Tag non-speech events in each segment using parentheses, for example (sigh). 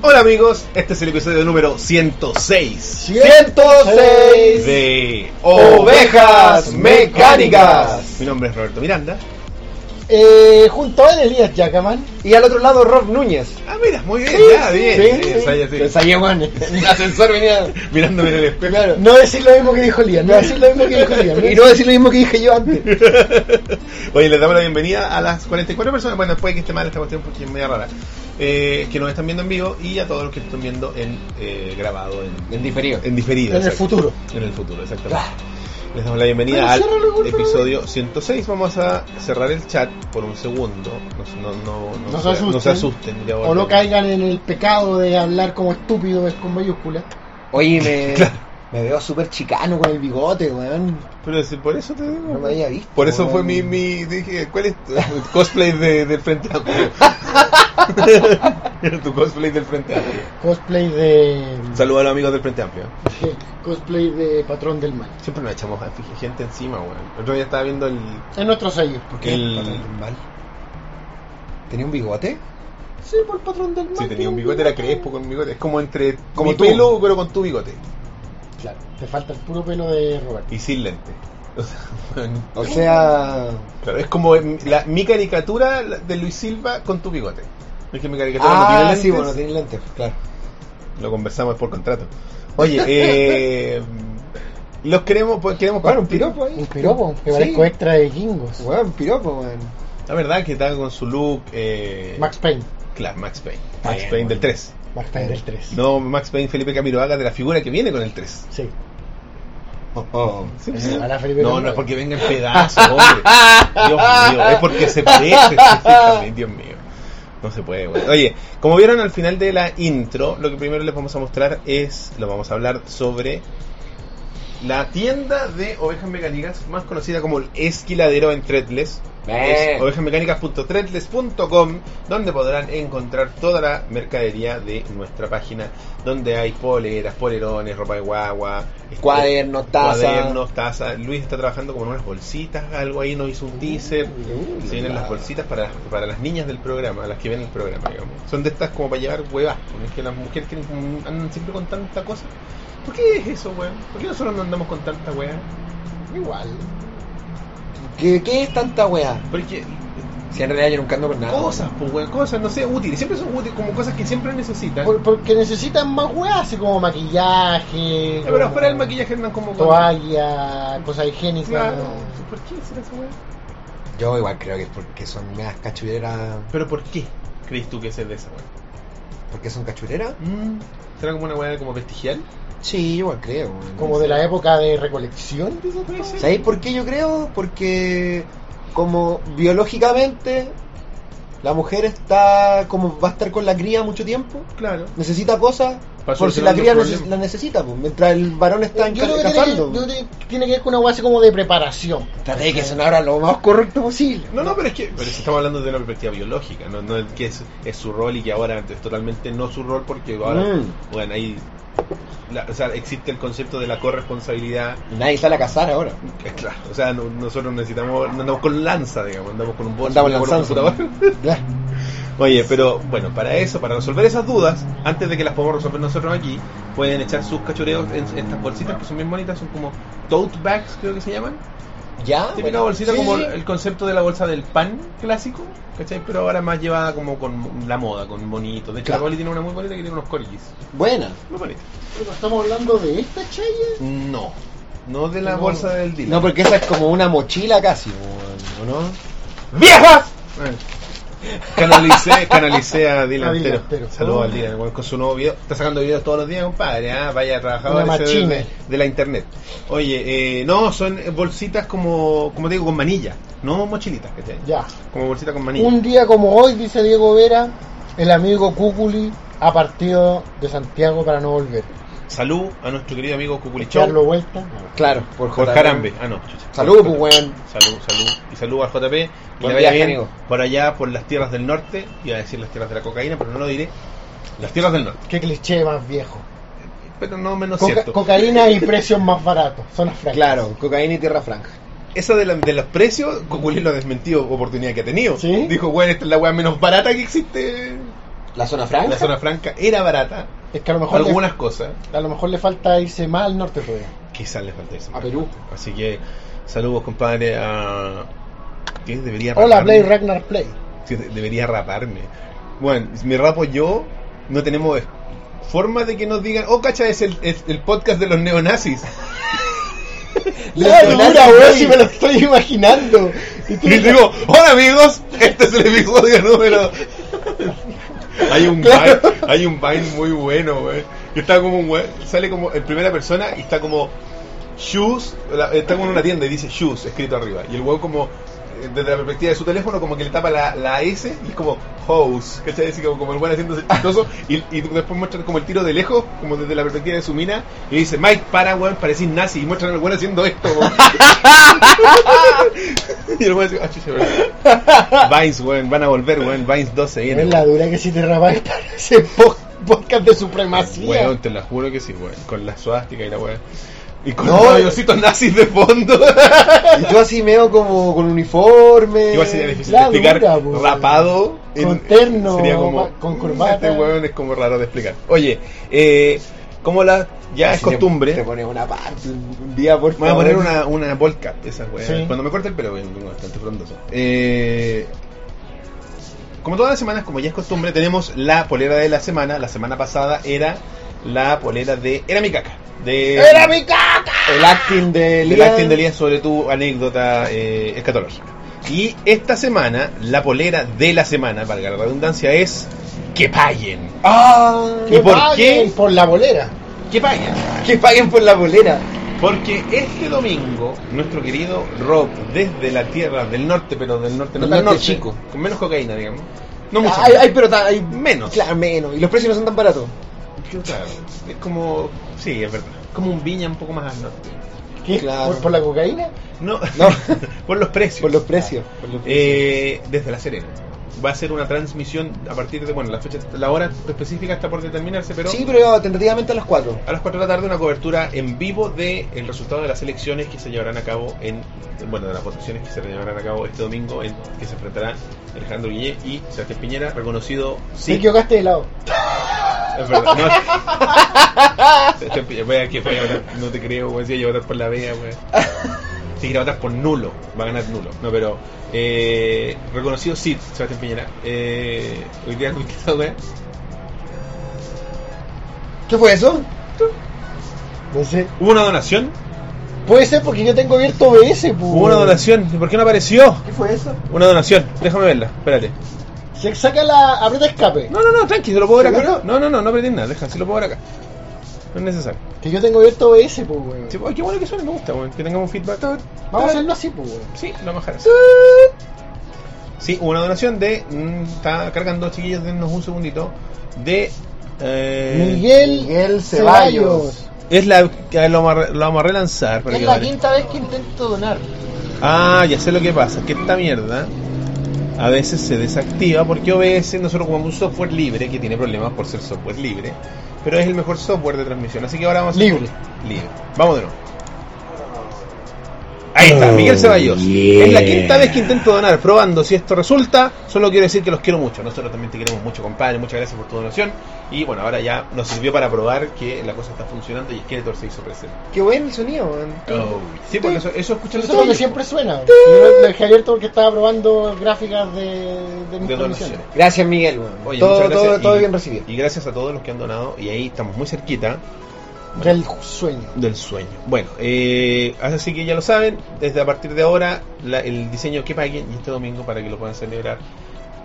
Hola amigos, este es el episodio número 106 106 de Ovejas Mecánicas. Mi nombre es Roberto Miranda. Eh, junto a él Elías Jacaman. Y al otro lado, Rob Núñez. Ah, mira, muy bien, ya, bien. bien, ensaya, sí. El ascensor venía. Mirándome en el espejo. No decir lo mismo que dijo Elías, no decir lo mismo que dijo Elías. (laughs) Y no decir lo mismo que dije yo (laughs) antes. (laughs) Oye, les damos la bienvenida a las 44 personas. Bueno, puede que esté mal esta cuestión porque es media rara. eh, que nos están viendo en vivo y a todos los que están viendo en eh, grabado, en, En diferido. en diferido. En el exacto. futuro. En el futuro, exactamente. Les damos la bienvenida al Pero ciérralo, por favor. episodio 106. Vamos a cerrar el chat por un segundo. No, no, no, No se asusten. no se asusten, ya O volvemos. no caigan en el pecado de hablar como estúpido con mayúsculas. Oye, (laughs) me, me veo súper chicano con el bigote, weón. Pero si por eso te digo. No me había visto. Por eso weón. fue mi, mi dije, ¿cuál es tu el cosplay de, del Frente (laughs) Amplio? tu cosplay del Frente Amplio. Cosplay de. Saludos a los amigos del Frente Amplio. Cosplay de patrón del mal. Siempre nos echamos a gente encima, weón. El otro día estaba viendo el... En nuestro sello. ¿Por qué? El- Patrón del mal. ¿Tenía un bigote? Sí, por el patrón del mal. Sí, tenía un bigote, era crespo con bigote. Es como entre... Como Como tu tú. pelo, pero con tu bigote. Claro, te falta el puro pelo de Roberto. Y sin lente. (laughs) O sea, weón, O sea. Claro, es como em- la- mi caricatura la- de Luis Silva con tu bigote. Es que mi caricatura no (laughs) tiene Ah, lentes. sí, bueno, tenía lentes, claro. Lo conversamos por contrato. (laughs) Oye, eh, los queremos, pues, queremos Bueno, un partir. piropo ahí. Un piropo, que Sí. parezco extra de Gingos. Weón, un piropo, weón. La verdad que está con su look. Eh, Max Payne. Claro, Max Payne. Está Max bien, Payne bueno. del 3. Max Payne del 3. No, Max Payne Felipe Camiroaga de la figura que viene con el 3. Sí. Oh, oh. Sí, Eh, sí. ahora Felipe No, Camiroaga. no es porque venga en pedazos, hombre. Dios mío, es porque se parece. también, Dios mío. No se puede, güey. Oye, como vieron al final de la intro, lo que primero les vamos a mostrar es, lo vamos a hablar sobre la tienda de ovejas mecánicas, más conocida como el Esquiladero en Threadless. Eh. Es ovejasmecánicas.threadless.com, donde podrán encontrar toda la mercadería de nuestra página, donde hay poleras, polerones, ropa de guagua, este, Cuadernos, tazas. cuadernos, tazas. Luis está trabajando como en unas bolsitas, algo ahí, nos hizo un teaser. Uh, Se vienen la- las bolsitas para, para las niñas del programa, las que ven el programa, digamos. Son de estas como para llevar huevas, porque es que las mujeres tienen como- andan siempre con tanta cosa. ¿Por qué es eso, weón? ¿Por qué nosotros no andamos con tanta hueá? Igual. ¿Qué, ¿Qué es tanta weá? Porque Si en realidad yo nunca ando con nada. Oh. cosas, pues, weón, cosas, no sé, útiles, siempre son útiles, como cosas que siempre necesitan. Por- porque necesitan más weas, así como maquillaje. Eh, pero como fuera del maquillaje andan como con- Toalla, cosas higiénicas. Claro. ¿Por qué será esa weá? Yo igual creo que es porque son unas cachureras. ¿Pero por qué crees tú que es de esa weá? ¿Porque son cachureras? Mm, ¿Será como una weá como vestigial? Sí, yo igual creo. weón. Como de la época de recolección. ¿Eso puede ser? ¿Sabéis por qué yo creo? Porque como biológicamente la mujer está como va a estar con la cría mucho tiempo, Claro. necesita cosas, Para por si solucionar la cría los neces- problemas. la necesita, pues, mientras el varón está en Yo creo ca- que tiene que, cazando. yo creo que tiene que ver con una wea así como de preparación. Traté de que sonara lo más correcto posible. No, no, pero es que pero si estamos hablando de una perspectiva biológica, no, no es que es, es su rol y que ahora es totalmente no su rol porque ahora, Mm. bueno, ahí la- o sea, existe el concepto de la corresponsabilidad. Nadie sale a cazar ahora. que es claro, o sea, no- nosotros necesitamos, no andamos con lanza, digamos, andamos con un bolso, Andamos andamos con un lanzando. computador. Claro. Oye, pero bueno, para eso, para resolver esas dudas, antes de que las podamos resolver nosotros aquí, pueden echar sus cachureos en estas bolsitas que son bien bonitas, son como tote bags, creo que se llaman. Ya. Típica bueno. bolsita Sí, como sí, sí. el concepto de la bolsa del pan clásico, ¿cachai? Pero ahora más llevada como con la moda, con bonito. De hecho, Claro. la Poli tiene una muy bonita que tiene unos corgis. Buena. Muy bonita. Pero estamos hablando de esta chaya. No. No de la No. bolsa del día No, porque esa es como una mochila casi, ¿o no? ¡Viejas! Canalicé, canalicé a A Dylan Dylan Antero. Antero. Saludos al Dylan, bueno, con su nuevo video. Está sacando videos todos los días, compadre. ¿ah? Vaya trabajador Una ese de, machine. de- de la internet. Oye, eh, no, son bolsitas como, como te digo, con manilla. No mochilitas, ¿cachai? Ya. Como bolsita con manilla. Un día como hoy, dice Diego Vera, el amigo Cúculi ha partido de Santiago para no volver. Salud a nuestro querido amigo Cuculichón. Echarlo vuelta. Claro, por, Por JP. Jarambe. Ah, no. chucha. Salud, Por- pues, weón. Salud, salud. Y salud al JP. Que Buen le vaya viaje, bien amigo. por allá, por las tierras del norte. Iba a decir las tierras de la cocaína, pero no lo diré. Las tierras del norte. Qué cliché más viejo. Pero no menos Coca- cierto. cocaína y precios más baratos. Son las frases. Claro, cocaína y tierra franja. Esa de, la- de los precios, Coculín lo ha desmentido, oportunidad que ha tenido. ¿Sí? Dijo, weón, esta es la weá menos barata que existe. ¿La zona franca? La zona franca era barata. Es que a lo mejor, le, Algunas cosas. a lo mejor le falta irse más al norte todavía. Quizás les falta irse A más Perú. adelante. Así que saludos, compadre, a... ¿Qué? Debería Hola, raparme. Play Ragnar Play. Sí, de- debería raparme. Bueno, si me rapo yo, no tenemos forma de que nos digan, oh, cacha, es el, es el podcast de los neonazis. La Los dura, neonazis, weón, güey. si me lo estoy imaginando. Y tú Y les digo, hola amigos, este es el episodio número... Hay un Claro. Vine, hay un Vine muy bueno, güey. Que está como un güey, sale como en primera persona y está como shoes, la- está como en una tienda y dice shoes escrito arriba. Y el güey como eh, desde la perspectiva de su teléfono como que le tapa la, la S y es como house, ¿cachai? Así como, como el güey haciéndose chistoso y, y después muestra como el tiro de lejos, como desde la perspectiva de su mina y dice Mike, para güey, parecís nazi y muestran al güey haciendo esto, (laughs) güey. (laughs) Y el güey dice, ah, chucha, verdad. Vines, weón, van a volver, weón. Vines 12 viene. Es la dura que si te (laughs) rapas para ese po- podcast de supremacía. Weón, te la juro que sí, weón. Con la suástica y la weón. Y con No, eh. los avioncitos nazis de fondo. (laughs) Y yo así medio como con uniforme. Igual sería difícil de la explicar. dura, pues, weón. rapado. Con terno, Sería pa- como. con corbata. Este weón es como raro de explicar. Oye, eh, como la. Ya es Así te- costumbre. Te pones una parte un día por Me voy a favor. poner una, una Volcat, esa weá. Sí. Cuando me corte el pelo, bien, tengo bastante frondoso. Eh, como todas las semanas, como ya es costumbre, tenemos la polera de la semana. La semana pasada era la polera de Era mi caca. De, ¡Era mi caca! El acting de del Lian. acting de Elías sobre tu anécdota eh, escatológica. Y esta semana, la polera de la semana, valga la redundancia, es que paguen. ¡Ah! ¿Y por paguen qué? Por la bolera. Que paguen. Que paguen por la bolera. Porque este domingo, nuestro querido Rob, desde la tierra del norte, pero del norte no Del tan norte norte, chico. con menos cocaína, digamos. No mucho. Ay, ay, pero ta- hay Menos. Claro, menos. Y los precios no son tan baratos. Chuta, es como. Sí, es verdad. Como un viña un poco más al norte. ¿Qué? Claro. ¿Por, por la cocaína? No, No. (laughs) por los precios. Por los precios. por los precios. Eh, desde La Serena. Va a ser una transmisión a partir de. Bueno, la fecha, la hora específica está por determinarse, pero. sí, pero tentativamente a las 4. A las 4 de la tarde una cobertura en vivo del el resultado de las elecciones que se llevarán a cabo en, bueno, de las votaciones que se llevarán a cabo este domingo en que se enfrentarán Alejandro Guille y Sebastián Piñera, reconocido, sí, Te equivocaste de lado. es verdad, no, (laughs) Sebastián Piñera, wea, que fue a votar, no te creo, wea, si iba a votar por la vea, wea. Si quiere votar por nulo, va a ganar nulo. No, pero eh, reconocido sí, Sebastián Piñera. Eh, hoy día (laughs) conquistado, wea. ¿Qué fue eso? No sé. Hubo una donación, Puede ser porque yo tengo abierto BS, pues. hubo una donación. ¿Y por qué no apareció? ¿Qué fue eso? Una donación, déjame verla, espérate. Se saca la. aprieta escape. No, no, no, tranqui, se lo puedo ver acá. ¿Seguro? No, no, no, no pretendí nada, deja, se lo puedo ver acá. No es necesario. Que yo tengo abierto BS, pues, weón. Sí, ay, qué bueno que suene, me gusta, weón, que tengamos feedback. Vamos a hacerlo así, pues, weón. Sí, lo vamos a dejar así. (laughs) Sí, hubo una donación de. mm, está cargando, chiquillos, dennos un segundito. De. eh, Miguel, Miguel Ceballos. Es la. que Lo vamos a, re- lo vamos a relanzar. para Es que la vale. quinta vez que intento donar. Ah, ya sé lo que pasa, que esta mierda a veces se desactiva porque OBS, nosotros como un software libre, que tiene problemas por ser software libre, pero es el mejor software de transmisión, así que ahora vamos a... Libre. Libre. Vamos de nuevo. Ahí Oh, está, Miguel Ceballos. Es la quinta vez que intento donar, probando si esto resulta. Solo quiero decir que los quiero mucho. Nosotros también te queremos mucho, compadre. Muchas gracias por tu donación. Y bueno, ahora ya nos sirvió para probar que la cosa está funcionando y Skeletor se hizo presente. Qué buen sonido, man. Sí, porque eso, eso escucha Oh. el Eso es lo que sonido. siempre suena. Yo lo dejé abierto porque estaba probando gráficas de, de De mis condiciones. donaciones. Gracias, Miguel, man. Oye, todo, muchas gracias todo, y- todo bien recibido. Y gracias a todos los que han donado. Y ahí estamos muy cerquita Del sueño. del sueño. Bueno, eh, así que ya lo saben. Desde a partir de ahora, la- el diseño que paguen. Y este domingo para que lo puedan celebrar.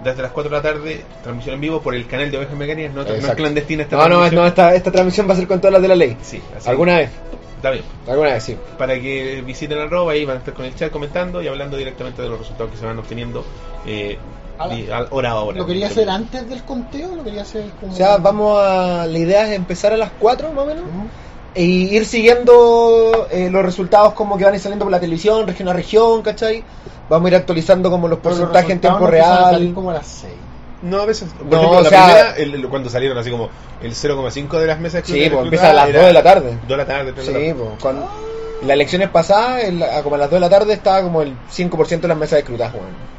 Desde las 4 de la tarde, transmisión en vivo por el canal de Ovejas Mecánicas. No, no es Exacto. clandestina esta No, no, transmisión. no, esta, esta transmisión va a ser con todas las de la ley. Sí, así ¿Alguna vez? Está bien. Alguna vez, sí. Para que visiten la arroba y van a estar con el chat comentando y hablando directamente de los resultados que se van obteniendo eh, Ahora- di- al- hora a hora. ¿Lo quería hacer antes del conteo? ¿Lo quería hacer como.? O sea, vamos a. La idea es empezar a las 4 más o menos. ¿Mm? Y ir siguiendo eh, los resultados como que van a ir saliendo por la televisión, región a región, ¿cachai? Vamos a ir actualizando como los Pero los porcentajes en resultados tiempo no empiezan a salir real. como a las 6. No, a veces. Por No, ejemplo, o la sea- primera, el- el- cuando salieron así como el 0,5 de las mesas. Sí, pues empieza a las 2 de la tarde. 2 de la tarde, 3 de la Sí, tarde. pues. Cuando, en las elecciones pasadas, en la- como a las 2 de la tarde, estaba como el 5% de las mesas de escrutaje, weón.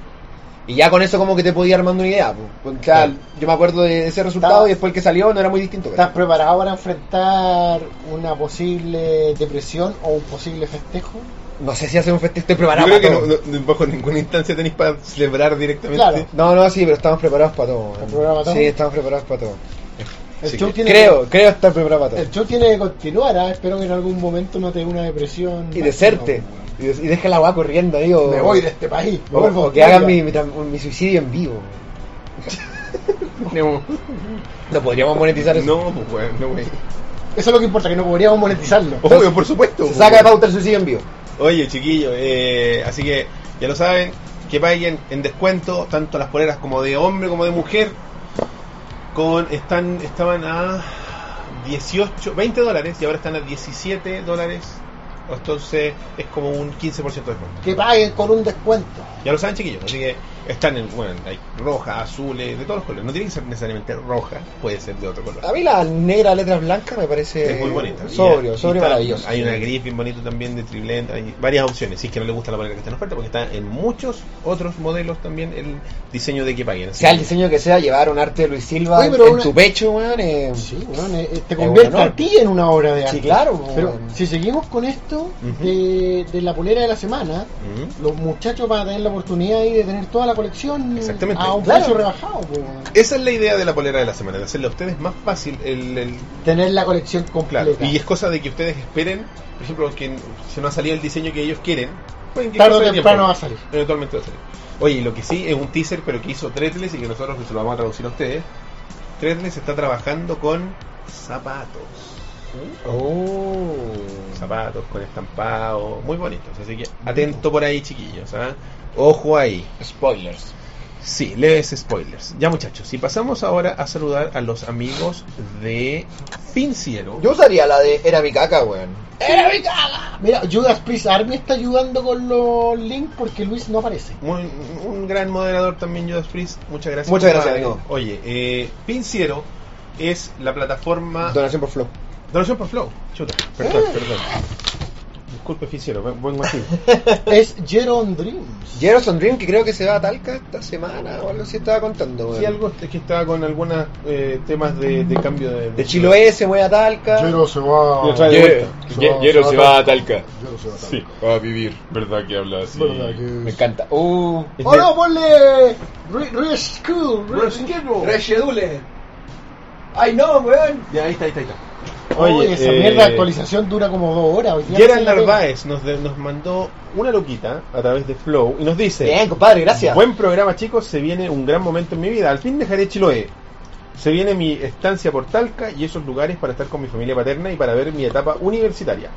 Y ya con eso como que te podía ir armando una idea. po. Con- claro, Claro. Yo me acuerdo de ese resultado Está- y después el que salió no era muy distinto. ¿Estás ¿cachai? preparado para enfrentar una posible depresión o un posible festejo? No sé si hace un festejo, estoy Yo preparado. creo que para no, todo. no- bajo ninguna instancia tenéis para celebrar directamente. Claro. No, no, sí, pero estamos preparados para todo. ¿Estás preparado para todo? Sí, estamos preparados para todo. El Sí, show tiene Creo, creo estar preparado para El todo. show tiene que continuar, ¿ah? espero que en algún momento no te dé una depresión. Y deserte. Y, des- y deja la agua corriendo ahí. O, Me voy de este país. me o- vuelvo a o que Australia. hagan mi, mi tran- mi suicidio en vivo. (laughs) No, No podríamos monetizar eso. no, pues, weón, no, wey. Eso es lo que importa, que no podríamos monetizarlo. Obvio, por supuesto. Se pues, saca de weón. pauta el suicidio en vivo. Oye, chiquillo, eh, así que ya lo saben, que paguen en descuento tanto las poleras como de hombre como de mujer. Con están estaban a 18, 20 dólares y ahora están a 17 dólares. Entonces es como un 15% de descuento. Que paguen con un descuento. Ya lo saben, chiquillos. Así que están en, bueno, hay roja, azules, de todos los colores. No tiene que ser necesariamente roja, puede ser de otro color. A mí la negra letras blancas me parece Eh, Es muy bonita. sobrio, Y- y sobrio está- maravilloso. Hay una gris bien bonita también de triple hay varias opciones. Si es que no le gusta la polera que está en oferta, porque está en muchos otros modelos también el diseño de que paguen. Así Sea el que- diseño que sea, llevar un arte de Luis Silva Oye, pero en una- tu pecho, weón. eh, Sí, weón, eh, eh, te Es convierte bueno, ¿no? a ti en una obra de arte. Sí, claro, weón. Pero si seguimos con esto Ujú. de, de la polera de la semana, Ujú. los muchachos van a tener la oportunidad ahí de tener toda la colección Exactamente. a un Claro. precio rebajado. po, weón. Esa es la idea de la polera de la semana, de hacerle a ustedes más fácil el- el Tener la colección completa. Claro, y es cosa de que ustedes esperen, por ejemplo, que si no ha salido el diseño que ellos quieren, pueden que Tarde o cosa de tiempo. temprano va a salir. Eventualmente va a salir. Oye, y lo que sí es un teaser, pero que hizo Tretles y que nosotros se lo vamos a traducir a ustedes. Tretles está trabajando con zapatos. Oh. Zapatos con estampado, muy bonitos. Así que atento por ahí, chiquillos. ¿ah? Ojo ahí. Spoilers. Sí, leves spoilers. Ya, muchachos, si pasamos ahora a saludar a los amigos de Finciero. Yo usaría la de Era mi caca, weón. ¡Era mi caga! Mira, Judas Priest Army está ayudando con los links porque Luis no aparece. Muy- un gran moderador también, Judas Priest. Muchas gracias. Muchas gracias, Compadre. amigo. Oye, eh, Pinciero es la plataforma. Donación por Flow. Donación por Flow. Chuta, perdón, perdón. Disculpe, Pinciero, buen así. Es Jerome Dreams. Jeros on Dream, que creo que se va a Talca esta semana o algo así, estaba contando, weón. (laughs) Sí, algo es que estaba con algunos temas de, de cambio de. De Chiloé se mueve a Talca. se va. Lo trae de Ye- vuelta. Se Ye- va- Yero se va a tal- Talca. Jero se va a tal. va a vivir. ¿Verdad que habla así? Verdad que- Me encanta. Uh, ¡Oh, no! Ponle. Re- Re School. Re School. Reshedule. Ay no, weón. Ya, ahí está, ahí está. Ahí está. Oye, esa eh, mierda de actualización dura como dos horas. hoy día no Gerald se la pega. Narváez nos, de- nos mandó una loquita a través de Flow y nos dice. Bien, compadre, gracias. Buen programa, chicos. Se viene un gran momento en mi vida. Al fin dejaré Chiloé. Se viene mi estancia por Talca y esos lugares para estar con mi familia paterna y para ver mi etapa universitaria.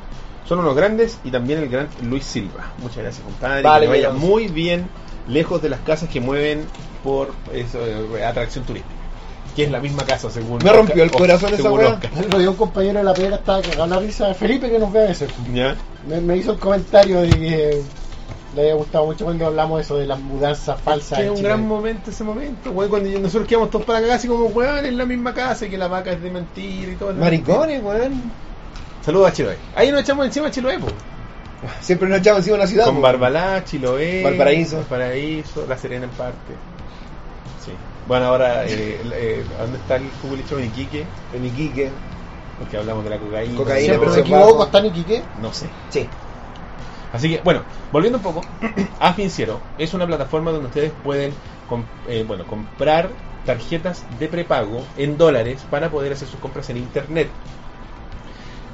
Son unos grandes y también el gran Luis Silva. Muchas gracias, compadre. Vale, que le vaya Dios. muy bien lejos de las casas que mueven por eso, eh, atracción turística. Que es la misma casa, según. Me rompió el Oscar- corazón esa según weá. Oscar. El otro día un compañero de la pega estaba cagado en la risa. Felipe que nos ve a veces. ¿Ya? Me, me hizo el comentario de que le había gustado mucho cuando hablamos de eso de las mudanzas falsas. Que es en un Chile. gran momento ese momento, weón, cuando yo- nosotros quedamos todos para acá así como, weón, en la misma casa y que la vaca es de mentira y todo. Maricones, weón. Saludos a Chiloé. Ahí nos echamos encima a Chiloé, pues. po. Siempre nos echamos encima de una ciudad. Con weón. Barbalá, Chiloé, Valparaíso. Valparaíso, La Serena en parte. Sí. Bueno, ahora, eh, el- eh, ¿a ¿dónde está el cubulicho en Iquique? En Iquique. Porque hablamos de la cocaína. Cocaína, ¿no? Siempre me Precios equivoco, Bajos. está en Iquique. No sé. Sí. Así que, bueno, volviendo un poco, (clears throat) Afinciero es una plataforma donde ustedes pueden com- eh, bueno, comprar tarjetas de prepago en dólares para poder hacer sus compras en internet.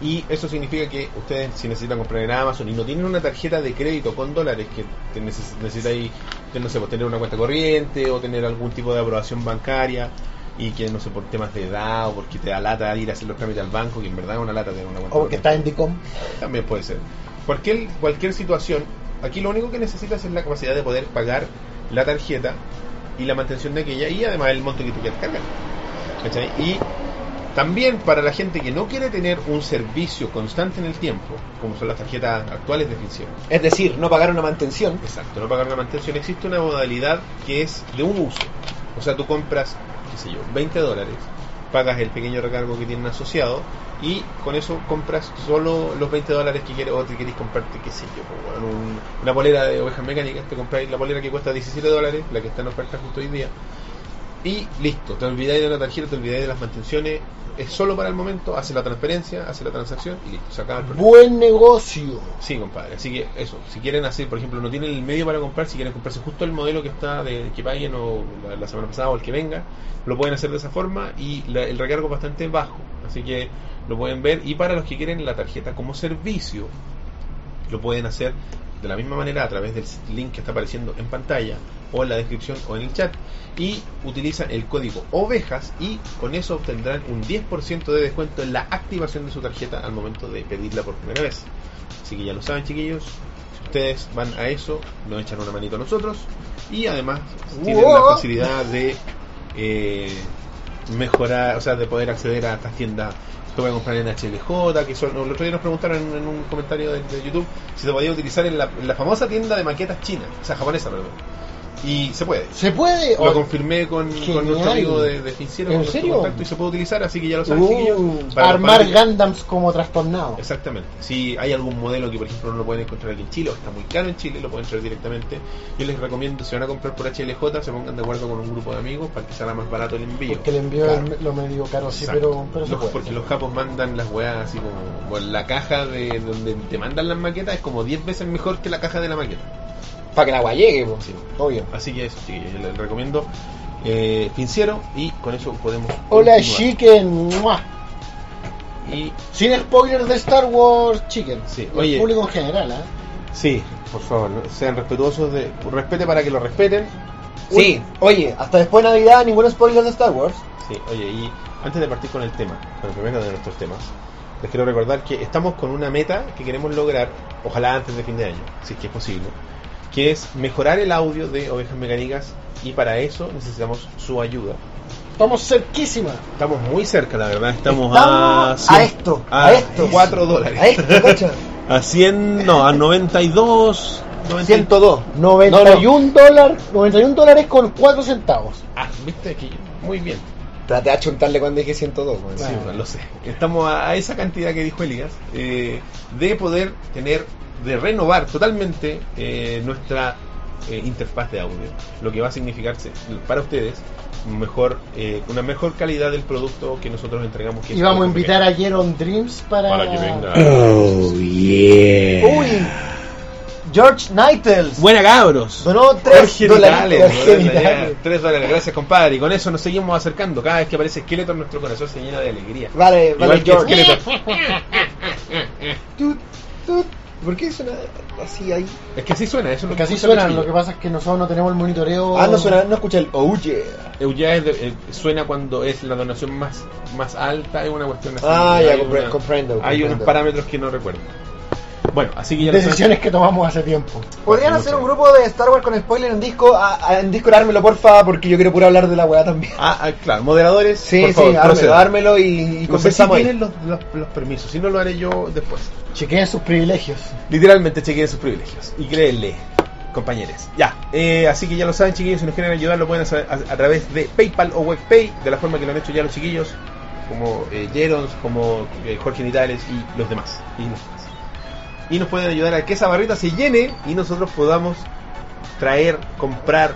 Y eso significa que ustedes, si necesitan comprar en Amazon y no tienen una tarjeta de crédito con dólares, que te neces- necesitáis, que no sé, pues, tener una cuenta corriente o tener algún tipo de aprobación bancaria y que no sé, por temas de edad o porque te da lata ir a hacer los trámites al banco, que en verdad es una lata tener una cuenta O corriente. porque está en DICOM. También puede ser. Cualquier, cualquier situación, aquí lo único que necesitas es la capacidad de poder pagar la tarjeta y la mantención de aquella y además el monto que tú quieras cargar. ¿Cachai? Y también para la gente que no quiere tener un servicio constante en el tiempo, como son las tarjetas actuales de ficción, Es decir, no pagar una mantención. Exacto, no pagar la mantención. Existe una modalidad que es de un uso. O sea, tú compras, qué sé yo, 20 dólares, pagas el pequeño recargo que tienen asociado y con eso compras solo los 20 dólares que quieres o te querés comprarte, qué sé yo, pues, bueno, un- una polera de ovejas mecánicas, te compráis la polera que cuesta 17 dólares, la que está en oferta justo hoy día, y listo, te olvidáis de la tarjeta, te olvidáis de las mantenciones, es solo para el momento, hace la transferencia, hace la transacción y listo, se acaba el problema. Buen negocio. Sí, compadre. Así que eso, si quieren hacer, por ejemplo, no tienen el medio para comprar, si quieren comprarse justo el modelo que está de que paguen o la, la semana pasada o el que venga, lo pueden hacer de esa forma y la- el recargo es bastante bajo. Así que lo pueden ver. Y para los que quieren la tarjeta como servicio, lo pueden hacer de la misma manera a través del link que está apareciendo en pantalla o en la descripción o en el chat y utilizan el código ovejas y con eso obtendrán un 10% de descuento en la activación de su tarjeta al momento de pedirla por primera vez. Así que ya lo saben, chiquillos. Si ustedes van a eso, nos echan una manito a nosotros. Y además tienen la Wow. facilidad de eh, mejorar, o sea, de poder acceder a estas tiendas que pueden comprar en HLJ. Que son, el otro día nos preguntaron en, en un comentario de, de YouTube si se podía utilizar en la, en la famosa tienda de maquetas china, o sea, japonesa, perdón. Y se puede. ¿Se puede? Lo Oh, confirmé con, con Genial. nuestro amigo de, de Finciero, ¿En con nuestro serio? contacto, y se puede utilizar, así que ya lo saben, Uh, chiquillos. Para- armar para- Gundams como trastornado. Exactamente. Si hay algún modelo que, por ejemplo, no lo pueden encontrar aquí en Chile o está muy caro en Chile, lo pueden traer directamente. Yo les recomiendo, si van a comprar por HLJ, se pongan de acuerdo con un grupo de amigos para que salga más barato el envío. Porque el envío Claro. es lo medio caro, sí, Exacto. pero, pero se Los- puede. porque los capos mandan las weas así como. Bueno, la caja de donde te mandan las maquetas es como 10 veces mejor que la caja de la maqueta. Para que la agua llegue, po. Sí. obvio. Así que eso, sí, yo les recomiendo. Eh, Finciero, y con eso podemos. Hola, continuar. Chicken. ¡mua! Y Sin spoilers de Star Wars, Chicken. Sí, Y oye. El público en general, ¿eh? Sí, por favor, sean respetuosos de. Respete para que lo respeten. Sí, oye, hasta después de Navidad, ningún spoiler de Star Wars. Sí, oye, y antes de partir con el tema, con el primero de nuestros temas, les quiero recordar que estamos con una meta que queremos lograr, ojalá antes de fin de año, si es que es posible, que es mejorar el audio de Ovejas Mecánicas y para eso necesitamos su ayuda. Estamos cerquísima. Estamos muy cerca, la verdad, estamos, a, Estamos a esto, a esto. 4 dólares. A esto, cocha. (laughs) A 100, no, a 92, 90 102. 91 dólar- 91 dólares con 4 centavos. Ah, viste aquí, muy bien. Traté de achuntarle cuando dije 102, weón. Sí, bueno, lo sé. Estamos a, a esa cantidad que dijo Elías eh, de poder tener, de renovar totalmente eh, nuestra eh, interfaz de audio, lo que va a significar se- para ustedes un mejor, eh, una mejor calidad del producto que nosotros entregamos. que Y vamos a es- invitar a Jeron Dreams para... Para que venga. Uy, George (clears throat) Nightles. Buena cabros. Donó tres Tres dólares. dólares, Tres weón, genitales. ya, tres dólares, gracias compadre. Y con eso nos seguimos acercando. Cada vez que aparece Skeletor, nuestro corazón se llena de alegría. Vale, vale, Igual que George. Skeletor. (laughs) Tut, tut. ¿Por qué suena así ahí? Es que así suena, eso es lo Porque así escucha suenan, Luchillo. lo que pasa es que nosotros no tenemos el monitoreo. Ah, no suena, no escuché el oh yeah. Eh, Ya es de- eh, suena cuando es la donación más, más alta, es una cuestión así. Ah, ya Hay compre- una- comprendo, Hay comprendo. unos parámetros que no recuerdo. Bueno, así que ya lo Decisiones que tomamos hace tiempo. ¿Podrían hacer un grupo de Star Wars con spoiler en disco? A, a- en disco ármelo, porfa, porque yo quiero puro hablar de la weá también. saben. Ah, ah, claro, moderadores. Sí, por sí, favor, ármelo, procedan. ármelo y, y No sé si conversamos ahí. tienen los, los- los permisos, si no lo haré yo después. Chequeen sus privilegios. Literalmente chequeen sus privilegios y créenle, compañeros. Ya, eh, así que ya lo saben, chiquillos, si nos quieren ayudar lo pueden hacer a, a través de PayPal o WebPay, de la forma que lo han hecho ya los chiquillos, como eh, Jerons, como eh, Jorge Nitales y los demás. Y los demás. y nos pueden ayudar a que esa barrita se llene y nosotros podamos traer, comprar,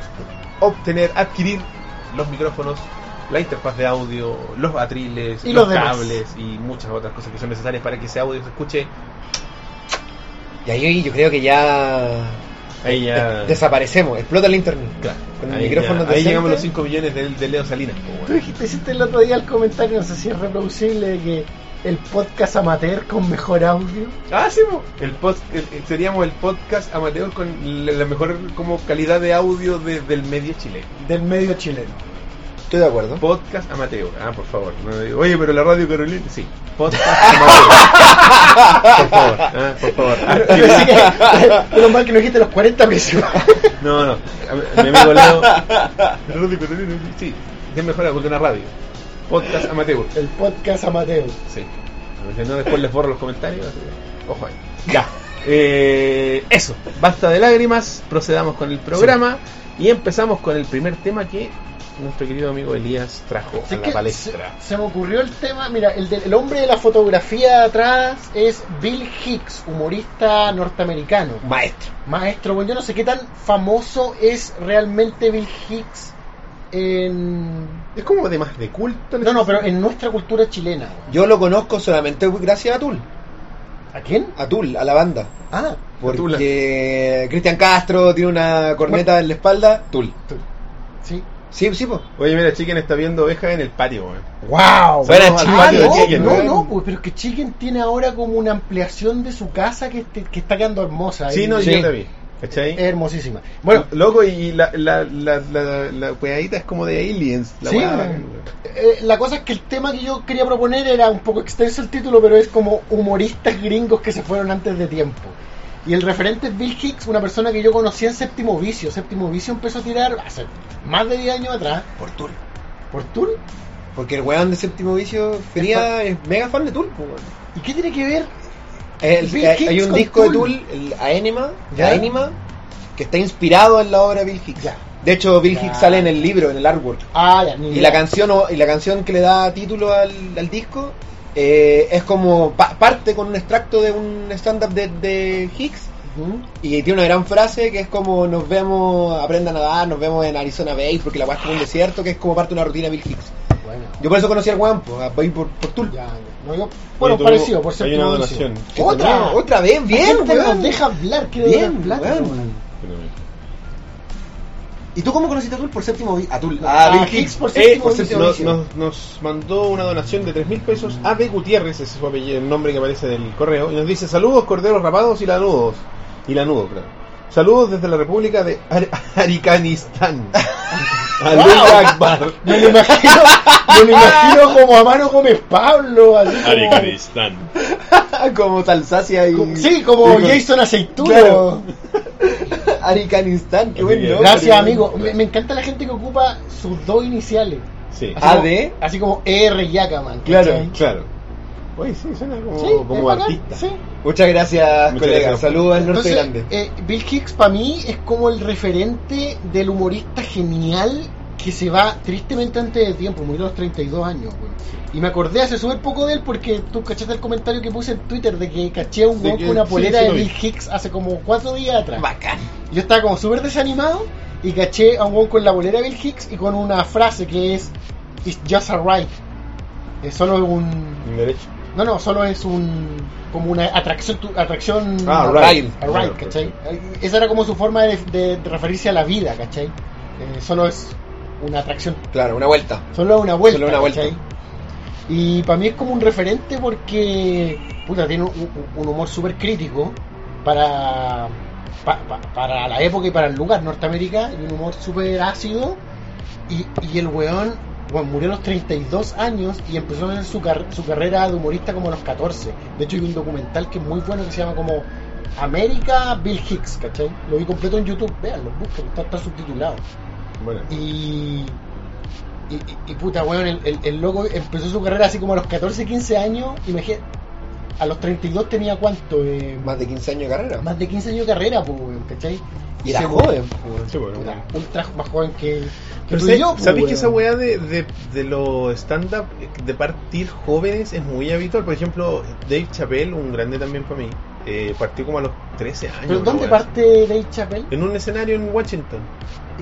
obtener, adquirir los micrófonos, la interfaz de audio, los atriles, Y los, los demás. cables y muchas otras cosas que son necesarias para que ese audio se escuche. Y ahí yo creo que ya Eh, Ahí ya- desaparecemos, explota el internet. Claro. Con el Ahí, micrófono ya- ahí decente. llegamos a los 5 millones de, de Leo Salinas. Tú dijiste, hiciste el otro día el comentario, no sé si es reproducible, de que el podcast amateur con mejor audio. Ah, sí, po. el pod- el- el- seríamos el podcast amateur con la, la mejor como calidad de audio de- del medio chileno. del medio chileno. Estoy de acuerdo. Podcast amateur. Ah, por favor. No digo, Oye, pero la radio Carolina. Sí, (laughs) podcast amateur. por favor, ah, por favor. (laughs) Así Actividad. (laughs) que, Menos mal que no dijiste los 40 principales. No, no. A- Mi amigo (laughs) Leo. Radio Carolina. Sí, es mejor porque una radio. Podcast amateur. El podcast amateur. Sí. Si no, después les borro los comentarios. así que, Ojo ahí. Ya. Eh, eso. Basta de lágrimas. Procedamos con el programa. Y empezamos con el primer tema que nuestro querido amigo Elías trajo Así a que la palestra. Se, se me ocurrió el tema, mira, el, del- el hombre de la fotografía atrás es Bill Hicks, humorista norteamericano. Maestro. Maestro, bueno, yo no sé qué tan famoso es realmente Bill Hicks en... Es como además de culto. No, no, pero en nuestra cultura chilena. Yo lo conozco solamente gracias a Tool, ¿A quién? a Tool, a la banda. Ah, Porque Cristian Castro tiene una corneta en la espalda, Tool. sí. Sí, sí, pues. Oye, mira, Chicken está viendo ovejas en el patio, weón. ¡Wow! Fuera Ah, Al patio de no, Chicken, no, ¿no? no, pues, pero es que Chicken tiene ahora como una ampliación de su casa que, este- que está quedando hermosa. Sí, Eh, y- no, Sí. yo te vi. ¿Cachai? es hermosísima. Bueno, loco, y la, la, la, la, la weadita es como de aliens. La Sí, weá, weón. weón. eh, la cosa es que el tema que yo quería proponer era un poco extenso el título, pero es como humoristas gringos que se fueron antes de tiempo. Y el referente es Bill Hicks, una persona que yo conocí en Séptimo Vicio. Séptimo Vicio empezó a tirar hace más de 10 años atrás. Por Tool. ¿Por Tool? Porque el weón de séptimo vicio Feria es mega fan de Tool, pues, weón. ¿Y qué tiene que ver? El- Bill hay, hay Hicks un con disco de Tool. Tool, el Aenima, ¿Ya? Aenima, que está inspirado en la obra de Bill Hicks. Ya. De hecho, Bill Ya. Hicks sale en el libro, en el artwork. Ah, ya, ni Y idea. la canción o- y la canción que le da título al, al disco eh, es como pa- parte con un extracto de un stand-up de, de Hicks Ujú. y tiene una gran frase que es como nos vemos, aprendan a nadar, nos vemos en Arizona Bay porque la weá es como un desierto, que es como parte de una rutina de Bill Hicks. Bueno, Yo por eso conocí al weón, pues, a- por, por, por Tool. ya, ya. No, yo- bueno, tú, parecido, por hay Séptimo una Vicio. donación. Otra, otra vez, bien, Bien, te weón. nos deja hablar, quiero Bien, dar plata, weón. weón. ¿Y tú cómo conociste a Tool por séptimo vicio? A Tool, Ah, a Bill Hicks Hicks por por Eh, séptimo séptimo por vicio. cierto, nos, nos- (laughs) nos mandó una donación de 3 mil pesos a B. Gutiérrez, ese es su apellido, el nombre que aparece en el correo, y nos dice saludos corderos rapados y lanudos. Y lanudo, claro. Saludos desde la República de Ar- (laughs) Aricanistán. Alá Akbar. Me lo imagino, me lo imagino como a Mano Gómez Pablo, así como- Aricanistán. Ah, como Salsacia y... como- sí, como Sí, con- Jason Aceituno. Claro. (laughs) Aricanistán, qué buen Bien. nombre. Gracias, weón. amigo. Me, me encanta la gente que ocupa sus dos iniciales. Sí, Ah, como- ¿de? Así como R. Yacaman. Claro. ¿cachai? claro. Oye, sí, suena como, Sí, es como bacán, artista. sí. Muchas gracias, Muchas colega. gracias. Saludos al norte Entonces, grande. eh, Bill Hicks para mí es como el referente del humorista genial que se va tristemente antes de tiempo, murió a los 32 años. güey. Y me acordé hace súper poco de él porque tú cachaste el comentario que puse en Twitter de que caché a un De güey que- con una sí, polera sí de lo vi. Bill Hicks hace como cuatro días atrás. Bacán. Yo estaba como súper desanimado y caché a un güey con la bolera de Bill Hicks y con una frase que es It's just a right. Es solo un... Un derecho. No, no, solo es un... Como una atracción... tu- atracción Ah, right. right. a ride, ¿cachai? Esa era como su forma de, de referirse a la vida, ¿cachai? Eh, solo es una atracción, Claro, una vuelta. solo es una vuelta, Solo una vuelta. ¿cachai? Y para mí es como un referente porque, puta, tiene un, un- un humor súper crítico para, pa- pa- para la época y para el lugar, Norteamérica, y un humor súper ácido. Y, y el weón, weón, murió a los 32 años y empezó en su, car- su carrera de humorista como a los 14. De hecho, hay un documental que es muy bueno que se llama como América Bill Hicks, ¿cachai? Lo vi completo en YouTube, véanlo, busquen, está, está subtitulado. Bueno. Y. Y, y- y puta, weón, el, el- el loco empezó su carrera así como a los 14, 15 años. Imagínate, a los 32 tenía cuánto? Eh, más, Más de 15 años de carrera. más de 15 años de carrera, pues, weón, ¿cachai? Y era Se- joven. pues. Sí, bueno, Puta, bueno. ultra más joven que, que Pero tú y sé- yo, pues, ¿Sabéis que weón? esa weá de, de, de los stand-up, de partir jóvenes, es muy habitual? Por ejemplo, Dave Chappelle, un grande también para mí, eh, partió como a los 13 años. ¿Pero una dónde weá parte Dave Chappelle? así. En un escenario en Washington.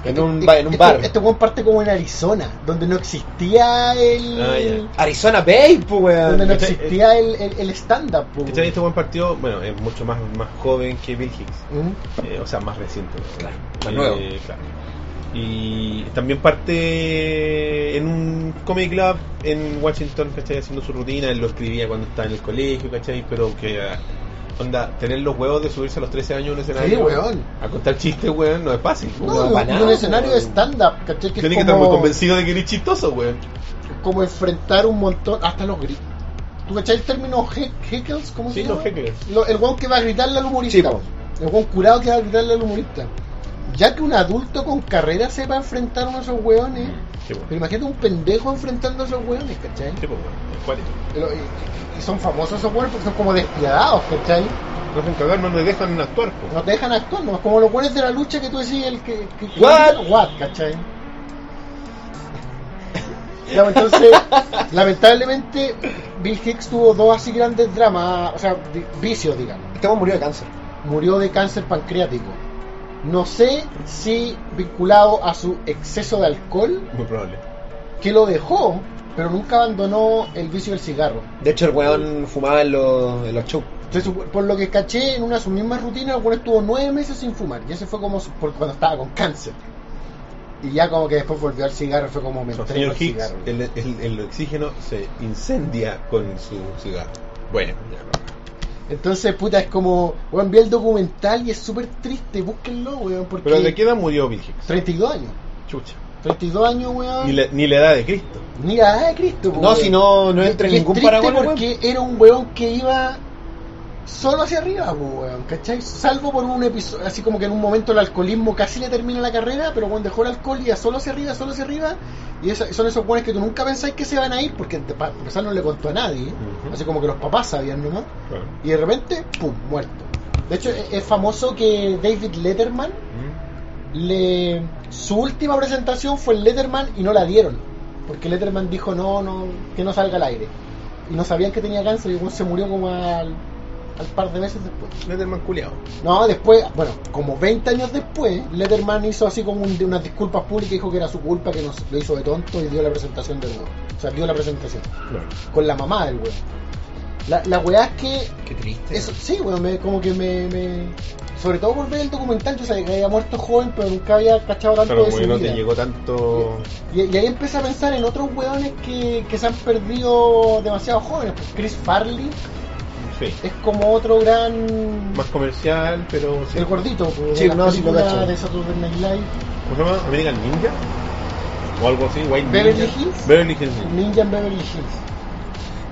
En un, ba- en un bar. Este, este weón parte como en Arizona, donde no existía el. Ah, ya. Arizona Bay, pues, Donde weón. no Este- existía el, el, el stand-up, pues, ¿Cachai? weón. Este buen partido, bueno, es mucho más, más joven que Bill Hicks. ¿Mm? Eh, o sea, más reciente. ¿no? Claro, más Eh, nuevo. claro. Y también parte en un comedy club en Washington, ¿cachai? Haciendo su rutina, él lo escribía cuando estaba en el colegio, ¿cachai? Pero que, ah, onda, tener los huevos de subirse a los 13 años a un escenario weón. a contar chistes, weón, no es fácil. No, weón. en para un nada, escenario de weón. stand-up, ¿cachai? Que es Tienes que estar muy como, convencido de que eres chistoso, weón. como enfrentar un montón, hasta los gritos. ¿Tú cachai el término he- heckles? ¿Cómo Sí, se los llama? hecklers. Lo- el guan que va a gritarle al Sí, humorista. po. el guan curado que va a gritarle al humorista. Ya que un adulto con carrera sepa enfrentar a uno de esos weones, Sí, weón. pero imagínate un pendejo enfrentando a esos weones, ¿cachai? Sí, pues, weón. Acuático. Lo- y- y- y son famosos esos weones porque son como despiadados, ¿cachai? No hacen cagar, no les dejan actuar. po. No te dejan actuar, no como los buenos de la lucha que tú decís, el que. que- que- What? what, ¿cachai? (laughs) Ya, pues, entonces, lamentablemente, Bill Hicks tuvo dos así grandes dramas, o sea, vi- vicios, digamos. Este weón murió de cáncer. Murió de cáncer pancreático. No sé si vinculado a su exceso de alcohol, Muy probable. que lo dejó, pero nunca abandonó el vicio del cigarro. De hecho, el weón fumaba en los, en los shows. Entonces, por lo que caché, en una de sus mismas rutinas, el weón estuvo nueve meses sin fumar. Y ese fue como su- por cuando estaba con cáncer. Y ya como que después volvió al cigarro, fue como me El entrego señor al Hicks, cigarro. el, el- el oxígeno se incendia con su cigarro. Bueno, ya no. Entonces, puta, es como, weón, vi el documental y es súper triste, búsquenlo, weón, porque... Pero ¿de qué edad murió Bill Hicks? 32 años. Chucha. 32 años, weón. Ni la, ni la edad de Cristo. Ni la edad de Cristo, No, si no, no entra en ningún paraguas paraguas. porque era un weón que iba solo hacia arriba, po, weón, ¿cachai? Salvo por un episodio, así como que en un momento el alcoholismo casi le termina la carrera, pero cuando dejó el alcohol iba solo hacia arriba, solo hacia arriba, y esa- son esos weones que tú nunca pensáis que se van a ir, porque te- pa- para empezar no le contó a nadie, Ujú. así como que los papás sabían nomás, y de repente, ¡pum!, muerto. De hecho, e-, es, es famoso que David Letterman, Mm. le, su última presentación fue en Letterman y no la dieron. Porque Letterman dijo no, no, que no salga al aire. Y no sabían que tenía cáncer y el weón se murió como al, al par de meses después. Letterman culiao. No, después, bueno, como 20 años después, Letterman hizo así como un- unas disculpas públicas y dijo que era su culpa, que nos, lo hizo de tonto y dio la presentación del weón. O sea, dio la presentación. Claro. Con la mamá del weón. La, la weá es que Qué triste. eso, sí, bueno, me, como que me, me- Sobre todo por ver el documental, yo sabía que había muerto joven, pero nunca había cachado tanto Claro, de como que su no vida. te llegó tanto. Y, y ahí empecé a pensar en otros hueones que, que se han perdido demasiado jóvenes. Pues Chris Farley Sí. es como otro gran... Más comercial, pero. sí. El gordito, pues, Sí, de las no, sí lo películas cacho. de Saturday Night Live, ¿Cómo se llama? American Ninja. O algo así, White Beverly Ninja. Hills. Beverly Hills Ninja. Ninja en Beverly Hills.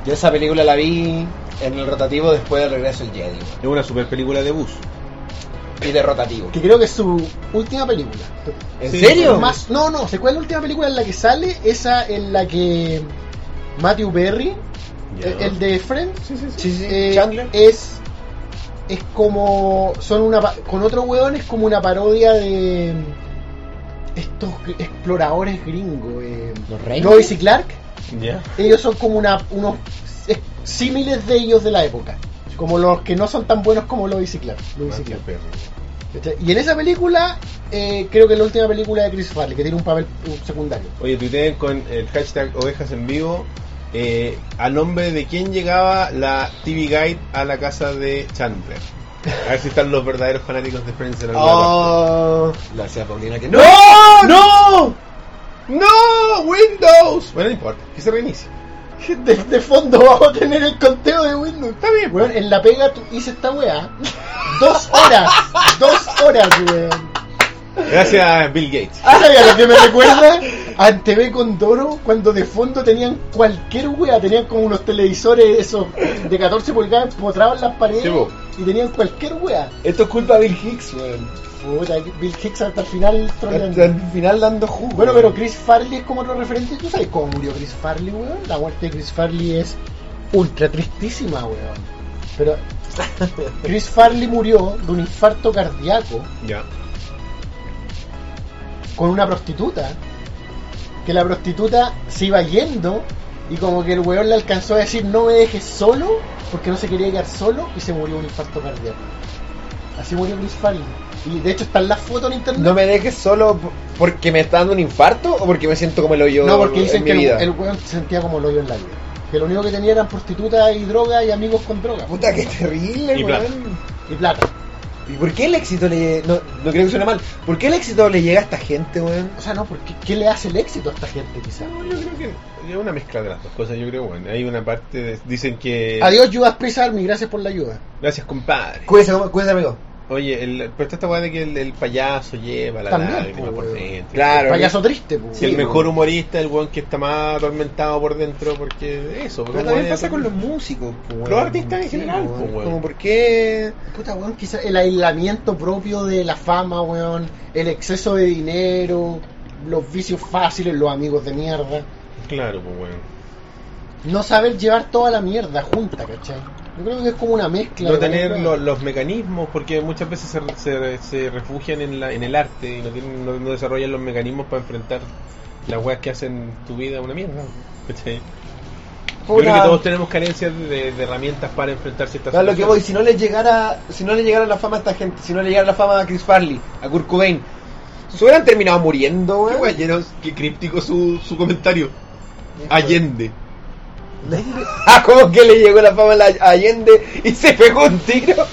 Yo esa película la vi en el rotativo después del regreso del Jedi. weón. Es una super película de bus. Y de rotativo. Que creo que es su última película. ¿En Sí, serio? pues, Más, no, no, ¿se cuál es la última película en la que sale? Esa en la que Matthew Berry, Ya. el, el de Friends, Sí, sí. Eh, Chandler. es es como son una pa- con otro hueón es como una parodia de mm, estos gr- exploradores gringos eh, ¿Los Rangers? Lois y Clark Ya. ellos son como una unos s- símiles de ellos de la época como los que no son tan buenos como Lois y Clark, Ah, Lois y Matthew Clark. Perry. ¿Cachai? y en esa película eh, creo que es la última película de Chris Farley que tiene un papel un secundario Oye, tuiteen con el hashtag ovejas en vivo. eh, a nombre de quién llegaba la TV Guide a la casa de Chandler. A ver si están los verdaderos fanáticos de Friends en alguna parte. Oh, gracias, Paulina, que no. ¡No! ¡No! ¡No! ¡Windows! Bueno, no importa, que se reinicie. de, de fondo vamos a tener el conteo de Windows. Está bien. Weón, en la pega tu- hice esta weá. Dos horas. dos horas, weón. Gracias, Bill Gates. ¿Sabes a lo que me recuerda? A TV Condoro, cuando de fondo tenían cualquier weá. Tenían como unos televisores esos de 14 pulgadas empotrados en las paredes. Sí, po. y tenían cualquier weá. Esto es culpa de Bill Hicks, weón. Puta, Bill Hicks hasta el final troleando. Al al final dando jugo. Bueno, pero Chris Farley es como otro referente. ¿Tú sabes cómo murió Chris Farley, weón? La muerte de Chris Farley es ultra tristísima, weón. Pero Chris Farley murió de un infarto cardíaco Ya. con una prostituta. Que la prostituta se iba yendo y como que el weón le alcanzó a decir no me dejes solo porque no se quería quedar solo y se murió de un infarto cardíaco. Así murió Chris Farley. Y de hecho están las fotos en internet. No me dejes solo p- porque me está dando un infarto o porque me siento como el hoyo No, porque en dicen mi que el, vida. el weón se sentía como el hoyo en la vida. Que lo único que tenía eran prostitutas y droga y amigos con droga. Puta, qué terrible, Y weón. Y plata. ¿Y por qué el éxito le no, no creo que suene mal. ¿Por qué el éxito le llega a esta gente, weón? O sea, no, porque ¿qué le hace el éxito a esta gente quizás? No, yo creo que es una mezcla de las dos cosas. Yo creo, bueno, hay una parte. de- dicen Eh. que. Adiós, Judas Priest Army, gracias por la ayuda. Gracias, compadre. Cuídense, com- cuídense, amigo. Oye, el, pero está esta weá de que el, el payaso lleva la También, lágrima po, por weón. dentro. pues, Claro. Payaso triste, pues. Que el Sí, mejor po. humorista es el weón que está más atormentado por dentro porque eso. Pero porque también weón, pasa con los weón. músicos, po, weón. Los artistas en Sí, general, pues, weón. po, weón. Como por qué. Puta, weón, quizás el aislamiento propio de la fama, weón. El exceso de dinero, los vicios fáciles, los amigos de mierda. Claro, pues bueno. No saber llevar toda la mierda junta, ¿cachai? Yo creo que es como una mezcla. no de tener varias lo- cosas. los mecanismos, porque muchas veces se, se- se refugian en, la, en el arte y no, tienen, no, no desarrollan los mecanismos para enfrentar las weas que hacen tu vida una mierda. ¿cachai? Yo creo que Puta. todos tenemos carencias de, de herramientas para enfrentar ciertas No, lo que voy, situaciones. si no le llegara, si no le llegara la fama a esta gente, si no le llegara la fama a Chris Farley, a Kurt Cobain, se hubieran terminado muriendo, Qué weón. guayeros, qué críptico su, su comentario. Allende. Ah, (laughs) como que le llegó la fama a la- a Allende y se pegó un tiro.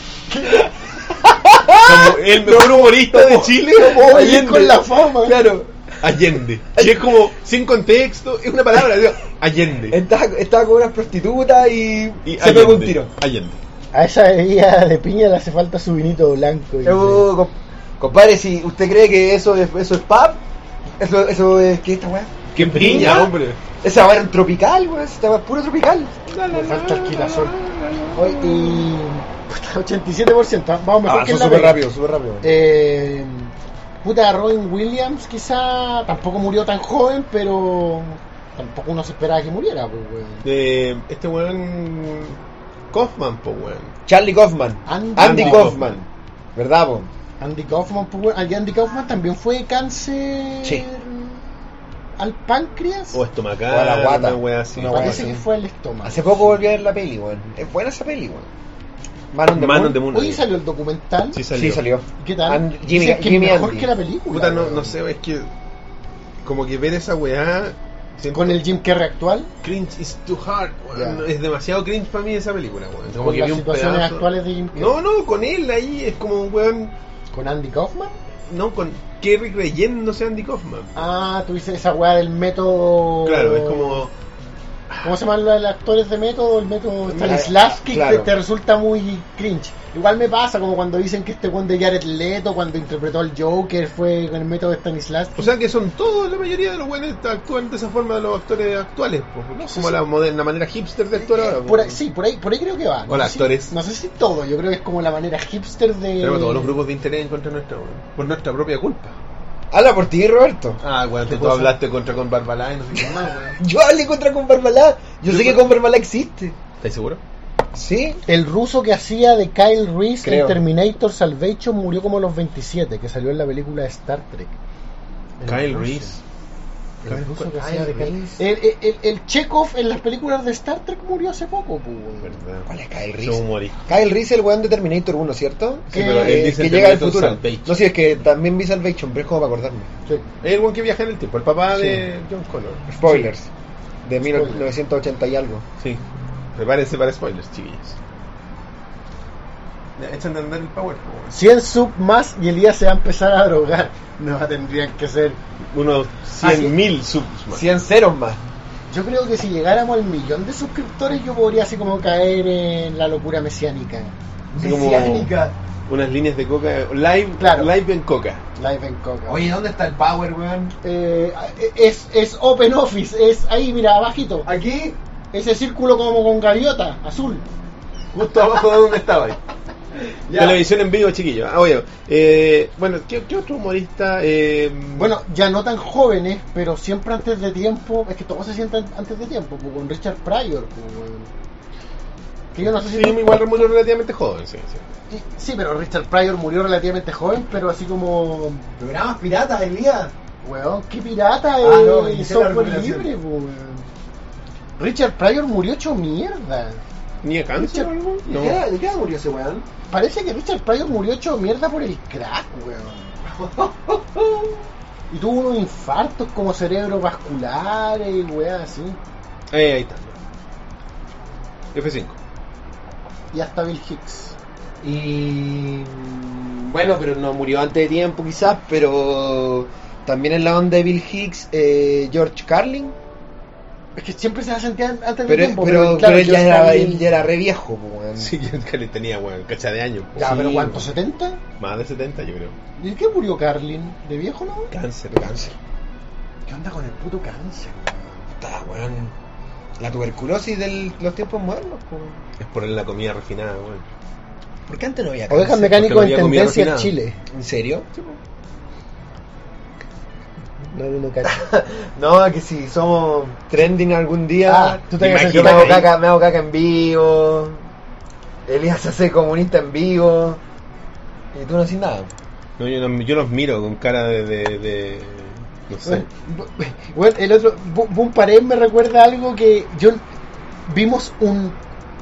Ah, Como el mejor humorista de (laughs) Chile. Oh, Oye, Allende. con la fama. Claro. Allende. Y es como, sin contexto, es una palabra. digo, Allende. Estaba, estaba con unas prostitutas y, Y Eh, se pegó un tiro. Allende. A esa bebida de piña le hace falta su vinito blanco. dice. Oh, comp- compadre, si usted cree que eso es, eso es pub, eso, eso es que esta weá. Qué piña, hombre. Esa weá era un tropical, weón. Esta weá es puro tropical. Le falta el quitasol. Hoy, y. puta, 87%. ah, Vamos mejor que en la súper pega. rápido, súper rápido. Eh, puta, Robin Williams quizá tampoco murió tan joven, pero tampoco uno se esperaba que muriera, pues, weón. Eh, este weón. Kaufman, po weón. Charlie Kaufman. Andy, Andy Kaufman. Kaufman. ¿Verdad, po? Andy Kaufman, pues, weón. Ay, Andy Kaufman también fue cáncer Sí. al páncreas. O estomacal. O a la guata. Una wea así. Una guata. Parece sí. que fue el estómago. Hace poco volví a ver la peli, weón. Es buena esa peli, weón. Man on the Man Moon. on the Moon. Hoy salió el documental. Sí Sí, salió. salió. ¿Qué tal? And- Jimmy- Dicen que Jimmy es mejor Andy. que la película. Puta, no, weón. no sé, es que. Como que ver esa weá. siento- Con el Jim Carrey actual. Cringe is too hard. weón. Ya. No, Es demasiado cringe para mí esa película, weón. Como Con que las vi un situaciones pedazo- actuales de Jim Carrey. No, no, con él ahí es como un weón. Con Andy Kaufman. No, con Kerry creyéndose Andy Kaufman. Ah, tú dices esa weá del método. Claro, es como. ¿Cómo se llaman los los actores de método? El método Stanislavski claro. te, te resulta muy cringe. Igual me pasa como cuando dicen que este weón de Jared Leto, cuando interpretó al Joker, fue con el método Stanislavski. O sea que son todos, la mayoría de los buenos actúan de esa forma de los actores actuales, pues, ¿no? Sí, como sí. la moderna manera hipster de actuar ahora. por ahí, pues. sí, por ahí, por ahí creo que va. Hola, sé si- actores. no sé si todo, yo creo que es como la manera hipster de. Tenemos todos los grupos de interés en contra nuestra, weón, por nuestra propia culpa. Habla por ti, Roberto. Ah, bueno, ¿Qué tú cosa? hablaste contra con Barbalá y no sé qué más, weón. Yo hablé contra Convermalá. Yo Yo sé que con- Convermalá existe. ¿Estás seguro? Sí. El ruso que hacía de Kyle Reese Creo. en Terminator Salvation murió como a los 27, que salió en la película de Star Trek. (laughs) El Kyle ruso. Reese. El ruso que Kyle hacía de Kyle- Reese. El, el, el- el Chekhov en las películas de Star Trek murió hace poco, pues. ¿Verdad? ¿Cuál es Soy Kyle Reese? humorista. Kyle Reese, el weón de Terminator 1, ¿cierto? Sí, Eh, pero él Eh, dice que llega al Terminator futuro. Salvation. No, sí, es que también vi Salvation, pero es como para acordarme. Sí. Es el buen que viaja en el tiempo, el papá Sí. de John Connor. Spoilers. De Spoilers. 1980 y algo. Sí. Prepárense para spoilers, chiquillos. Echan de andar el power, pues, 100 sub más y el día se va a empezar a drogar. (laughs) No, tendrían que ser. weón. Unos Ah, sí. 100.000 subs más. 100 ceros más. Yo creo que si llegáramos al millón de suscriptores, yo podría así como caer en la locura mesiánica. Así como- Mesiánica. Unas líneas de coca, live, Claro. live en coca. Live en Coca. ¿dónde está el power, weón? Eh, es, es Open Office, es ahí, mira, abajito. Aquí, Ese círculo como con gaviota, azul. Justo abajo de donde (laughs) estaba. ahí. Ya. Televisión en vivo, chiquillo. Ah, oye, eh, bueno, ¿qué, qué otro humorista? Eh, Bueno, ya no tan jóvenes, pero siempre antes de tiempo. Es que todos se sientan antes de tiempo, pues, con Richard Pryor. pues, weón. que yo no sé si. sí, igual murió relativamente joven, sí, sí. y- sí, pero Richard Pryor murió relativamente joven, pero así como. programas piratas, Elías. Weón, qué pirata es Ah, no, hice la software recopilación. libre, pues, weón. Richard Pryor murió hecho mierda. ¿Ni a cáncer o algo? No. ¿De qué edad murió ese weón? Parece que Richard Pryor murió hecho mierda por el crack, weón. Y tuvo unos infartos como cerebrovasculares y weón así. Eh, ahí está. F5. Y hasta Bill Hicks. (laughs) Y bueno, pero no murió antes de tiempo quizás, pero también en la onda de Bill Hicks, eh, George Carlin, Es que siempre se hacen antes del pero, tiempo, pero, claro, pero él, ya George era, Carlin- él ya era re viejo. po, (laughs) weón. Sí, que le tenía, weón, cacha de años. po. Ya, Sí, pero ¿cuánto? weón. ¿70? Más de 70, yo creo. ¿De qué murió Carlin? ¿De viejo no? Cáncer, cáncer. ¿Qué onda con el puto cáncer? Puta, weón. La tuberculosis de los tiempos modernos. po, weón. Es ponerle la comida refinada, weón. ¿Por qué antes no había Ovejas cáncer? mecánico porque no en había comida tendencia en refinada. Chile. ¿En serio? No, no, (laughs) no, cacho. No, que si somos trending algún día, Ah, tú te Imagínate. yo me hago, caca, me hago caca en vivo. Elías se hace comunista en vivo. Y tú no haces nada. No, yo, no- yo los miro con cara de. de- de- no sé. Bueno, el otro, Bu- Boom Pared me recuerda algo que yo vimos un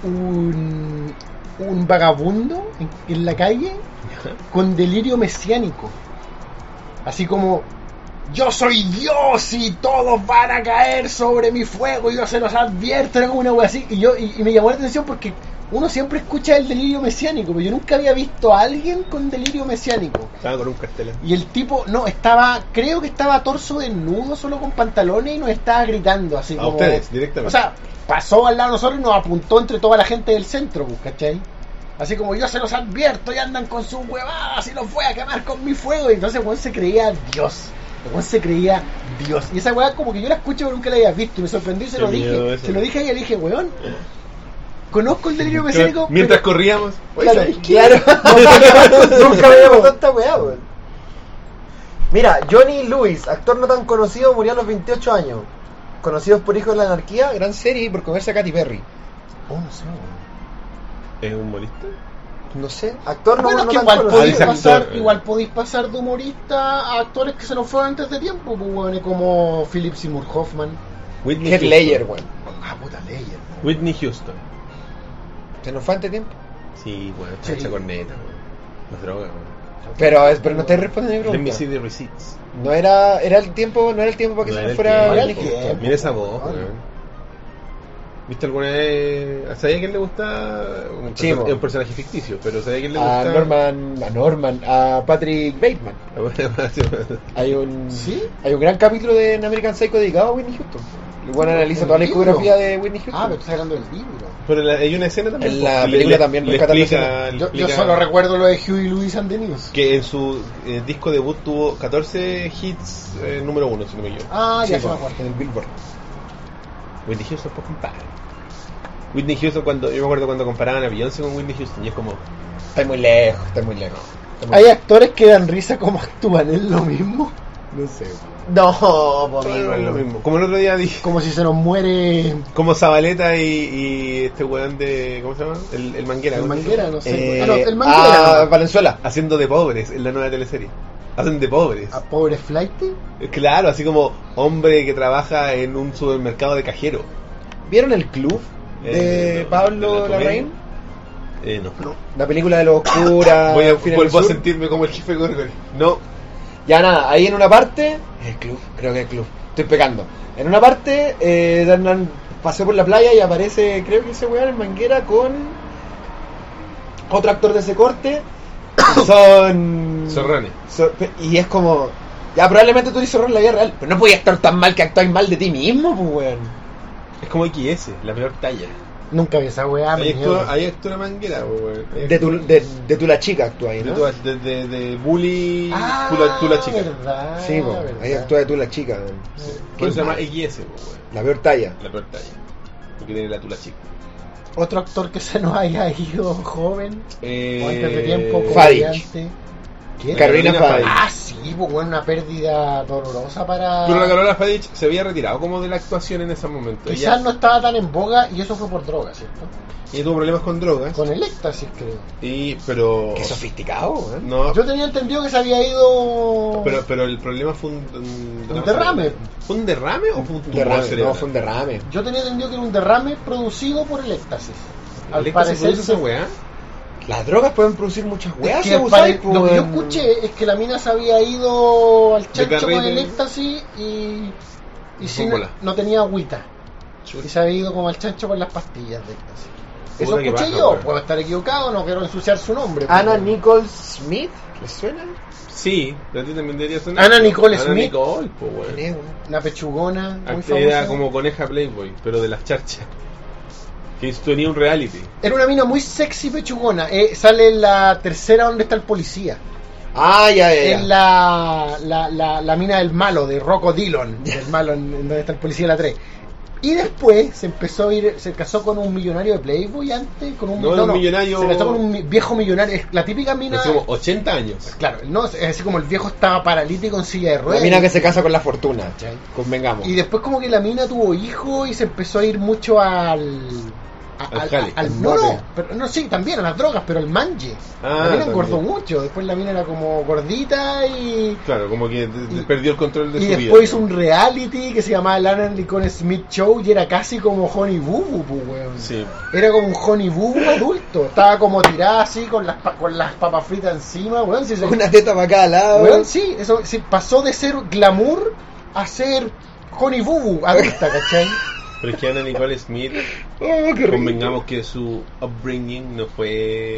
un, un vagabundo en, en la calle con delirio mesiánico. Así como yo soy Dios y todos van a caer sobre mi fuego, yo se los advierto, era como una wea así. Y, yo, y, y me llamó la atención porque uno siempre escucha el delirio mesiánico, pero yo nunca había visto a alguien con delirio mesiánico. (laughs) Estaba con un cartel. Y el tipo, no, estaba, creo que estaba torso desnudo, solo con pantalones y nos estaba gritando así. A como- ustedes, directamente. O sea, pasó al lado de nosotros y nos apuntó entre toda la gente del centro, pues, ¿cachai? Así como yo se los advierto y andan con sus huevadas y los voy a quemar con mi fuego. Y entonces Juan se creía Dios. Juan se creía Dios. Y esa weá como que yo la escucho pero nunca la había visto. Y me sorprendí y se Qué lo miedo dije. eso. Se lo dije a ella y le dije, weón, conozco el delirio mesiánico. Mientras pero- corríamos. "Oye, Claro, ¿sabes qué? claro. (laughs) Nunca veíamos tanta weá, weón. Mira, Johnny Lewis, actor no tan conocido, murió a los 28 años. Conocidos por Hijos de la Anarquía, gran serie y por comerse a Katy Perry. Oh, no sé, weón. ¿Es humorista? No sé, actor no, Bueno, no es que tan igual conocido. podéis, Ah, exacto. pasar, igual podéis pasar de humorista a actores que se nos fueron antes de tiempo, pues, weón, como Philip Seymour Hoffman. Whitney Heath Houston. Ledger, weón. Ah, puta ley. Whitney Houston. Se nos fue ante tiempo. Sí, bueno, Sí. chacha corneta, weón. Las drogas, weón. Pero, es- pero no te respondiendo mi Let me pregunta. see the receipts. No era, era el tiempo, no era el tiempo para que No se era nos el fuera Ah. tiempo, Whitney po. Houston. Mira esa voz, weón. ¿Viste alguna vez? ¿Sabía quién le gusta? Un Sí, perso- po. es un personaje ficticio, pero ¿sabía quién le A gusta? (laughs) Norman, a Norman, a Patrick Bateman. (laughs) Hay un, ¿Sí? hay un gran capítulo de en American Psycho dedicado a Whitney Houston. El bueno analiza ¿El toda la libro? discografía de Whitney Houston. Ah, pero estás hablando del libro. pero la- hay una escena también. En po, la que le- película le- también le rescatan la explica, le Yo, yo explica solo recuerdo lo de Huey Lewis and the News. que en su eh, disco debut tuvo 14 hits eh, número uno, si no me equivoco. Ah, ya Sí, se me po, acuerdo. en el Billboard. Whitney Houston, pues compadre. Whitney Houston, cuando, yo me acuerdo cuando comparaban a Beyoncé con Whitney Houston, y es como, Está muy lejos, está muy lejos. Está muy Hay lejos. actores que dan risa como actúan, es lo mismo. No sé. No, po, "Bueno, amigo. es lo mismo. Como el otro día dije, Como si se nos muere Como Zabaleta y, y este weón de. ¿Cómo se llama? El, el Manguera. el ¿cómo se manguera, llama? no sé. Eh, Ah, no, el ah, manguera. no. Valenzuela. Haciendo de pobres en la nueva teleserie. Hacen de pobres. Ah, Pobre Flight. Claro, así como hombre que trabaja en un supermercado de cajero. ¿Vieron el club de Eh, no, Pablo de la Larraín? Eh, no. Ah, La película de la oscura. Voy a, Fin en el vuelvo a Sur. sentirme como el jefe Gorgon. No. Ya nada, ahí en una parte, el club, creo que el club, estoy pecando. En una parte, eh, Hernán pasó por la playa y aparece, creo que ese weón en manguera con otro actor de ese corte. y Son. Zorrones. Sor- pe- y es como. Ya, probablemente tú eres zorrón en la vida real, pero no podías estar tan mal que actuáis mal de ti mismo, pues weón. Es como XS, la peor talla. Nunca vi esa weá. me ahí, niego. actúa, ahí actúa la manguera, weón. Ahí De actúa- tu, de, de tu la chica actuáis, de ¿no? tu- de, de- de bully. Ah, tú, la, tú la chica. verdad, Sí, po, Ah, verdad. Eh, ahí actúa de tú la chica, weón. Por eso se llama Qué XS, weón. La peor talla. La peor talla. Porque tiene la tula chica. Otro actor que se nos haya ido joven, Eh, o antes de tiempo, Fa- Fadich. comediante. ¿Qué? Carolina Fadich. Ah, sí, pues bueno, una pérdida dolorosa para. Pero la Carola Fadich se había retirado como de la actuación en ese momento. Quizás Ella, no estaba tan en boga y eso fue por drogas, ¿cierto? ella tuvo problemas con drogas. Con el éxtasis, creo. Y, pero. Qué sofisticado, weón. No, Yo tenía entendido que se había ido. Ah. pero, pero el problema fue un, un Un derrame. ¿Fue un derrame o fue un Un tumor derrame, cerebral? no, fue un derrame. Yo tenía entendido que era un derrame producido por el éxtasis. Al ¿Le parecer parecer esa se- weá? Las drogas pueden producir muchas weas. Es que si abusáis, pare- pues, lo que yo weón. escuché es que la mina se había ido al chancho con el carrete. éxtasis y, y si no, Fórmula. no tenía agüita. Chuta. Y se había ido como al chancho con las pastillas de éxtasis. Eso Puta que escuché baja, yo, weón. puedo estar equivocado, no quiero ensuciar su nombre. Ana pero- Nicole Smith, ¿les suena? Sí, pero a ti también debería sonar. Ana Nicole Ana Smith. Nicole, po, weón. ¿Quién es, weón? Una pechugona, muy Act- Era famosa. como coneja Playboy, pero de las charchas. Que tenía un reality. Era una mina muy sexy pechugona. Eh, sale en la tercera donde está el policía. Ah, ya, ya, ya. Es la, la, la, la mina del malo, de Rocco Dillon, del malo en, en donde está el policía de la 3. Y después se empezó a ir, se casó con un millonario de Playboy antes, con un, No, era un millonario- Se casó con un mi- viejo millonario, es la típica mina. Hace como 80 años. Claro, no, es así como el viejo estaba paralítico en silla de La ruedas. mina que se casa con la fortuna. ¿Cachai? Convengamos. Y después como que la mina tuvo hijo y se empezó a ir mucho al a- Al al- jale. al- no, no, pero, no, sí, también a las drogas, pero al manje. Ah, la mina también. engordó mucho. Después la mina era como gordita y. Claro, como que de- de- Y- perdió el control de y su vida. después hizo un reality que se llamaba Lana Licon Smith Show y era casi como Honey Boo Boo, pues, weón. Sí. Era como un Honey Boo Boo adulto. Estaba como tirada así con las, pa- con las papas fritas encima, weón. Sí, se- Una teta para cada lado. Weón, sí, eso sí, pasó de ser glamour a ser Honey Boo Boo adulta, ¿cachai? Pero es que Ana Nicole (laughs) Smith, Oh, qué rico. convengamos que su upbringing no fue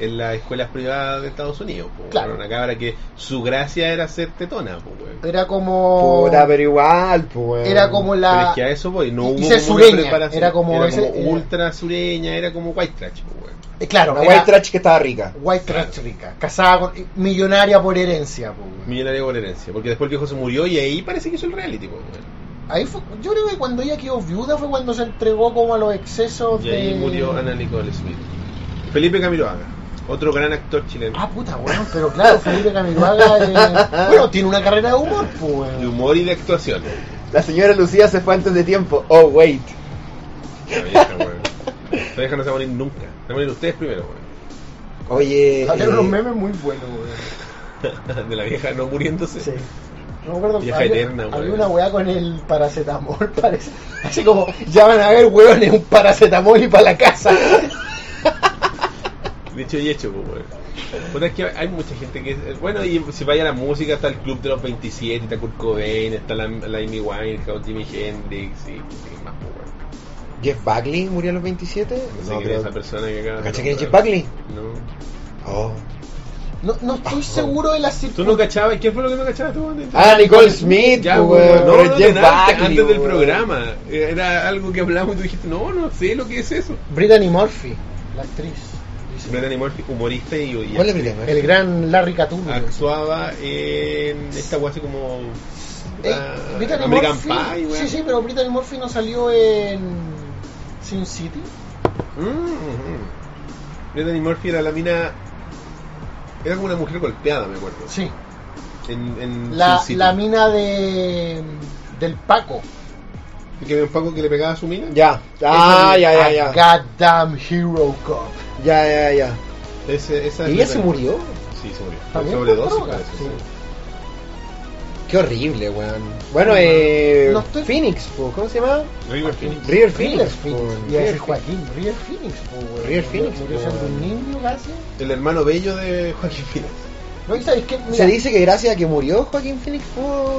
en las escuelas privadas de Estados Unidos. po, Claro. Era una cabra que su gracia era ser tetona. po, weón. Era como. Puta, pero igual, pues. Era como Pero la. es que a eso voy, no y- y hubo ser como una sureña, preparación. era como Era ese- eh, era- ultra sureña, era como white trash, po, weón. eh, claro, Una era white trash que estaba rica. white trash rica. Casada con. Millonaria por herencia, pues, weón. Millonario con herencia, porque después el viejo se murió y ahí parece que hizo el reality, po, weón. Ahí fue, yo creo que cuando ella quedó viuda fue cuando se entregó como a los excesos Y de... ahí murió Ana Nicole Smith. Felipe Camiloaga, otro gran actor chileno. Ah, puta, bueno, pero claro, Felipe Camiloaga... (laughs) eh, bueno, tiene una carrera de humor, pues, weón. De humor y de actuación. La señora Lucía se fue antes de tiempo. Oh, wait. La vieja, weón. La vieja no se va a morir nunca. Se van a morir ustedes primero, weón. Oye. Salieron eh, unos memes muy buenos, weón. (laughs) De la vieja no muriéndose. Sí. No me acuerdo Vieja había, eterna, había weón. una weá con el paracetamol, (laughs) parece. Así como, ya van a ver, weón, es un paracetamol y para la casa. Dicho y hecho, pues, weón. Puta, es que hay mucha gente que. Bueno, y si vaya a la música, está el Club de los 27, está Kurt Cobain, está la, la Amy Winehouse, Jimi Hendrix y y más, pues, weón. Jeff Buckley murió a los 27. No sé No, quién pero- es esa persona que acaba de ¿Cacha quién es Jeff nombrar. Buckley? No. Oh. No, no estoy seguro de las Ah, ¿Tú no circunstancias. cachabas? ¿Quién fue lo que no cachabas tú? Andy? Ah, Nicole Smith, Ya, pues, weón. weón. No, Pero no, Jeff de nada, Buckley, antes del weón. programa. Era algo que hablamos y tú dijiste, no, no sé lo que es eso. Brittany Murphy, la actriz. dice. Melanie Murphy, humorista y, y ¿Cuál es el tema? El gran Larry Ah, Catullo. actuaba en esta weá así como Eh, ah, Brittany American Murphy, Pie, weá. sí, sí, pero Brittany Murphy no salió en Sin City. Mm, mm. Brittany Murphy era la mina era como una mujer golpeada me acuerdo Sí, en, en la, Sin City. la mina de del Paco. Y que había un Paco que le pegaba a su mina Ya. Ah, ya, ya, ya. A Goddamn Hero Cop. Ya, ya, ya. Ese- esa es ¿Ella la- se murió? sí se murió También por sobredosis drogas, parece, sí. sí. Qué horrible, weón. Bueno, eh. No estoy- Phoenix, po. ¿cómo se llama? River Phoenix River River Phoenix. Phoenix. po. Y a River ese Joaquín, River Phoenix. po, weón. River Phoenix, Murió po, siendo un weón. niño casi. el hermano bello de Joaquín Phoenix No, y sabes qué? Phoenix. Mira, Se dice que gracias a que murió Joaquín Phoenix pudo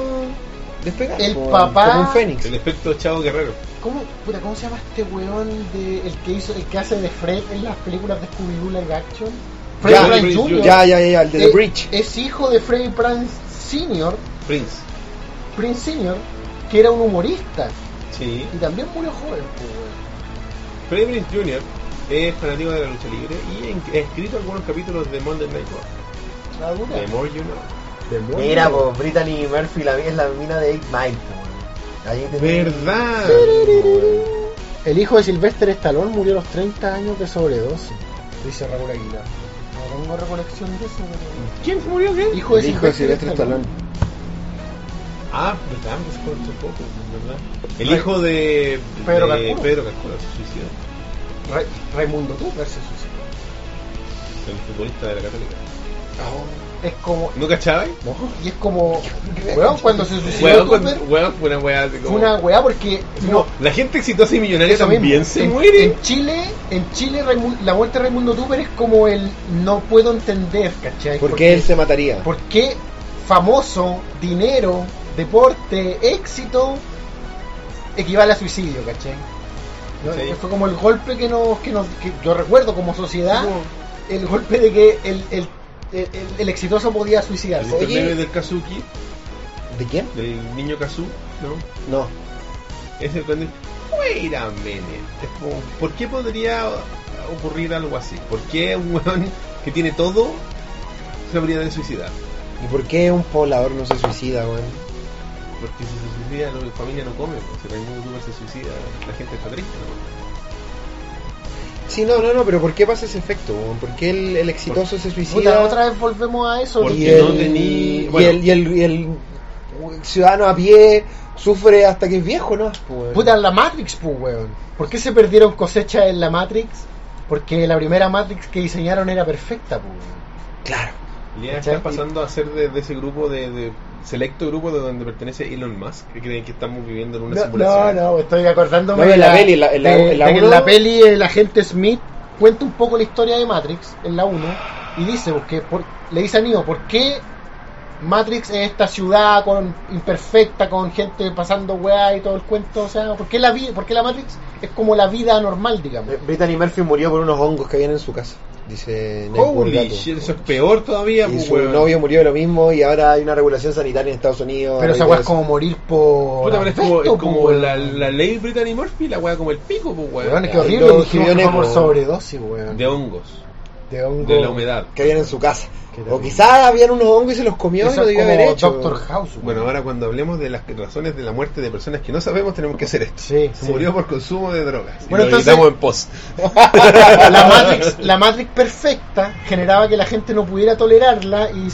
despegar. El po, papá- Como un Fénix. el efecto Chavo Guerrero ¿cómo, puta, ¿cómo se llama este weón de, el que hizo, el que hace de Fred en las películas de Scooby-Doo Live Action? Fred Ya, Wright Fred Jr. Ya, ya, ya, ya, el de The Eh, Bridge. Es hijo de Freddy Prinze Sr., Prince Prince Sr., que era un humorista sí y también murió joven. pues, weón. Freddie Prinze Jr. es fanático de la lucha libre y en- ha escrito algunos capítulos de Monday Night Raw La dura. The More You Know Mira, po, Brittany Murphy la vi- es la mina de 8 Mile, po. Ahí te- ¿Verdad? El hijo de Sylvester Stallone murió a los 30 años de sobredosis, dice Raúl Aguilar. No tengo recolección de eso, pero... ¿Quién se murió qué? Hijo de El hijo de Silvestre Sylvester Stallone. Stallone. Ah, verdad, pues por otro poco, ¿verdad? El hijo de Pedro de Calculo. Pedro Calculo, se suicidó. Ra- Raimundo Tucker se suicidó. El futbolista de la Católica. Es como... ¿No cachabas? Y es como... Weón, cuando se suicidó Huevón, con- Tucker, huevón, fue una weá así fue como. una weá porque... No, La gente exitosa y millonaria Eso también mismo. se en, muere. en Chile, en Chile Raimu- la muerte de Raimundo Tuper es como el no puedo entender, ¿cachai? ¿Por qué él se mataría? ¿Por qué famoso, dinero, deporte, éxito equivale a suicidio, ¿cachai? ¿No? Sí. Fue como el golpe que nos, que nos que yo recuerdo como sociedad, Como- el golpe de que el, el, el- el- el exitoso podía suicidarse. ¿Viste el Oye. meme del Kazuki? ¿De quién? Del niño Kazu, ¿no? No. Es el cuando Wait a minute. Es como, ¿Por qué podría ocurrir algo así? ¿Por qué un weón que tiene todo se habría de suicidar? ¿Y por qué un poblador no se suicida, weón? Porque si se suicida, la familia no come. pues, Si Raimundo Tuber se suicida, la gente está triste. ¿no? Sí, no, no, no, pero ¿por qué pasa ese efecto, weón? ¿Por qué el, el exitoso se Puta, suicida? otra vez volvemos a eso. Porque y, no el, tení- y bueno. el- y el- y el ciudadano a pie sufre hasta que es viejo, ¿no? Pues, weón. Puta, la Matrix, pues, weón. ¿Por qué se perdieron cosechas en la Matrix? Porque la primera Matrix que diseñaron era perfecta, pues. weón. Claro. Y ya ¿Cachai? está pasando a ser de, de ese grupo, de, de selecto grupo de donde pertenece Elon Musk, que creen que estamos viviendo en una No, no, simulación. no, estoy acordándome. No, en de la peli, en la- en la- de- en la de que uno- la peli el agente Smith cuenta un poco la historia de Matrix en la 1 y dice, porque por- le dice a Neo, ¿por qué Matrix es esta ciudad con imperfecta, con gente pasando weá y todo el cuento? O sea, ¿por qué la, vi- por qué la Matrix es como la vida normal, digamos? Eh, Brittany Murphy murió por unos hongos que habían en su casa. Dice Network Holy Gato. shit, eso es peor todavía, Y pues, su weón. novio murió de lo mismo y ahora hay una regulación sanitaria en Estados Unidos. Pero esa Ahora weá es como morir por. Puta, pero es como, es afecto, como po, weón. la, la ley Brittany Murphy, la weá como el pico, pues, weón. Weón, es que Lo horrible, dijimos que escribió fue por Neko. sobredosis, weón. De hongos, De hongo. de la humedad. Que habían en su casa. Qué O terrible. quizá habían unos hongos y se los comió Eso y lo es debió como haber hecho. Doctor House, weón. Bueno, ahora cuando hablemos de las razones de la muerte de personas que no sabemos, tenemos que hacer esto. Sí, Se sí. murió por consumo de drogas. Bueno, Bueno, entonces- entonces... en post. la Matrix, la Matrix perfecta generaba que la gente no pudiera tolerarla y,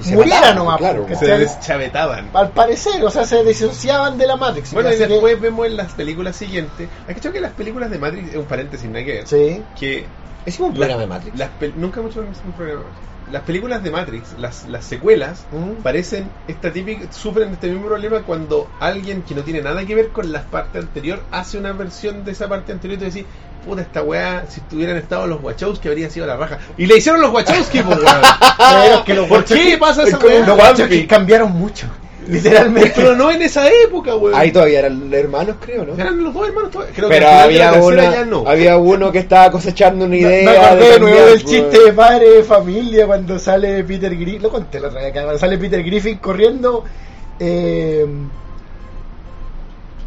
Y se muriera mataban, nomás. claro. Se ¿cachai? deschavetaban. Al parecer, o sea, se disociaban de la Matrix. Bueno, y así que- después vemos en las películas siguientes. Hay que que las películas de Matrix, es un paréntesis, nada que ver. Sí. Que Hicimos un programa de Matrix. las pel- nunca hemos hecho un programa. Las películas de Matrix, las, las secuelas, Mm. parecen esta típica, sufren este mismo problema cuando alguien que no tiene nada que ver con la parte anterior hace una versión de esa parte anterior y tú decís, puta, esta weá, si hubieran estado los Wachowski habría sido la raja. Y le hicieron los Wachowski, por weón. (laughs) Pero es que los ¿Por guachos- qué pasa eh? esa es como weá? Los guachos que cambiaron mucho. Literalmente. Pero no en esa época, weón. Ahí todavía eran hermanos, creo, ¿no? Eran los dos hermanos todavía. Creo Pero al final de la había tercera uno, ya no. había uno que estaba cosechando una Me idea. acordé de nuevo cambiar, del pues. chiste de padre de familia cuando sale Peter Griffin. Lo conté la otra vez, cuando sale Peter Griffin corriendo. eh,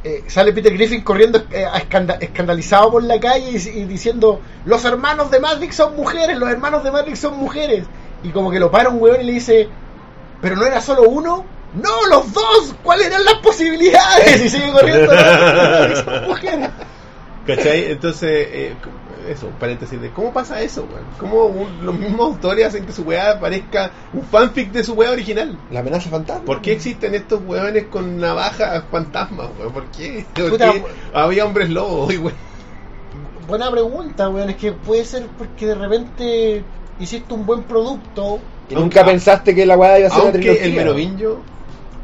eh, sale Peter Griffin corriendo eh, a escanda- escandalizado por la calle y, y diciendo: Los hermanos de Matrix son mujeres, los hermanos de Matrix son mujeres. Y como que lo para un weón y le dice: ¿Pero no era solo uno? ¡No, los dos! ¿Cuáles eran las posibilidades? Y sigue corriendo. "No, son mujeres. ¿Cachai? Entonces, eh, eso, paréntesis de cómo pasa eso, weón. ¿Cómo un- los mismos autores hacen que su weá parezca un fanfic de su weá original? La amenaza fantasma. ¿Por qué existen estos weones con navajas fantasmas, weón? ¿Por qué? ¿Por Puta, qué weón. había hombres lobos, y weón? Buena pregunta, weón. Es que puede ser porque de repente hiciste un buen producto. Y nunca Aunque- pensaste que la weá iba a ser una Aunque trilogía. el Merovingio,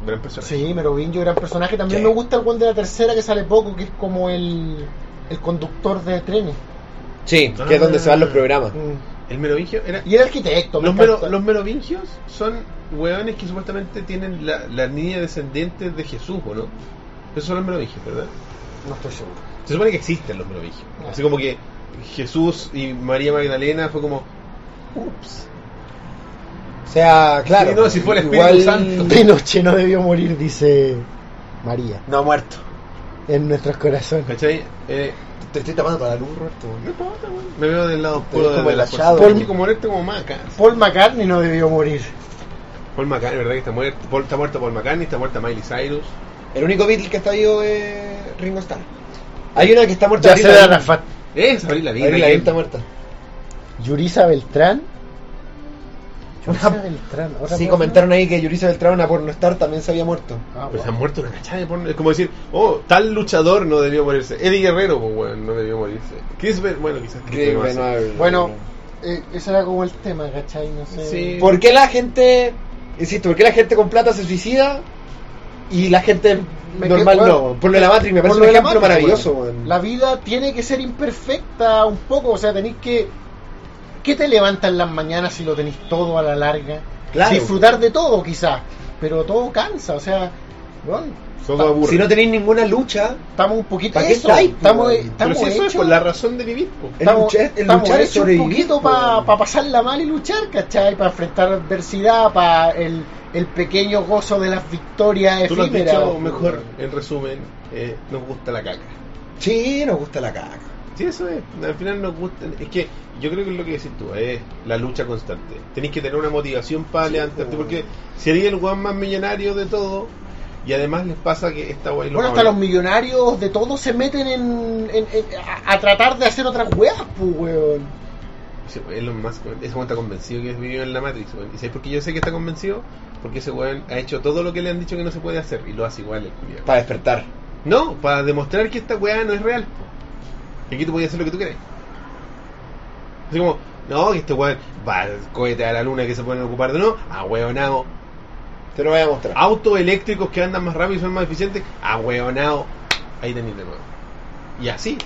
gran personaje. Sí, Merovingo, gran personaje. También Sí. me gusta el weón de la tercera que sale poco, que es como el, el conductor de trenes. Sí, que es donde se van los programas. Mm. El Merovingio era Y el arquitecto, me Los, mero- encanta. los merovingios son hueones que supuestamente tienen la, la línea descendiente de Jesús, ¿o no? Esos son los merovingios, ¿verdad? No estoy seguro. Se supone que existen los merovingios. No. Así como que Jesús y María Magdalena fue como... Ups. O sea, claro. Sí, no, si fue el Espíritu (laughs) (laughs) Santo. Pinochet no debió morir, dice María, No ha muerto. en nuestros corazones. ¿Cachai? Eh, Te estoy tapando para la luz, Roberto. no importa, weón. Me veo del lado oscuro ves como de la fuerza. agachado. Paul, como muerto como maca. Paul McCartney no debió morir. Paul McCartney, ¿verdad que está muerto? Paul, está muerto Paul McCartney, está muerta Miley Cyrus. El único Beatle que está vivo es Ringo Starr. Hay una que está muerta. Ya ahorita, se da ¿no? la fa- Es Abril Lavigne. Avril Lavigne está que- muerta. Yurisa Beltrán. Yurisa Beltrán. otra Sí, persona. comentaron ahí que Yurisa Beltrán, una porno star, también se había muerto. Ah, Pero se guau. han Pues muerto una cachada de porno. Es como decir, oh, tal luchador no debió morirse. Eddie Guerrero, pues, bueno, no debió morirse. Chris Ben- bueno, quizás Chris Ben- no hace. Bueno, eh, ese era como el tema, ¿cachai? No sé. Sí. ¿Por qué la gente, insisto, por qué la gente con plata se suicida y la gente Me normal quedo- no? Por lo de la Matrix, me parece Por lo un de la ejemplo Matrix, maravilloso. weón. weón. La vida tiene que ser imperfecta un poco, o sea, tenéis que... ¿Qué te levantas en las mañanas si lo tenéis todo a la larga? Claro. Disfrutar de todo quizás, pero todo cansa, o sea, weón, Todo aburre. si no tenéis ninguna lucha, estamos un poquito ¿Pa' qué eso, estáis, estamos, e- weón? Pero estamos si eso es hechos- por la razón de vivir, pues. El Estamos, luchar- el estamos luchar es hechos un sobrevivir, poquito po, para weón. pasarla mal y luchar, ¿cachai? Para enfrentar adversidad, para el, el pequeño gozo de las Eh, victorias Tú lo has efímeras. dicho po, mejor, weón. en resumen, eh, nos gusta la caca. sí, nos gusta la caca. Sí, eso es. Al final nos gusta. Es que yo creo que es lo que decís tú, es la lucha constante. Tenéis que tener una motivación para levantarte, pues. porque sería el guan más millonario de todo. Y además les pasa que esta guay lo Bueno, hasta los millonarios de todo se meten en, en- en- a, a tratar de hacer otras weas, pues, weón. Sí, Elon Musk, weón, ese weón está convencido que vivió en la Matrix. weón. ¿Y sabes por qué yo sé que está convencido? Porque ese weón ha hecho todo lo que le han dicho que no se puede hacer y lo hace igual el culiao. Para despertar. No, para demostrar que esta weá no es real. po. Y aquí tú podías hacer lo que tú quieras. Así como, no, que este weón va al cohete a la luna que se pueden ocupar de no, a weonao. Te lo voy a mostrar. Ah. Autos eléctricos que andan más rápido y son más eficientes, a weonao. Ahí tenéis de nuevo. Y así,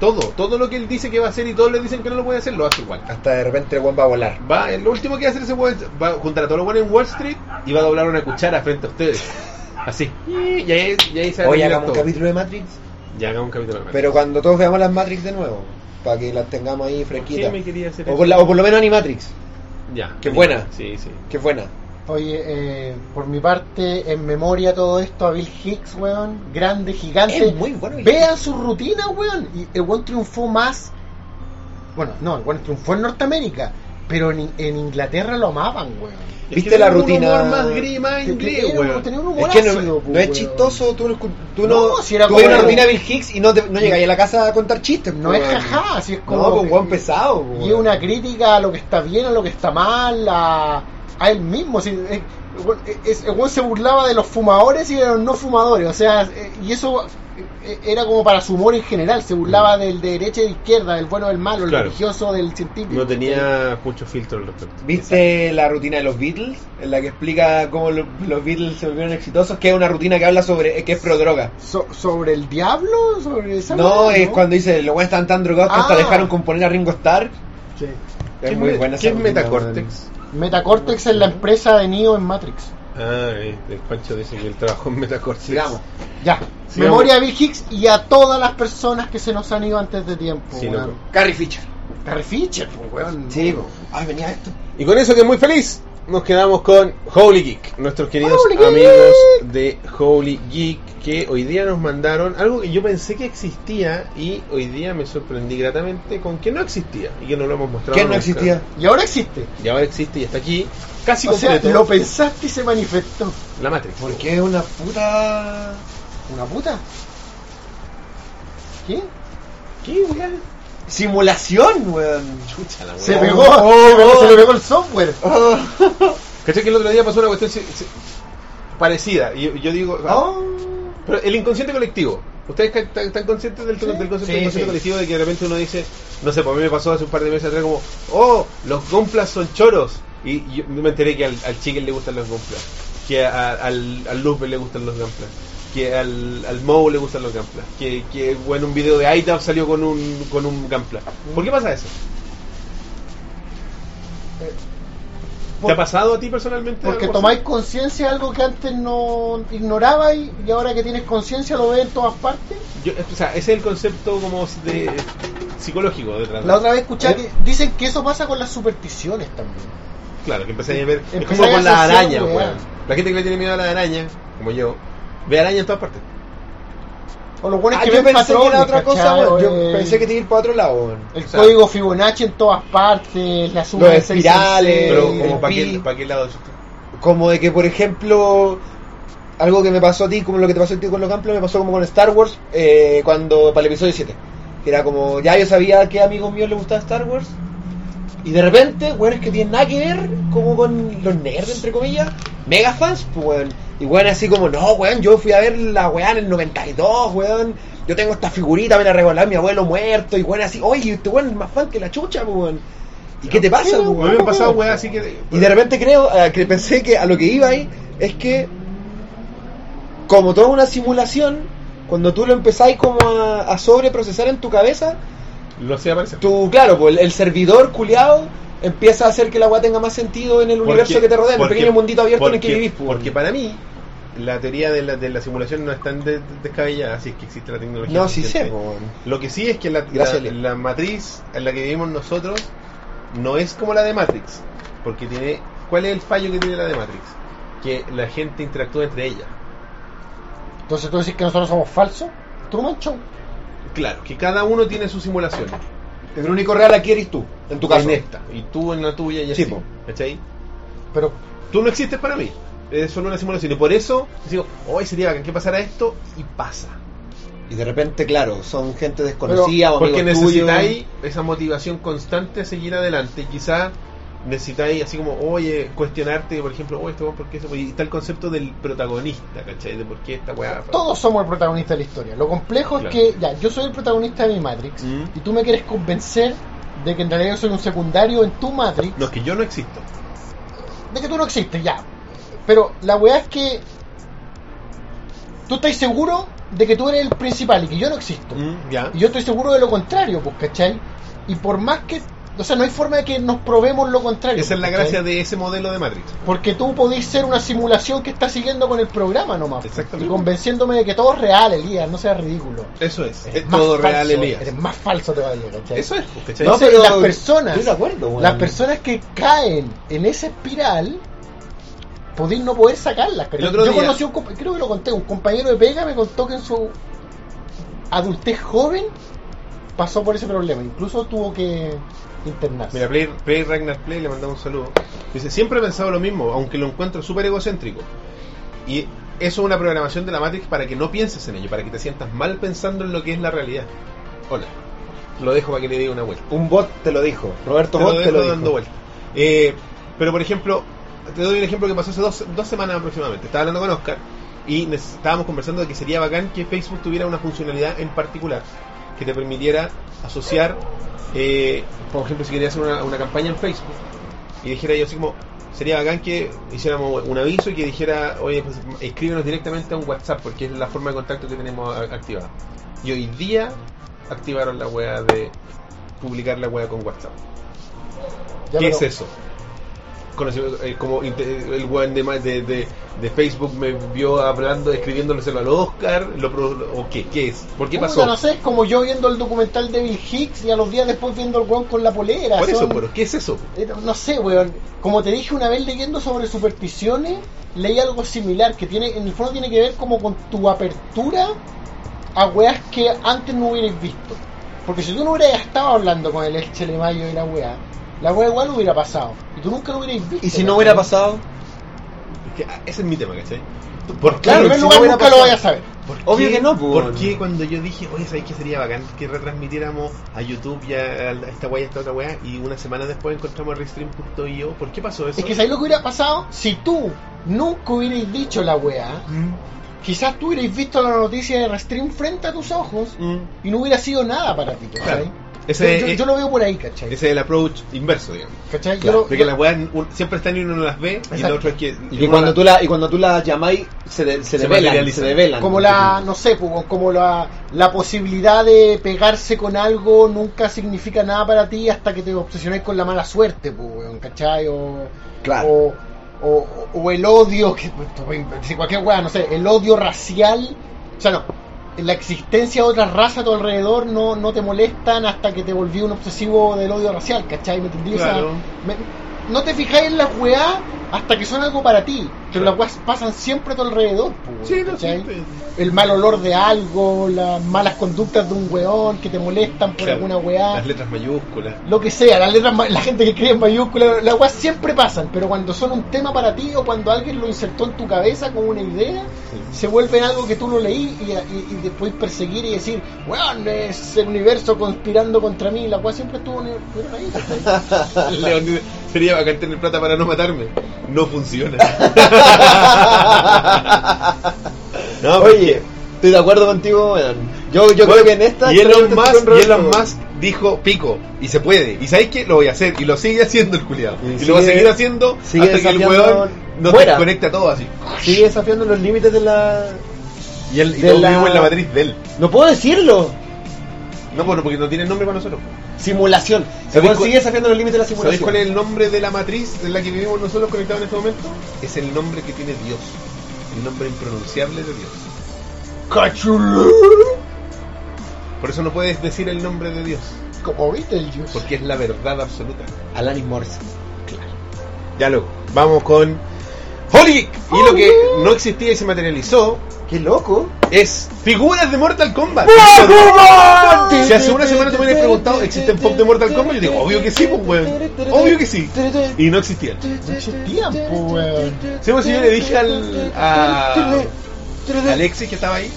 todo, todo lo que él dice que va a hacer y todos le dicen que no lo puede hacer, lo hace igual. Hasta de repente el weón va a volar. Va, lo último que va a hacer ese weón es- va a juntar a todos los weones en Wall Street y va a doblar una cuchara frente a ustedes. Así. Y ahí, y ahí se va a Hoy terminar hagamos un todo. capítulo de Matrix. Ya hagamos un capítulo. de la Pero cuando todos veamos las Matrix de nuevo, para que las tengamos ahí ¿Por fresquitas. qué me quería hacer O eso? por, la- o por lo menos Animatrix, Ya. Qué buena. Sí, sí. que es buena. Oye, eh, por mi parte, en memoria todo esto, a Bill Hicks, weón, grande, gigante. Es muy bueno. Vean su rutina, weón. Y el weón triunfó más. Bueno, no, el weón triunfó en Norteamérica. Pero en, en Inglaterra lo amaban, weón. ¿Viste la rutina? Un humor más gris, más inglés, Era, weón. tenía un humor Es que no, ácido, no pues, es weón. chistoso, tú no, escu- tú No, no, si era tú como- ves una rutina Bill Hicks y no, te- no llegáis a la casa a contar chistes. No pues, es weón. jajá, así es como. No, pues que- weón pesado. Y es weón. una crítica a lo que está bien, a lo que está mal, a, a él mismo. si- eh, weón, eh, es- el weón se burlaba de los fumadores y de los no fumadores. O sea, eh, y eso eh, era como para su humor en general. Se burlaba del de derecha y de izquierda, del bueno, del malo, Mm. Claro. del religioso, del científico. No tenía mucho filtro al respecto. ¿Viste la rutina de los Beatles? En la que explica cómo lo- los Beatles se volvieron exitosos, que es una rutina que habla sobre, eh, que es pro droga. So- ¿Sobre el diablo? ¿Sobre esa No, weá, es cuando dice, los weones estaban tan drogados que hasta Ah. dejaron componer a Ringo Starr. Sí. Es muy buena ¿Qué esa es rutina, Metacortex? Metacortex es la empresa de Neo en Matrix. Ah, eh, el Pancho dice que él trabajó en Metacortex. Sigamos. Ya. Sí, Memoria de Bill Hicks y a todas las personas que se nos han ido antes de tiempo. Sí, weón. loco. Carrie Fisher. Carrie Fisher, pues, weón. Sí, po. Ah, venía esto. Y con eso que muy feliz, nos quedamos con Holy Geek, nuestros queridos Holy Geek. amigos de Holy Geek, que hoy día nos mandaron algo que yo pensé que existía y hoy día me sorprendí gratamente con que no existía y que no lo hemos mostrado. ¿Quién no nunca. existía? Y ahora existe. Y ahora existe y está aquí, casi o sea, completo. lo pensaste y se manifestó. La Matrix. Porque es una puta... ¿Una puta? ¿Qué? ¿Qué, weón? Simulación, weón. Chucha la Se weá. pegó, oh, se, pegó oh. se le pegó el software. Ah, ¿Cachai que el otro día pasó una cuestión si- si- parecida? Y yo, yo digo, ah, Oh. pero el inconsciente colectivo. ¿Ustedes ca- están están conscientes del, del concepto Sí, del inconsciente sí. colectivo de que de repente uno dice, no sé, pues a mí me pasó hace un par de meses atrás como, oh, los gomplas son choros? Y yo me enteré que al, al chicken le gustan los gomplas, que a- al, al Lupe le gustan los gomplas, que al, al Mou le gustan los gomplas, que, que bueno, un video de ITAP salió con un, con un gampla. ¿Por qué pasa eso? ¿Te ha pasado a ti personalmente? Porque algo así? tomáis conciencia de algo que antes no ignorabais y, ahora que tienes conciencia lo ves en todas partes. Yo- o sea, ese es el concepto como de, psicológico detrás. La otra vez Eh. escuché que dicen que eso pasa con las supersticiones también. Claro, que empecé a ver. Es Empecé como a con las asociar, arañas, weón. weón. La gente que le tiene miedo a las arañas, como yo, ve arañas en todas partes. O lo bueno es Ah, que yo ven pensé que patrones, era otra cosa, ¿cachai? weón. O Yo el- pensé que te iba a ir para otro lado, weón. El o sea, código Fibonacci en todas partes, la suma Los de seis espirales, en seis. Pero, Eh, el como ¿para qué, pi. pa' qué lado? chuta? Como de que, por ejemplo, algo que me pasó a ti, como lo que te pasó a ti con los campos, me pasó como con Star Wars, eh, cuando para el episodio 7. Que era como, ya yo sabía que a amigos míos les gustaba Star Wars. Y de repente, weón, es que tienen nada que ver como con los nerds, entre comillas, mega fans, pues, weón. Y weón, así como, no, weón, yo fui a ver la weá en el 92, weón. Yo tengo esta figurita, me la regaló mi abuelo muerto. Y weón, así, oye, este weón es más fan que la chucha, pues, weón. ¿Y qué te pasa, pues, A mí weón? me han pasado, weón, así que. Y de repente creo, eh, que pensé que a lo que iba ahí es que, como toda una simulación, cuando tú lo empezáis como a, a sobreprocesar en tu cabeza, Lo hacía aparecer. tú, claro, pues el, el servidor culiado empieza a hacer que la agua tenga más sentido en el universo que te rodea, en el porque- pequeño mundito abierto en el que porque- vivís. pues. Porque para mí, la teoría de la, de la simulación no es tan de- descabellada, si es que existe la tecnología. no, sí sé, suficiente. pues. Lo que sí es que la, la, Gracias, Leo. la matriz en la que vivimos nosotros no es como la de Matrix. Porque tiene. ¿Cuál es el fallo que tiene la de Matrix? Que la gente interactúa entre ellas. Entonces tú decís que nosotros somos falsos. Truman Show. Claro, que cada uno tiene su simulación. El único real aquí eres tú, en tu caso. En esta. Y tú en la tuya y Sí, así. po. ¿Cachai? Pero Tú no existes para mí. Es solo una simulación. Y por eso digo, hoy sería bacán que pasara esto y pasa. Y de repente, claro, son gente desconocida o Porque amigos tuyos. necesitáis esa motivación constante a seguir adelante. Y quizá necesitáis así como, oye, cuestionarte, por ejemplo, oye, este weón, ¿por qué se Y está el concepto del protagonista, ¿cachai? De por qué esta weá. Todos somos el protagonista de la historia. Lo complejo Claro. es que, ya, yo soy el protagonista de mi Matrix Mm. y tú me quieres convencer de que en realidad yo soy un secundario en tu Matrix, No, es que yo no existo. de que tú no existes, ya. Pero la weá es que tú estás seguro de que tú eres el principal y que yo no existo. Mm, Ya. Y yo estoy seguro de lo contrario, pues, ¿cachai? Y por más que. O sea, no hay forma de que nos probemos lo contrario. Esa es la ¿cachai? gracia de ese modelo de Matrix. Porque tú podés ser una simulación que está siguiendo con el programa nomás. pues, Exactamente. Y convenciéndome de que todo es real, Elías, no seas ridículo. Eso es. Eres Es más todo falso, real, Elías. Eres más falso todavía, ¿cachai? Eso es, ¿cachai? No, No, pero pero las personas, estoy de acuerdo, weón. las personas que caen en esa espiral, podéis no poder sacarlas. ¿cachai? El otro Yo día- conocí un compa- creo que lo conté, un compañero de pega me contó que en su adultez joven pasó por ese problema, incluso tuvo que internarse. Mira, Play, Play Ragnar Play le mandamos un saludo. Dice, siempre he pensado lo mismo, aunque lo encuentro súper egocéntrico. Y eso es una programación de la Matrix para que no pienses en ello, para que te sientas mal pensando en lo que es la realidad. Hola. Lo dejo para que le dé una vuelta. Un bot te lo dijo. Roberto Te lo Bot te dejo lo dijo. dando vuelta. Eh, pero por ejemplo, te doy un ejemplo que pasó hace dos, dos semanas aproximadamente. Estaba hablando con Oscar y nes- estábamos conversando de que sería bacán que Facebook tuviera una funcionalidad en particular que te permitiera asociar, eh, por ejemplo, si querías hacer una, una campaña en Facebook y dijera yo así como, sería bacán que hiciéramos un aviso y que dijera, oye, pues, escríbenos directamente a un WhatsApp porque es la forma de contacto que tenemos a- activada. Y hoy día activaron la wea de publicar la wea con WhatsApp. Ya, ¿Qué pero- es eso? Conocí- eh, como inte- el weón de, ma- de, de- de Facebook me vio hablando, escribiéndoselo al Oscar, lo, pro- ¿o qué? ¿Qué es? ¿Por qué Puta, pasó? No sé, es como yo viendo el documental de Bill Hicks y a los días después viendo el weón con la polera. Por eso, son- pero ¿qué es eso? Eh, No sé, weón. Como te dije una vez leyendo sobre supersticiones, leí algo similar que tiene, en el fondo tiene que ver como con tu apertura a weas que antes no hubierais visto. Porque si tú no hubieras estado hablando con el ex Chelemayo y la wea, la wea igual hubiera pasado. Y tú nunca lo hubierais visto. Y si no hubiera ¿cachai? pasado, Es que, ah, ese es mi tema, ¿cachai? ¿Por qué? Claro, en Claro, primer si no lugar hubiera nunca lo pasado. vayas a saber. ¿Por qué- Obvio que no, pues, ¿Por bueno. qué cuando yo dije, oye, ¿sabéis que sería bacán que retransmitiéramos a YouTube y a, a esta weá y a esta otra weá? Y una semana después encontramos Restream.io. ¿Por qué pasó eso? Es que ¿sabes lo que hubiera pasado? Si tú nunca hubierais dicho la wea, Mm, quizás tú hubierais visto la noticia de Restream frente a tus ojos mm, y no hubiera sido nada para ti, ¿cachai? claro. Ese, yo, yo- eh, yo lo veo por ahí, ¿cachai? ese es el approach inverso, digamos. ¿Cachai? Yo Claro, lo- de que yo- las weas un- siempre están y uno no las ve y Exacto. lo otro es que. y uno que cuando las- tú la, y cuando tú la llamáis, se, de- se Se develan, materializan. se develan. como la, no sé, pues, como la, la posibilidad de pegarse con algo nunca significa nada para ti hasta que te obsesiones con la mala suerte, pues, weón, ¿cachai? O, Claro. o, o- o el odio, que, pues, si cualquier weá, no sé, el odio racial, o sea, no, la existencia de otra raza a tu alrededor no, no te molestan hasta que te volví un obsesivo del odio racial, ¿cachai? ¿Me entendí? O sea, Claro. me- no te fijáis en las weá hasta que son algo para ti, pero las weas pasan siempre a tu alrededor, pues, Sí, weón, no, ¿cachai? sí, sí. el mal olor de algo, las malas conductas de un weón que te molestan por Claro, alguna weá, Las letras mayúsculas. (laughs) lo que sea, las letras, ma- la gente que cree en mayúsculas, las weas siempre pasan, pero cuando son un tema para ti o cuando alguien lo insertó en tu cabeza con una idea, se vuelven algo que tú no leí y, y- y después perseguir y decir, weón, es el universo conspirando contra mí, la wea siempre estuvo en el- estuvieron ahí. (laughs) ¿cachai? León, sería bacán tener plata para no matarme. No (laughs) funciona. no, Oye, estoy de acuerdo contigo, weón. Yo, yo creo que en esta. Y creo que Elon estoy con Musk, y Roberto, Elon weón. Musk dijo pico y se puede. ¿Y sabéis qué? Lo voy a hacer. Y lo sigue haciendo el culiado. Y Y, sigue- lo va a seguir haciendo sigue hasta que el desafiando weón nos fuera. desconecta todo así. Sigue desafiando los límites de la. Y él y De todos la- vivimos en la matriz de él. No puedo decirlo. No, bueno, porque no tiene nombre para nosotros. Simulación. El ¿Sabéis weón cuál- sigue desafiando los límites de la ¿Sabéis simulación. cuál es el nombre de la matriz en la que vivimos nosotros conectados en este momento? Es el nombre que tiene Dios. El nombre impronunciable de Dios. Por eso no puedes decir el nombre de Dios, Como viste el juice. porque es la verdad absoluta. Alanis Morse. Ya luego, vamos con Holy Geek. Y lo que no existía y se materializó Qué loco. es figuras de Mortal Kombat. Si Si hace una semana tú me hubieras preguntado, ¿existen pop de Mortal Kombat? Yo digo, obvio que sí, pues, weón. Obvio que sí. Y no existían. No existían, pues, weón. Sí, pues, yo le dije al- a- Alexis que estaba ahí.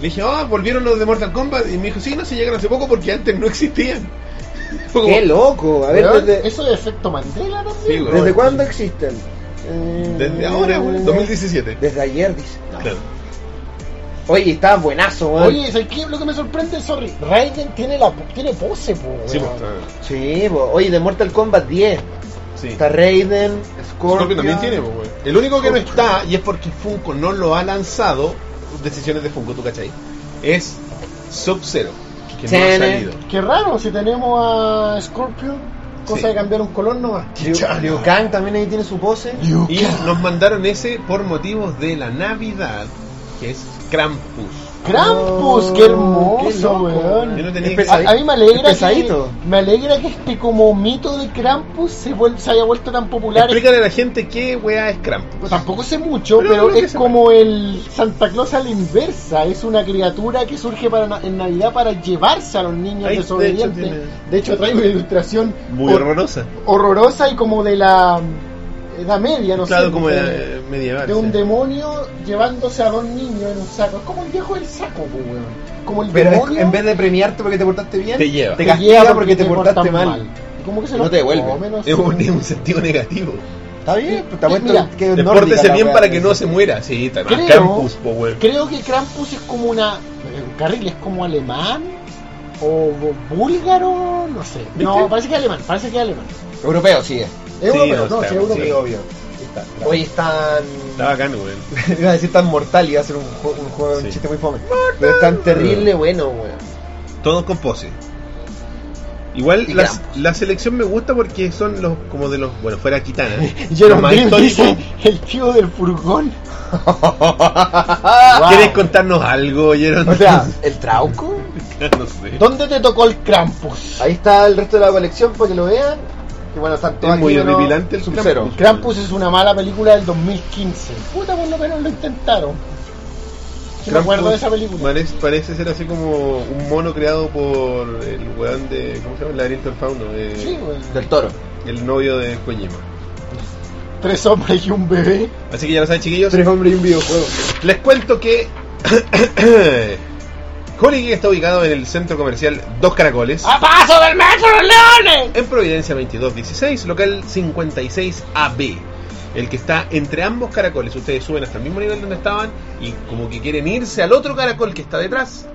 Le dije, ah, volvieron los de Mortal Kombat. Y me dijo, sí, no se llegan hace poco porque antes no existían. (laughs) Fue como- ¡Qué loco! A ver, Weón, desde, Eso es efecto Mandela también. Sí, weón. ¿desde cuándo existen? Eh, Desde ahora, weón. 2017. Desde ayer, dice. Claro. Oye, está buenazo, weón. Oye, ¿sabes qué? Lo que me sorprende, sorry, Raiden tiene la tiene pose, po, Sí, weón. pues, está- Sí, po. oye, de Mortal Kombat 10. sí. Está Raiden, Scorpio Scorpion. también tiene, pues, weón. El único que no está, y es porque Funko no lo ha lanzado, decisiones de Funko, ¿tú cachai? Es Sub-Zero, que no ha Tiene. salido. Qué raro, si tenemos a Scorpion, cosa Sí. de cambiar un color nomás. Liu, Chano. Liu Kang también ahí tiene su pose. Y nos mandaron ese por motivos de la Navidad, que es Krampus. Krampus, qué Oh, pues, Qué hermoso, loco. weón. Yo no tenía Es que- A, pesadito. a mí me alegra, Es pesadito. Que, me alegra que este como mito de Krampus se, vuel- se haya vuelto tan popular. Explícale a la gente qué weá es Krampus. Pues Tampoco sé mucho, Pero pero, creo que es se como el Santa Claus a la inversa. Es una criatura que surge para na- en Navidad para llevarse a los niños Ahí, de hecho, desobedientes. De hecho, tiene- traigo una ilustración Muy hor- horrorosa. horrorosa y como de la Edad Media, no claro, sé. como de, de, medieval. de un sí. demonio llevándose a dos niños en un saco. Es como el viejo del saco, pues, weón. Como el Oh, Pero es- demonio en vez de premiarte porque te portaste bien, Te lleva. te que castiga lleva porque, te, portaste, mal. Como que se No los te devuelve. come, no sé. Es un, es un sentido negativo. Está bien, pues, te apuesto Mira, que es nórdica Depórtese la bien weá, para que dice. no se muera. Sí, está más Creo- Krampus, po, weón. Creo que Krampus es como una. eh, Carril es como alemán o bu- búlgaro, no sé. No, ¿Viste? parece que es alemán, parece que es alemán. Europeo, sí. es. Es Sí, europeo, no no, está, sí, es sí. europeo. obvio. Hoy están. Está bacán, weón. (laughs) Iba a decir tan mortal y va a ser un, jue- un juego, un Sí. chiste muy fome. Pero es tan terrible, bueno, weón. Todos con pose. Igual Y la, Krampus. la selección me gusta porque son los como de los. Bueno, fuera Kitana. (laughs) Jerome los más Dream históricos. dice el tío del (laughs) furgón. ¿Quieres contarnos algo, Jerón? O sea, (laughs) el trauco. (laughs) no sé. ¿Dónde te tocó el Krampus? Ahí está el resto de la colección para que lo vean. Y bueno, están todos Es muy aquí, pero horripilante el Sub-Zero. Krampus. Krampus es una mala película del 2015. Puta, por lo menos lo intentaron. Sí me acuerdo de esa película. Parece, parece ser así como un mono creado por el weón de. ¿Cómo se llama? El laberinto del fauno. eh, Sí, güey. Del toro. el novio de Kojima. Tres hombres y un bebé. Así que ya lo saben, chiquillos. Tres hombres y un videojuego. Les cuento que. (coughs) Holy Geek está ubicado en el centro comercial Dos Caracoles. Ah. ¡A paso del metro, los leones! En Providencia 2216, local 56AB. El que está entre ambos caracoles. Ustedes suben hasta el mismo nivel donde estaban y como que quieren irse al otro caracol que está detrás.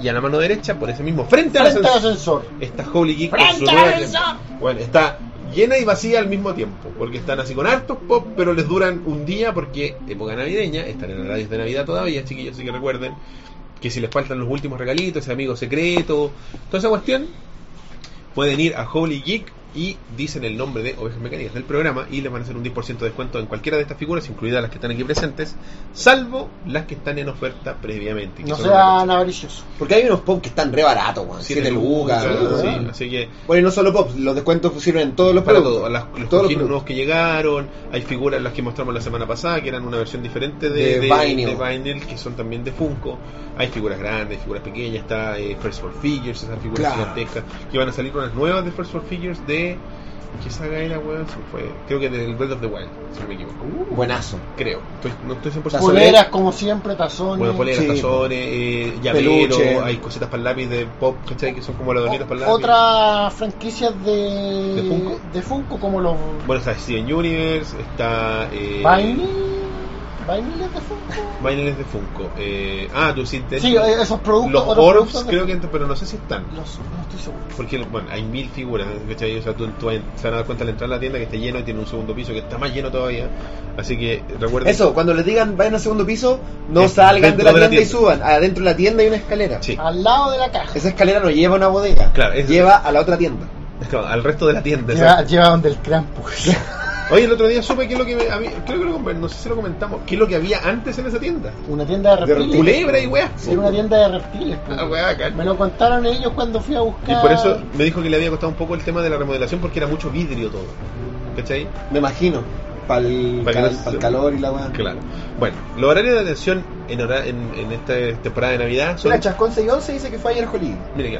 Y a la mano derecha, por ese mismo, frente, al Frente al ascensor. ascensor. Está Holy Geek con ¡Frente su nueva al tienda. ascensor! Bueno, está llena y vacía al mismo tiempo, porque están así con hartos pop, pero les duran un día porque época navideña, están en las radios de Navidad todavía, chiquillos, así que recuerden que si les faltan los últimos regalitos, ese amigo secreto, toda esa cuestión, pueden ir a Holy Geek y dicen el nombre de Ovejas Mecánicas del programa y les van a hacer un 10% de descuento en cualquiera de estas figuras, incluidas las que están aquí presentes, salvo las que están en oferta previamente. que No son una sean cosa. avariciosos. Porque hay unos pop que están re baratos, weón. Siete 7 lucas. lucas, weón. sí, así que Bueno, y no solo pop, los descuentos sirven en todos los para productos. todo, las- los Todos los cojinos nuevos productos. que llegaron, hay figuras las que mostramos la semana pasada que eran una versión diferente de, De vinyl. vinyl, que son también de Funko, hay figuras grandes, figuras pequeñas, está eh, First World Figures, esas figuras Claro. gigantescas, que van a salir unas nuevas de First World Figures de ¿qué saga era weón? Se me fue, creo que del Breath of the Wild, si no me equivoco, Buenazo. creo, Estoy- no estoy 100% Uh. Tazones. seguro. Poleras, como siempre, tazones. bueno, poleras, Sí. tazones, eh, llavero, Peluche. hay cositas para el lápiz de pop, ¿cachai? Que son como las donitas para el O- lápiz. Otras franquicias de, ¿De Funko? de Funko, como los. Bueno, está Steven Universe, está... Eh, Vinyl. Vinyl es de Funko. Vinyl es de Funko. Eh, ah, tú sí, de- Sí, eh, esos productos. los otros Orbs productos de- creo que entran, pero no sé si están. Los, no estoy seguro. Porque, bueno, hay mil figuras, ¿cachai? O sea, tú, tú vas- se van a dar cuenta al entrar a la tienda que está lleno y tiene un segundo piso que está más lleno todavía. Así que recuerden. Eso, cuando les digan vayan al segundo piso, no Sí, salgan de dentro la, de la tienda y tienda. suban. Adentro de la tienda hay una escalera. Sí. (laughs) Al lado de la caja. Esa escalera no lleva a una bodega, Claro, es- lleva a la otra tienda. Es que, al resto de la tienda. Lleva, ¿sabes? lleva donde el pues. Krampus. Oye, el otro día supe que es lo que. me- a mí- creo que lo, com- no sé si lo comentamos. ¿Qué es lo que había antes en esa tienda? (laughs) Una tienda de reptiles. Culebra y weas. Sí, era una tienda de reptiles. pues. Ah, weá, bacán. Me lo contaron ellos cuando fui a Y buscar. por eso me dijo que le había costado un poco el tema de la remodelación porque era mucho vidrio todo. ¿Cachai? Me imagino. Para el Para que no se- calor y la weá. Claro. Bueno, los horarios de atención en, hora- en, en esta temporada de Navidad son. Una chascón 6 y 11 dice que fue ayer Jolín. Mira que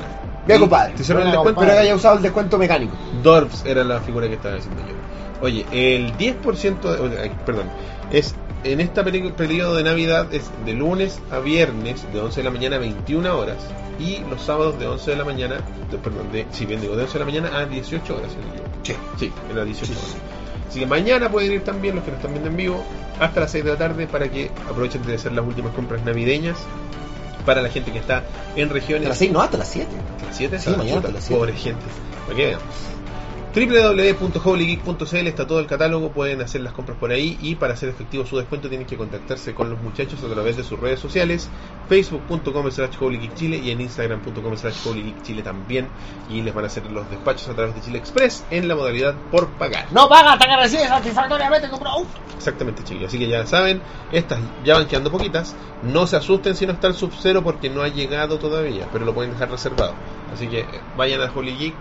Bien, compadre. Te hicieron el Buena, descuento. Pero que haya usado el descuento mecánico. Dorps era la figura que estaba haciendo yo. Oye, el 10% de, eh, perdón, es en este periodo de Navidad es de lunes a viernes de 11 de la mañana a 21 horas y los sábados de 11 de la mañana, de- perdón, de, si bien digo de 11 de la mañana a 18 horas. en el día. Sí. Sí, en las 18 horas. Así que mañana pueden ir también los que nos están viendo en vivo hasta las 6 de la tarde para que aprovechen de hacer las últimas compras navideñas para la gente que está en regiones Hasta las 6, no, hasta las 7. hasta las 7, Sí, mañana hasta las siete. Pobre gente. Para que vean. www.holygeek.cl está todo el catálogo, pueden hacer las compras por ahí y para hacer efectivo su descuento tienen que contactarse con los muchachos a través de sus redes sociales, facebook.com slash holygeekchile y en instagram.com slash holygeekchile también y les van a hacer los despachos a través de Chile Express en la modalidad por pagar. No paga hasta que recibes satisfactoriamente tu producto. Exactamente, chicos. Así que ya saben, estas ya van quedando poquitas. No se asusten si no está el Sub-Zero porque no ha llegado todavía, pero lo pueden dejar reservado. Así que eh, vayan a Holy Geek.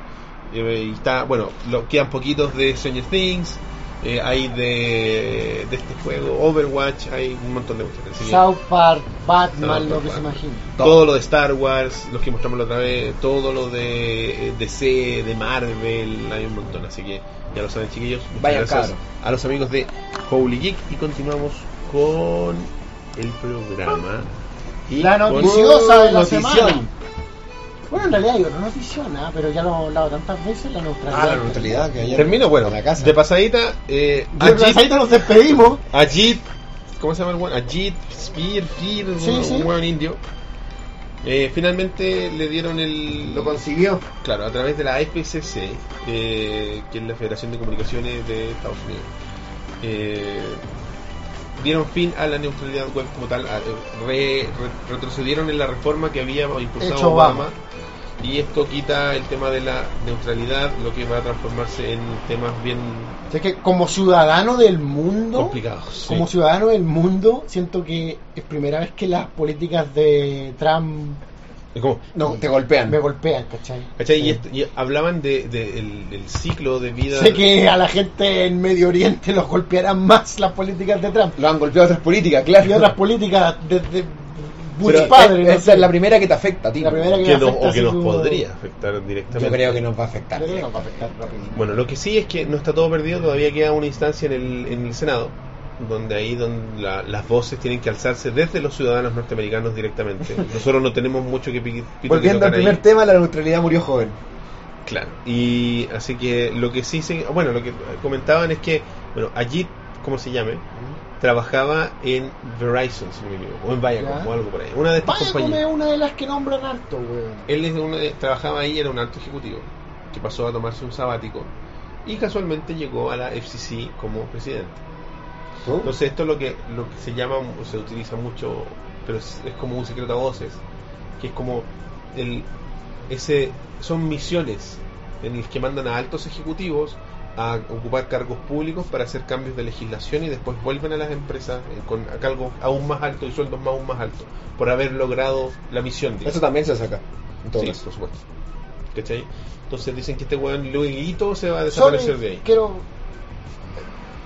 eh, y está, bueno, lo, quedan poquitos de Stranger Things. eh, hay de, de este juego, Overwatch. Hay un montón de cosas. Así que South Park, South Batman, Park, lo que se Batman. imagina. todo lo de Star Wars, los que mostramos la otra vez, todo lo de eh, DC, de Marvel, hay un montón. Así que ya lo saben, chiquillos. Muchas Vayan, gracias cabros. a los amigos de Holy Geek y continuamos con el programa. Y La con- noticiosa de la Notición. semana. Bueno, en realidad hay otra notición, ah, pero ya lo hemos hablado tantas veces, la neutralidad. Ah, la neutralidad que ayer. Termino, bueno, la casa. de pasadita, eh, Yo creo que Ajit, ahorita nos despedimos. Ajit, ¿cómo se llama el weón? Ajit, Spear, Spear, Sí, un, sí. un weón indio. Eh, finalmente le dieron el... Lo consiguió. Claro, a través de la FCC, eh, que es la Federación de Comunicaciones de Estados Unidos, eh, dieron fin a la neutralidad web como tal, a- eh, re- re- retrocedieron en la reforma que había impulsado Hecho Obama, Obama. y esto quita el tema de la neutralidad, lo que va a transformarse en temas bien O sea que como ciudadano del mundo, complicados. como Sí. ciudadano del mundo, siento que es primera vez que las políticas de Trump Es como- No, te golpean. me golpean, ¿cachai? ¿cachai? Sí. Y, esto- y hablaban del de, el- el ciclo de vida. Sé que a la gente en Medio Oriente los golpearán más las políticas de Trump Lo han golpeado otras políticas, claro. y otras políticas desde Bush Pero padre. es- no esa sé. es la primera que te afecta a ti. La primera que nos- afecta o que así nos como- podría afectar directamente. Yo creo que nos va a afectar. Yo creo que nos va a afectar rápido. Bueno, lo que sí es que no está todo perdido, todavía queda una instancia en el, en el Senado, donde ahí donde la- las voces tienen que alzarse desde los ciudadanos norteamericanos (laughs) directamente. Nosotros no tenemos mucho que pi- pito Volviendo que al tocar ahí. primer tema, la neutralidad murió joven. Claro. Y así que lo que sí se, bueno, lo que comentaban es que, bueno, allí, como se llame, trabajaba en Verizon, si no me equivoco, o en Viacom Ya. o algo por ahí. Una de estas Vaya compañías. como es una de las que nombran harto, weón. Él es uno de- trabajaba ahí, era un alto ejecutivo, que pasó a tomarse un sabático y casualmente llegó a la FCC como presidente. Entonces esto es lo que, lo que se llama, o se utiliza mucho, pero es, es como un secreto a voces, que es como el, ese, son misiones en las que mandan a altos ejecutivos a ocupar cargos públicos para hacer cambios de legislación y después vuelven a las empresas eh, con a cargos aún más altos y sueldos más- aún más altos por haber logrado la misión. digamos. Eso también se saca. En todo Sí, caso. por supuesto. ¿Cachai? Entonces dicen que este weón luego se va a Sorry, desaparecer de ahí. Quiero.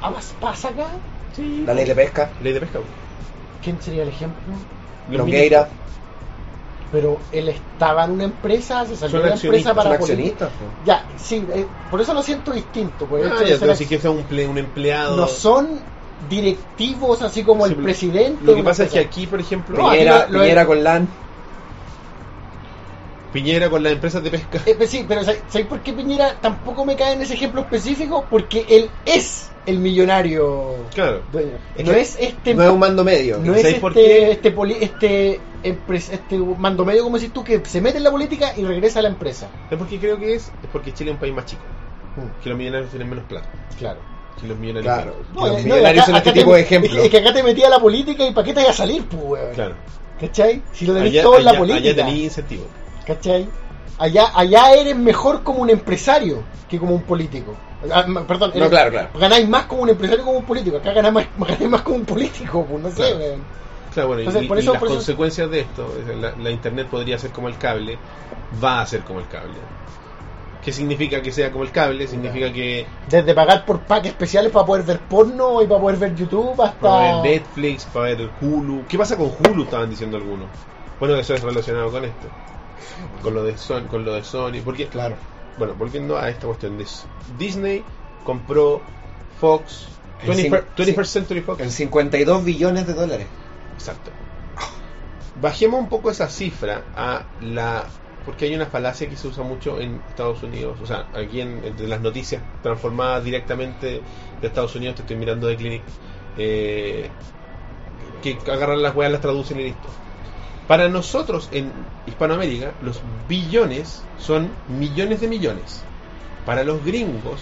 ¿Amas pasa acá? Sí. La ley de pesca, Ley de pesca. weón. ¿Quién sería el ejemplo? Los Longueira, Pero él estaba en una empresa, se salió Son de la accionistas, empresa son para política. accionistas. po. Ya, sí, eh, por eso lo siento distinto. por el ministros. hecho Ah, de ya, ser pero ac- si que sea un, ple- un empleado. No son directivos así como Sí, el pero presidente. Lo que una pasa es cosa. que aquí, por ejemplo, No, aquí Piñera, lo- lo- Piñera con LAN. Piñera con las empresas de pesca. Eh, pues sí, pero ¿sabes sabes por qué Piñera tampoco me cae en ese ejemplo específico? Porque él es el millonario. (laughs) Claro. dueño. Es no que es este No es un mando medio. No es ¿Sabes por este, qué? este, poli- este, empres- este mando medio, como decís tú, que se mete en la política y regresa a la empresa. ¿Sabes por qué creo que es? Es porque Chile es un país más chico. Mm, Que los millonarios tienen menos plata. claro. Que los millonarios. Claro. No, Los no, millonarios acá- son este acá te tipo de met- ejemplos. Es que acá te metía a la política y para qué te ibas a salir, pues, weón. Claro. ¿Cachai? Si lo tenés Allá, todo en la allá- allá política. tenía incentivo. ¿Cachai? Allá, allá eres mejor como un empresario que como un político. Ah, m- perdón, No, eres- claro, claro. ganáis más como un empresario que como un político. Acá ganáis más, (laughs) ganáis más como un político, pues, no sé, Claro. weón. Claro, bueno, y- Entonces, y, por eso- las por eso- consecuencias de esto, es la, la internet podría ser como el cable, va a ser como el cable. ¿Qué significa que sea como el cable? Significa que Desde pagar por packs especiales para poder ver porno y para poder ver YouTube hasta. para ver Netflix, para ver el Hulu. ¿Qué pasa con Hulu? Estaban diciendo algunos. Bueno, eso es relacionado con esto, con lo de Sony, con lo de Sony, porque Claro. bueno, volviendo a esta cuestión de Disney compró Fox, En 20 cin- fir- 21st cin- Century Fox. En 52 billones de dólares. Exacto. Bajemos un poco esa cifra a la. Porque hay una falacia que se usa mucho en Estados Unidos, o sea, aquí en, en- de las noticias transformadas directamente de Estados Unidos, te estoy mirando de Clinic, eh, que agarran las weas, las traducen y listo. Para nosotros en Hispanoamérica, los billones son millones de millones. Para los gringos,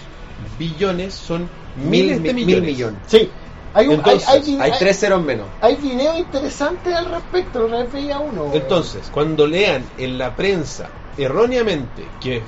billones son miles de mi- millones. Mil millones. Sí. Hay, un, Entonces, hay, hay, Hay tres ceros menos. hay videos interesantes al respecto, una vez veía uno. Entonces, cuando lean en la prensa erróneamente que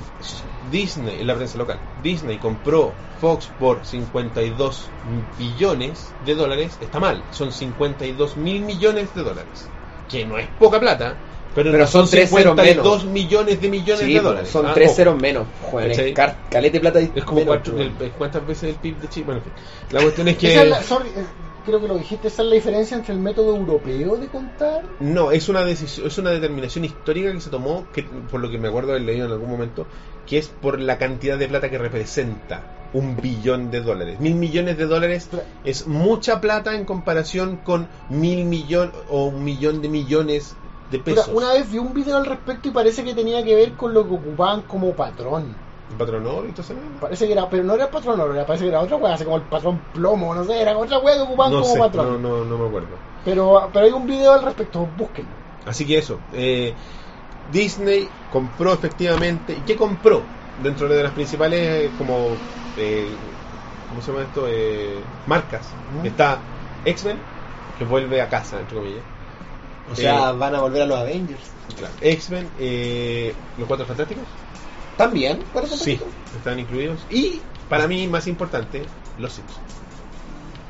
Disney, en la prensa local, Disney compró Fox por 52 billones de dólares, está mal. Son 52 mil millones de dólares, que no es poca plata, pero, Pero no son tres ceros millones de millones Sí, pues, de dólares. son Ah, tres ojo. ceros menos. Joder, ¿Cachai? es car- caleta de plata. Es como menos, pues. cuatro, weón. el- cuántas veces el PIB de Chile. Bueno, en fin. La cuestión es que... Esa es la- sorry, eh, creo que lo dijiste, esa es la diferencia entre el método europeo de contar. No, es una decisión, es una determinación histórica que se tomó, que, por lo que me acuerdo haber leído en algún momento, que es por la cantidad de plata que representa un billón de dólares. Mil millones de dólares es mucha plata en comparación con mil millones o un millón de millones de Puta, pesos. Una vez vi un video al respecto y parece que tenía que ver con lo que ocupaban como patrón. Patrón oro y todo eso, ¿no? Parece que era, pero no era el patrón oro, era- parece que era otra wea, así como el patrón plomo, no sé, era otra wea que ocupaban No como sé, patrón. no, no, no me acuerdo. Pero, pero hay un video al respecto, búsquenlo. Así que eso, eh, Disney compró efectivamente. ¿Y qué compró? Dentro de las principales, eh, como. eh, ¿Cómo se llama esto? Eh, marcas. Ujú. Está X-Men, que vuelve a casa, entre comillas. O sea, Eh, van a volver a los Avengers. claro, X-Men, eh, Los Cuatro Fantásticos. ¿También? ¿Cuatro Sí, fantásticos? están incluidos. Y, para mí, más importante, Los Simpsons.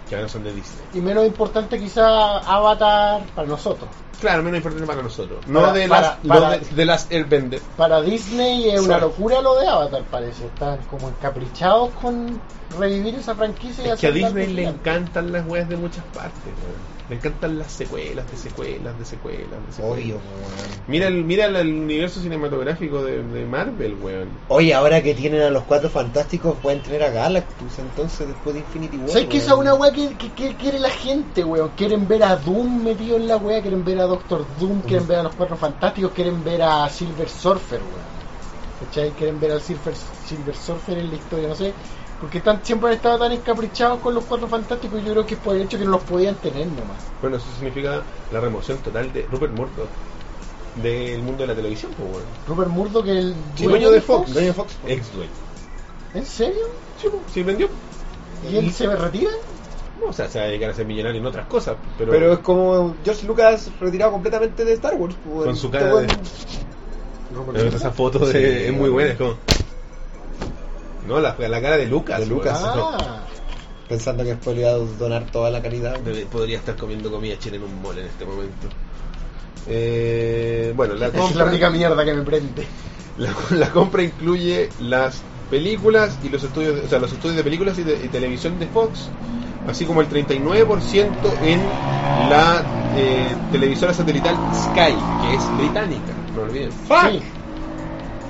Que ahora son de Disney. Y menos importante quizá Avatar para nosotros. Claro, menos importante para nosotros. No, Para- de, para- las, no para- de, de las Airbender. Para Disney es una Sorry. locura lo de Avatar, parece. Están como encaprichados con revivir esa franquicia. y Es que a hacerla Disney le original. encantan las weas de muchas partes, weón. Le encantan las secuelas, de secuelas, de secuelas, de secuelas. Obvio, weón. Mira el, mira el, el universo cinematográfico de, de Marvel, weón. Oye, ahora que tienen a los cuatro fantásticos, pueden tener a Galactus entonces después de Infinity War. ¿Sabes que weón? esa es una weá que, que- que quiere la gente, weón? Quieren ver a Doom metido en la weá, quieren ver a Doctor Doom, quieren ver a los Cuatro Fantásticos, quieren ver a Silver Surfer, weón. ¿Cachai? Quieren ver al Silver, Silver Surfer en la historia, no sé. Porque están, siempre han estado tan encaprichados con los Cuatro Fantásticos y yo creo que es por el hecho que no los podían tener nomás. Bueno, eso significa la remoción total de Rupert Murdoch del mundo de la televisión, pues, weón. Rupert Murdoch, que es el Sí, dueño de Fox. Dueño de Fox. Ex dueño. ¿En serio? Sí, pues, sí, vendió. ¿Y él se retira? No, o sea, se va a dedicar a ser millonario en otras cosas, pero, Pero es como George Lucas retirado completamente de Star Wars. weón. Con su cara Este weón- de- pero esa foto de- Sí, es muy buena, es como... No, la, la cara de Lucas. De Lucas. weón. Ah, Pensando que después le iba a donar toda la caridad. Debe- Podría estar comiendo comida china en un mole en este momento. Eh, bueno, la es la compra, única mierda que me prende. la, la compra incluye las películas y los estudios, de- o sea, los estudios de películas y, de- y televisión de Fox, así como el 39% en la eh, televisora satelital Sky, que es británica, no olviden. ¡Fuck! Sí.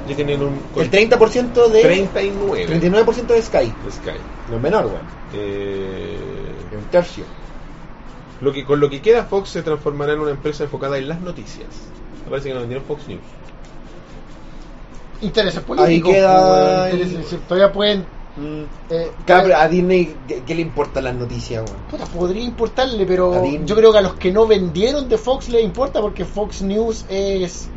Ya tienen un El 30% de. 39 39% de Sky. de Sky. Lo menor, weón. Eh, Un tercio. Lo que, con lo que queda, Fox se transformará en una empresa enfocada en las noticias. Me parece que nos vendieron Fox News. Intereses políticos. Ahí queda pues, el- intereses, si todavía pueden... Mm. eh, Cabra, a Disney, ¿qué, qué le importan las noticias, weón? Puta, podría importarle, pero A Disney. yo creo que a los que no vendieron de Fox les importa porque Fox News es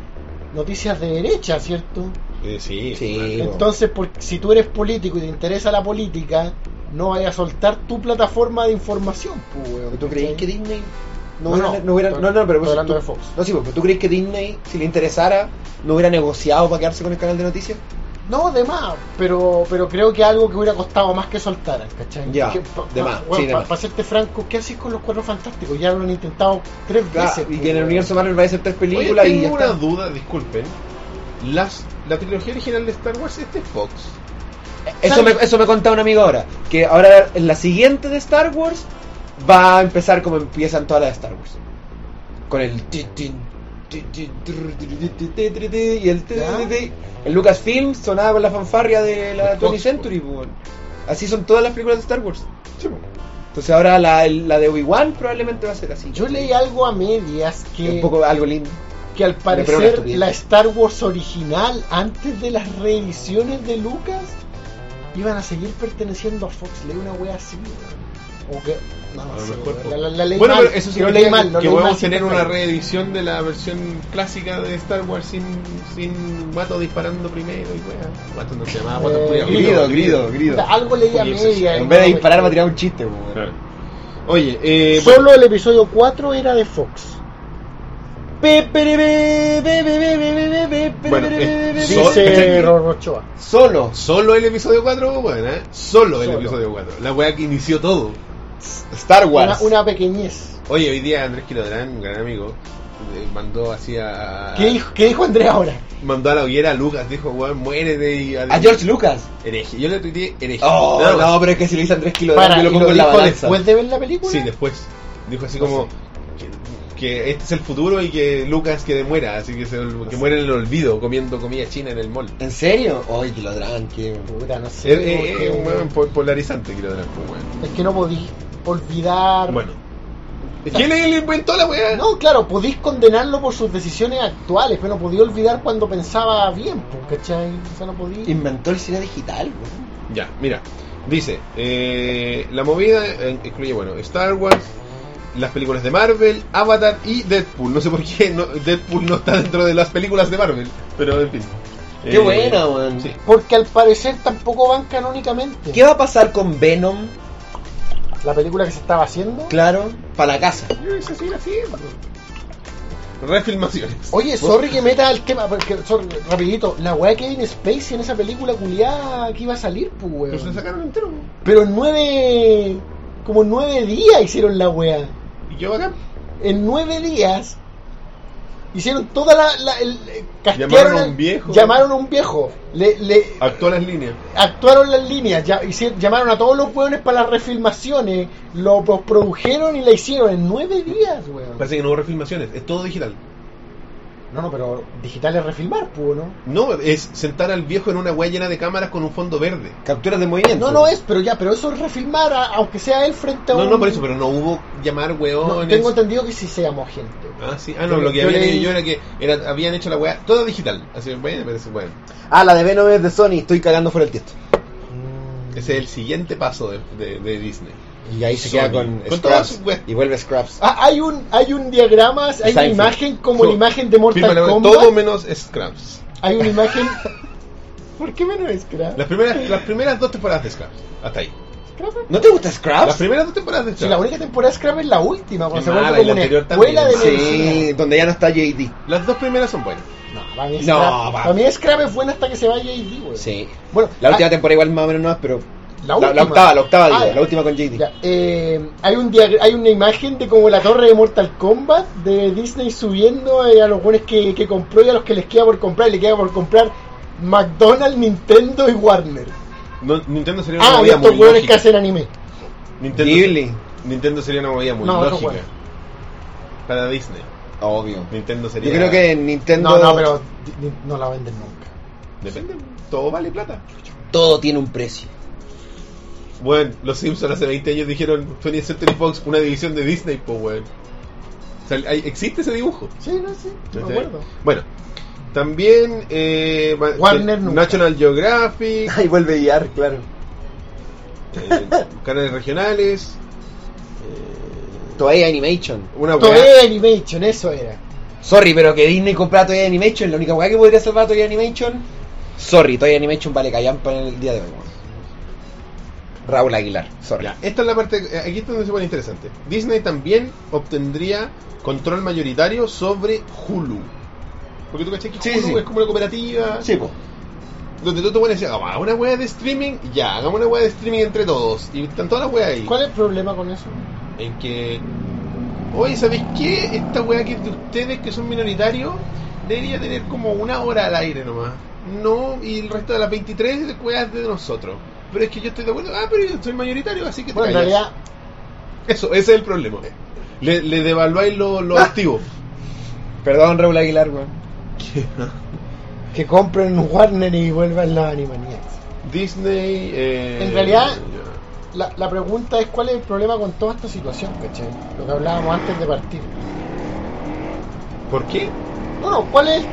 noticias de derecha, ¿cierto? Eh, sí, Sí. claro. bueno. Entonces, por- si tú eres político y te interesa la política, no vayas a soltar tu plataforma de información, pues, weón, Uh, ¿Tú crees ¿cachai? que Disney No, no hubiera, no, no, hubiera- estoy- no, no, pero pues, estoy hablando tú- de Fox. No, sí, pero tú crees que Disney, si le interesara, no hubiera negociado para quedarse con el canal de noticias? No, de más, pero, pero creo que algo que hubiera costado más que soltaran, ¿cachai? Ya, Que de más, bueno, sí, de pa- más. pa' serte franco, ¿qué haces con los cuatro fantásticos? Ya lo han intentado tres veces. y pues, que en el weón. universo Marvel va a ser tres Oye, películas y tengo ya una está. duda, disculpen. Las, la trilogía original de Star Wars ¿este es de Fox. Eso me, eso me contaba un amigo ahora. Que ahora en la siguiente de Star Wars va a empezar como empiezan todas las de Star Wars. Con el. ti, ti, ti, ti, tru, tru, ti, ti, ti, tru, ti, Y el. ti, ¿Ya? ti, ti. El Lucasfilm sonaba con la fanfarria de la Fox, pues. 20th Century, weón. Así son todas las películas de Star Wars. Entonces ahora la, la de Obi-Wan probablemente va a ser así. Yo leí algo a medias Que que, un poco algo lindo. que al pero una parecer estupidez. la Star Wars original, antes de las reediciones de Lucas, iban a seguir perteneciendo a Fox. Leí una wea así. weón. O que, no, A no lo sé, mejor, weón. po. la, la- la leí Ah, Bueno, mal. pero eso Lo significa leí que- mal, lo que leí podemos mal, tener siempre una mal. reedición de la versión clásica de Star Wars sin, sin Guato disparando primero y wea. Guato no se llamaba Guato Eh, culiao. Grido, grido, grido. Puta, Algo leí a Oye, medias. En vez de disparar va a tirar un chiste, weón. Claro. Oye, eh, Solo el episodio 4 era de Fox. Pe, pere, be, be, be, be, be, be, be, pere, Bueno, pere, eh, (laughs) be, be, sí, be, sí. Dice Rorrochoa. Solo. Solo el episodio 4, bueno, ¿eh? Solo el Solo. episodio 4. La weá que inició todo. Star Una, Wars. una pequeñez. Oye, hoy día Andrés Quilodrán, un gran amigo, eh, mandó así a. ¿Qué dijo, qué dijo Andrea ahora? Mandó a la hoguera a Lucas, dijo, weón, muérete y A George Lucas. Hereje. Yo le tuiteé hereje. Oh, Nada más. no, pero es que si lo hice Andrés Kilo, Para, yo lo ¿y pongo lo en la dijo balanza. después de ver la película? Sí, después. Dijo así como que, que este es el futuro y que Lucas que muera, así que, se, que muere en el olvido comiendo comida china en el mall. ¿En serio? Oye, Kilo Dran, qué... Puta, no sé, Es Eh, es- es un porque- weón po- polarizante, Quilodrán, pues, weón. Es que no podís olvidar. Bueno. ¿Quién le le inventó la weá? No, claro, podís condenarlo por sus decisiones actuales, pero no podís olvidar cuando pensaba bien, pues, ¿cachai? O sea, no podís. Inventó el cine digital, weón. Ya, mira, dice, eh, la movida eh, incluye, bueno, Star Wars, las películas de Marvel, Avatar y Deadpool. No sé por qué no- Deadpool no está dentro de las películas de Marvel, pero en fin. Eh, Qué buena, weón. sí. Porque al parecer tampoco van canónicamente. ¿Qué va a pasar con Venom? La película que se estaba haciendo. Claro, para la casa. Yo eso sí lo siento. Refilmaciones. Oye, sorry que meta el tema, porque, sorry, rapidito, la weá de Kevin Spacey en esa película culiada que iba a salir, pues, weón. Pero se sacaron entero. Pero en nueve. Como en nueve días hicieron la weá. Y yo acá. En nueve días. Hicieron toda la. la- el- eh, castearon Llamaron a al- un viejo. Llamaron a un viejo. Le, le- Actuó las líneas. actuaron las líneas. ya- hici- llamaron a todos los weones para las refilmaciones. Lo, los produjeron y la hicieron en nueve días, weón. Parece que no hubo refilmaciones, es todo digital. No, no, pero digital es refilmar, pues, ¿no? No, es sentar al viejo en una weá llena de cámaras con un fondo verde. Capturas de movimiento. No, no es, pero ya, pero eso es refilmar, a- aunque sea él frente a pues. No, un- no, por eso, pero no hubo llamar No, weones. tengo entendido que sí se llamó gente. Ah, sí. Ah, no, Yo- lo que yo habían leí- hecho yo era que era- habían hecho la weá toda digital. Así, bueno, pero es- bueno, Ah, la de Venom es de Sony, estoy cagando fuera el tiesto. ese es el siguiente paso de, de- de Disney. Y ahí se Sony. queda con, Con todas Scraps. sus weas. Y vuelve Scraps. Ah, hay un hay un diagrama, hay una Seinfeld. imagen como la So, imagen de Mortal Primero, Kombat. todo menos Scraps. Hay una (laughs) imagen. ¿Por qué menos Scrap? Las primeras, las primeras dos temporadas de Scraps. Hasta ahí. Scrap- ¿No te gusta Las Scraps? primeras dos temporadas de Scraps. Si Ah, la única temporada de Scrap es la última, cuando Es se vuelve mala, y como la una anterior escuela también. de Sí, medicina. donde ya no está JD. Las dos primeras son buenas. No, para mí, No, Scrap, va. para mí Scrap es buena hasta que se vaya JD, güey. Sí. Bueno, La ah, última temporada igual más o menos no es, pero... La última. octava, la octava, Ah, digo, ya. la última con JD. ya, eh, hay, un diag- hay una imagen de como la torre de Mortal Kombat de Disney subiendo eh, a los buenos que, que compró y a los que les queda por comprar. Y le queda por comprar McDonald's, Nintendo y Warner. No, Nintendo sería una Ah, y movida muy estos hueones que lógica. hacen anime. Nintendo, Ghibli. Nintendo sería una movida muy No, no lógica. puede. Para Disney. Obvio. Nintendo sería. Yo creo que Nintendo... No, no, pero di- di- no la venden nunca. Depende. Todo vale plata. Todo tiene un precio. Bueno, los Simpsons hace 20 años dijeron 20th Century Fox, una división de Disney, pues, weón. O sea, hay- existe ese dibujo. Sí, no, sí, me ¿Cachai? acuerdo. Bueno, también eh, va- Warner eh, nunca. National Geographic, (laughs) Ahí vuelve guiar, claro. (laughs) eh, canales regionales, Toei Animation. una weá. Toei Animation, eso era. Sorry, pero que Disney comprara Toei Animation, la única weá que podría salvar a Toei Animation. Sorry, Toei Animation vale callampa en el día de hoy. weón. Raúl Aguilar, sorry. Ya, Esta es la parte, eh, aquí es donde se pone interesante. Disney también obtendría control mayoritario sobre Hulu. Porque tú cachai que Sí, Hulu sí. es como una cooperativa. Sí, po. Donde tú te pones y decías, hagamos una weá de streaming, ya, hagamos una weá de streaming entre todos. Y están todas las weas ahí. ¿Cuál es el problema con eso? en que oye ¿sabéis qué? esta weá que es de ustedes que son minoritarios debería tener como una hora al aire nomás no y el resto de las 23 de weas de nosotros pero es que yo estoy de acuerdo ah pero yo soy mayoritario así que te Bueno, en callas. realidad, eso ese es el problema le, le devaluáis lo- los Ah. activos Perdón, Raúl Aguilar, weón. que (laughs) compren Warner y vuelvan los Animaniacs. Disney eh, En realidad, la, la pregunta es cuál es el problema con toda esta situación, ¿cachai? Lo que hablábamos antes de partir. ¿Por qué? No, no, ¿cuál es,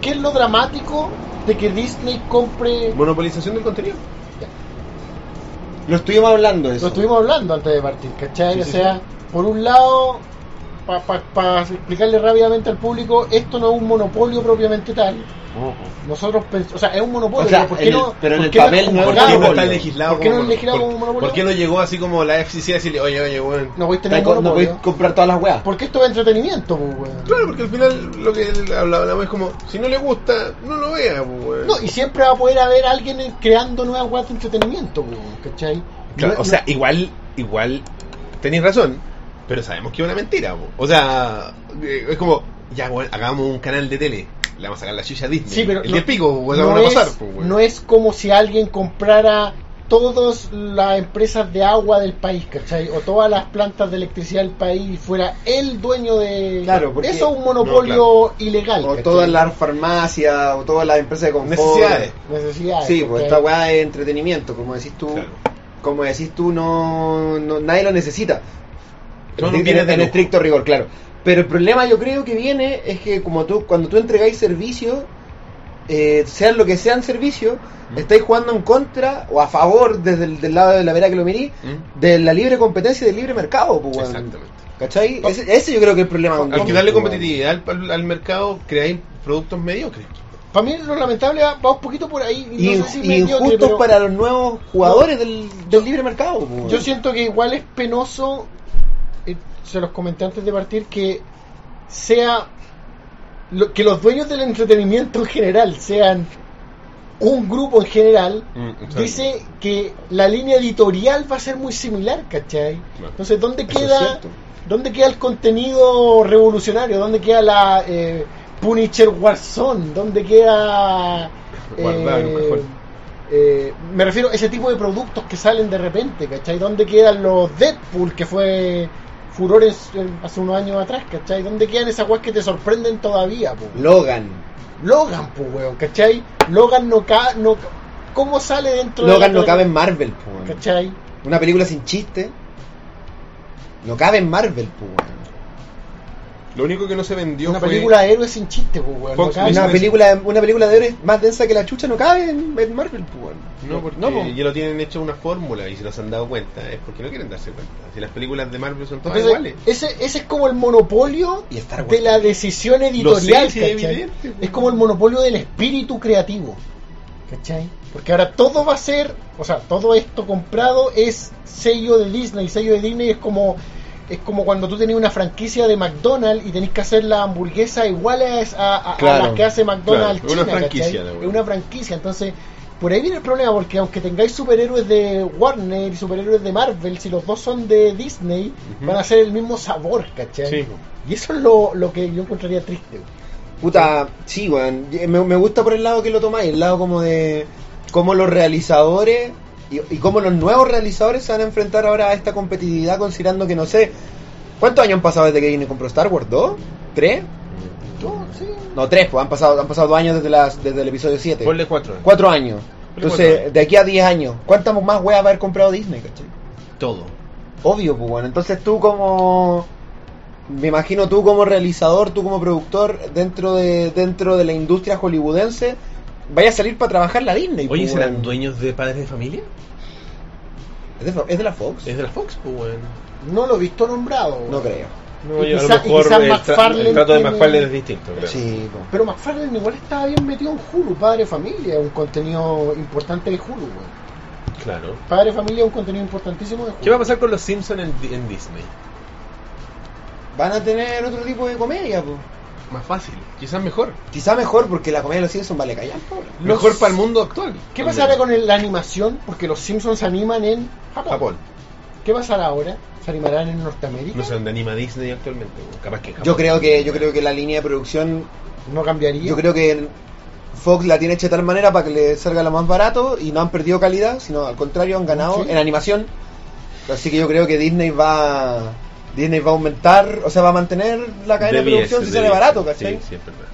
qué es lo dramático de que Disney compre... Monopolización del contenido. Lo estuvimos hablando de eso. Lo estuvimos hablando antes de partir, ¿cachai? Sí, o sí, sea, sí. por un lado, para explicarle rápidamente al público, esto no es un monopolio propiamente tal. oh. Nosotros pensamos, o sea, es un monopolio, O pero sea, ¿por qué en el- no? pero en por el qué no papel es no es ¿Por un Claro, qué no está monopolio. monopolio? legislado ¿Por qué no como es legislado por- como monopolio? ¿Por qué no llegó así como la FCC a decirle, oye, oye, bueno? No voy a tener Está un con- no podéis monopolio. comprar todas las weas. Porque esto es entretenimiento, pues, weón. Claro, porque al final lo que hablábamos es como, si no le gusta, no lo vea, pues, weón. No, y siempre va a poder haber alguien en- creando nuevas weas de entretenimiento, pues, weón, ¿cachai? Claro, No- o sea, igual, igual, tenéis razón, pero sabemos que es una mentira, po. o sea, eh, es como, ya, weón, hagamos un canal de tele, le vamos a sacar la chucha a Disney, Sí, pero el no- de pico, weón, la no, van a es, pasar, po, weón. no es como si alguien comprara todas las empresas de agua del país, ¿cachai? O todas las plantas de electricidad del país y fuera el dueño de... Claro, porque- Eso es un No, monopolio ilegal. O ¿cachai? todas las farmacias, o todas las empresas de confort. Necesidades. necesidades. Sí, pues ¿cachai? esta weá es entretenimiento, como decís tú. Claro. Como decís tú, no, no- nadie lo necesita. Son En- en- bienes de en lujo. estricto rigor, claro. Pero el problema yo creo que viene es que como tú, cuando tú entregáis servicios, eh, sean lo que sean servicios, Mm. estáis jugando en contra o a favor desde el del lado de la vera que lo mirí, Mm. de la libre competencia y del libre mercado, pues, weón. Exactamente. Oh. ¿Cachai? Ese, ese yo creo que es el problema. con Al Disney, quitarle pues, weón. competitividad al, al mercado, creáis productos mediocres. Para mí lo lamentable va va un poquito por ahí. y Y, no sé si y mediocre, injustos pero para los nuevos jugadores del, del libre mercado. pues, weón. Yo siento que igual es penoso, eh, se los comenté antes de partir, que sea lo- que los dueños del entretenimiento en general sean un grupo en general, Mm, exacto. dice que la línea editorial va a ser muy similar, ¿cachai? Claro. Entonces, ¿dónde Eso es queda, cierto. ¿dónde queda el contenido revolucionario? ¿Dónde queda la eh, Punisher Warzone? ¿Dónde queda... Guardado en un cajón. eh, me refiero a ese tipo de productos que salen de repente, ¿cachai? ¿Dónde quedan los Deadpool que fue furores eh, hace unos años atrás, ¿cachai? ¿Dónde quedan esas weas que te sorprenden todavía, po? Logan. Logan, pues, weón, ¿cachai? Logan no ca no ca- ¿Cómo sale dentro Logan de la- no cabe en Marvel, po, weón. ¿Cachai? Una película sin chiste. No cabe en Marvel, po, weón. Lo único que no se vendió Una fue... película de héroes sin chiste, pues, weón. Fox no cabe. Una Disney. película, una película de héroes más densa que la chucha no cabe en, en Marvel, po, weón. No, porque po. ya lo tienen hecho una fórmula y si no se han dado cuenta, es porque no quieren darse cuenta. Si las películas de Marvel son todas Entonces, iguales. ese, ese es como el monopolio Y Star Wars. de la decisión editorial, Lo sé, sí, ¿cachai? evidente, pues. Es como el monopolio del espíritu creativo, ¿cachai? Porque ahora todo va a ser, o sea, todo esto comprado es sello de Disney, sello de Disney es como es como cuando tú tenías una franquicia de McDonald's y tenés que hacer la hamburguesa iguales a, a- a Claro, las que hace McDonald's claro, es una China, franquicia, ¿cachai? la Es wea. una franquicia, entonces por ahí viene el problema, porque aunque tengáis superhéroes de Warner y superhéroes de Marvel, si los dos son de Disney, Ujú. van a ser el mismo sabor, ¿cachai? Sí. Y eso es lo, lo que yo encontraría triste. Puta, sí, weón. Me, me gusta por el lado que lo tomáis, el lado como de. cómo los realizadores y, y cómo los nuevos realizadores se van a enfrentar ahora a esta competitividad, considerando que no sé. ¿Cuántos años han pasado desde que Disney compró Star Wars? ¿Dos? ¿Tres? No, sí. No, tres, pues han pasado, han pasado dos años desde, las, desde el episodio 7. Ponle cuatro. Cuatro años. Entonces, Cuatro años. de aquí a 10 años, ¿cuántas más weas va a haber comprado Disney, cachai? Todo. Obvio, pues bueno. Entonces tú como... Me imagino tú como realizador, tú como productor, dentro de dentro de la industria hollywoodense, vaya a salir para trabajar la Disney. Oye, pues, ¿serán weón. dueños de padres de familia? ¿Es de, Fo- es de la Fox? Es de la Fox, pues, weón. No lo he visto nombrado. No creo. Y quizá- y quizá McFarlane tiene- distinto. claro. Sí, pues. Pero McFarlane igual estaba bien metido en Hulu, Padre de Familia, un contenido importante de Hulu, güey. Claro. Padre de Familia, un contenido importantísimo de Hulu. ¿Qué va a pasar con los Simpsons en, Di- en Disney? Van a tener otro tipo de comedia, pues. Más fácil, quizás mejor. Quizá mejor porque la comedia de los Simpsons vale callar, pobre. Mejor para el mundo actual. ¿Qué También. pasará con el- la animación? Porque los Simpsons se animan en Japón. Japón? ¿Qué pasará ahora? ¿Se animarán en Norteamérica? No sé dónde anima Disney actualmente. weón. Capaz que en Japón. Yo creo que yo creo que la línea de producción ¿No cambiaría? Yo creo que el Fox la tiene hecha de tal manera para que le salga lo más barato y no han perdido calidad, sino al contrario han ganado Sí. en animación. Así que yo creo que Disney va Disney va a aumentar, o sea, va a mantener la cadena de Debiese, producción si sale debiese. barato, ¿cachai? Sí, sí, es verdad.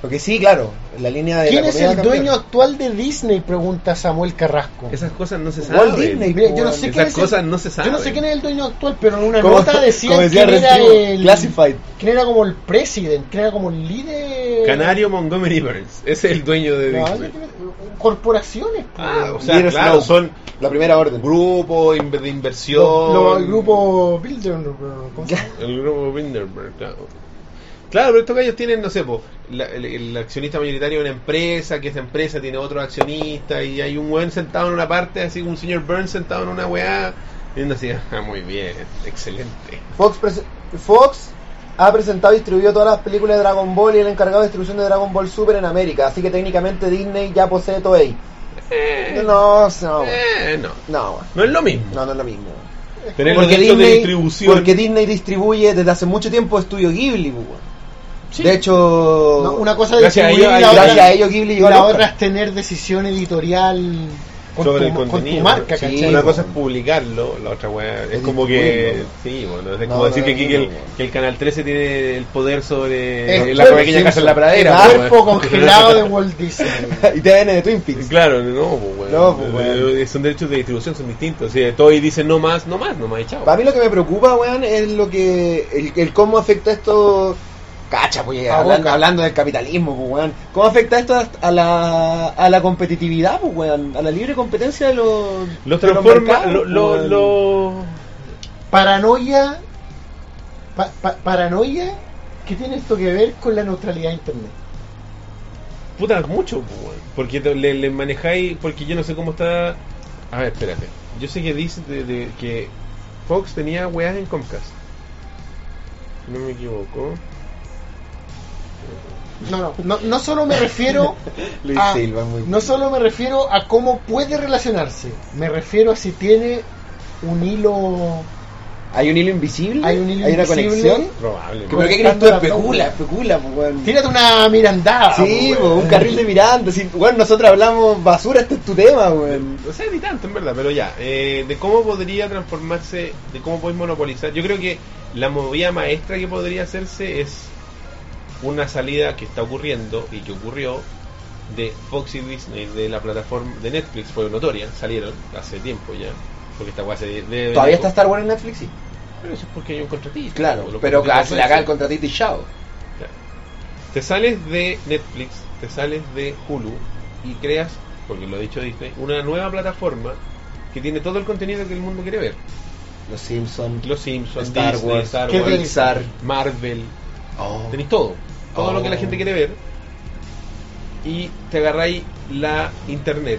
Porque sí, claro, la línea de. ¿Quién la es comedia el va a dueño cambiar. actual de Disney? Pregunta Samuel Carrasco. Esas cosas no se Walt saben. Disney. Mira, yo no sé Esas quién es el- cosas no se Yo no saben. sé quién es el dueño actual, pero en una Como- (laughs) nota decía como quién decía era Rentivo, el. Classified. quién era como el president, quién era como el líder. Canario Montgomery Burns. Ese es el dueño de No, Disney. corporaciones. pues. Ah, o sea, Leader claro, Snow. son La primera orden. grupos inver- de inversión. oh. Lo- el grupo Bilderberg. ¿cómo se llama? El grupo Winderberg, claro. Claro, pero estos gallos tienen, no sé, po, la- el, el accionista mayoritario de una empresa, que esa empresa tiene otro accionista, y hay un weón sentado en una parte, así como un señor Burns sentado en una weá, y uno así, ah, muy bien, excelente. Fox, prese- Fox ha presentado y distribuido todas las películas de Dragon Ball y el encargado de distribución de Dragon Ball Super en América, así que técnicamente Disney ya posee Toei. No, no, güey. Eh, no, no, güey. no es lo mismo. no, no es lo mismo. güey. Tener los derechos de distribución. porque Disney distribuye desde hace mucho tiempo Estudio Ghibli, güey. Sí. De hecho, No, una cosa es Gracias a distribuir ellos- y la gracias otra- a ellos Ghibli y llegó al la Oscar. otra es tener decisión editorial con, sobre tu, el con tu contenido. marca, sí, ¿cachai? Una po. cosa es publicarlo, la otra weá es, como que. distribuirlo. Sí, bueno, es No, como no, decir no, que, aquí no, que el, no, no. que el Canal 13 tiene el poder sobre Es la Homer pequeña casa en la El pradera. po, cuerpo weón. congelado de Walt Disney. (laughs) y TVN de Twin Peaks. (laughs) Claro, no, pues, weón. No, pues, weón. Eh, Son derechos de distribución, son distintos. O sea, Toy dice no más, no más, no más, y chao. Para mí lo que me preocupa, weón, es lo que. el, el cómo afecta esto. Cacha, pues, A hablando, boca. hablando del capitalismo, pues, weón. ¿Cómo afecta esto a- a la, a la competitividad, pues, weón? A la libre competencia de los. Los de los transforma, mercados, pues, lo, lo, weón. lo- Paranoia. pa- pa- paranoia que tiene esto que ver con la neutralidad de internet. Puta, mucho, pues, weón. Porque te- le, le manejáis. Porque yo no sé cómo está. A ver, espérate. Yo sé que dice de, de- que Fox tenía weas en Comcast. Si No me equivoco. No, no, no, no solo me (laughs) refiero Luis a, Silva, muy no solo me refiero a cómo puede relacionarse, me refiero a si tiene un hilo Hay un hilo invisible. Hay un hilo una invisible. conexión. Probable. ¿Pero qué crees tú? Especula, especula, pues, weón. Tírate una mirandada. Sí, po, pues, weón. un carril de Miranda. Sí, weón, nosotros hablamos basura, este es tu tema, weón. O sea, ni tanto, en verdad, pero ya. eh, de cómo podría transformarse, de cómo podéis monopolizar. Yo creo que la movida maestra que podría hacerse es una salida que está ocurriendo y que ocurrió de Fox y Disney, de la plataforma de Netflix, fue notoria, salieron hace tiempo ya. Porque esta weá se de- de- Todavía está Star Wars en Netflix, sí. Pero eso es porque hay un contratista. Claro, o lo pero que claro, sea. le acá el contratista y chao. Claro. Te sales de Netflix, te sales de Hulu y creas, porque lo ha dicho Disney, una nueva plataforma que tiene todo el contenido que el mundo quiere ver. Los Simpsons, Los Simpsons, Star Disney, Wars, Star ¿Qué Wars, tenéis? Pixar. Marvel, Oh. tenéis todo, todo Oh. lo que la gente quiere ver. Y te agarráis la internet.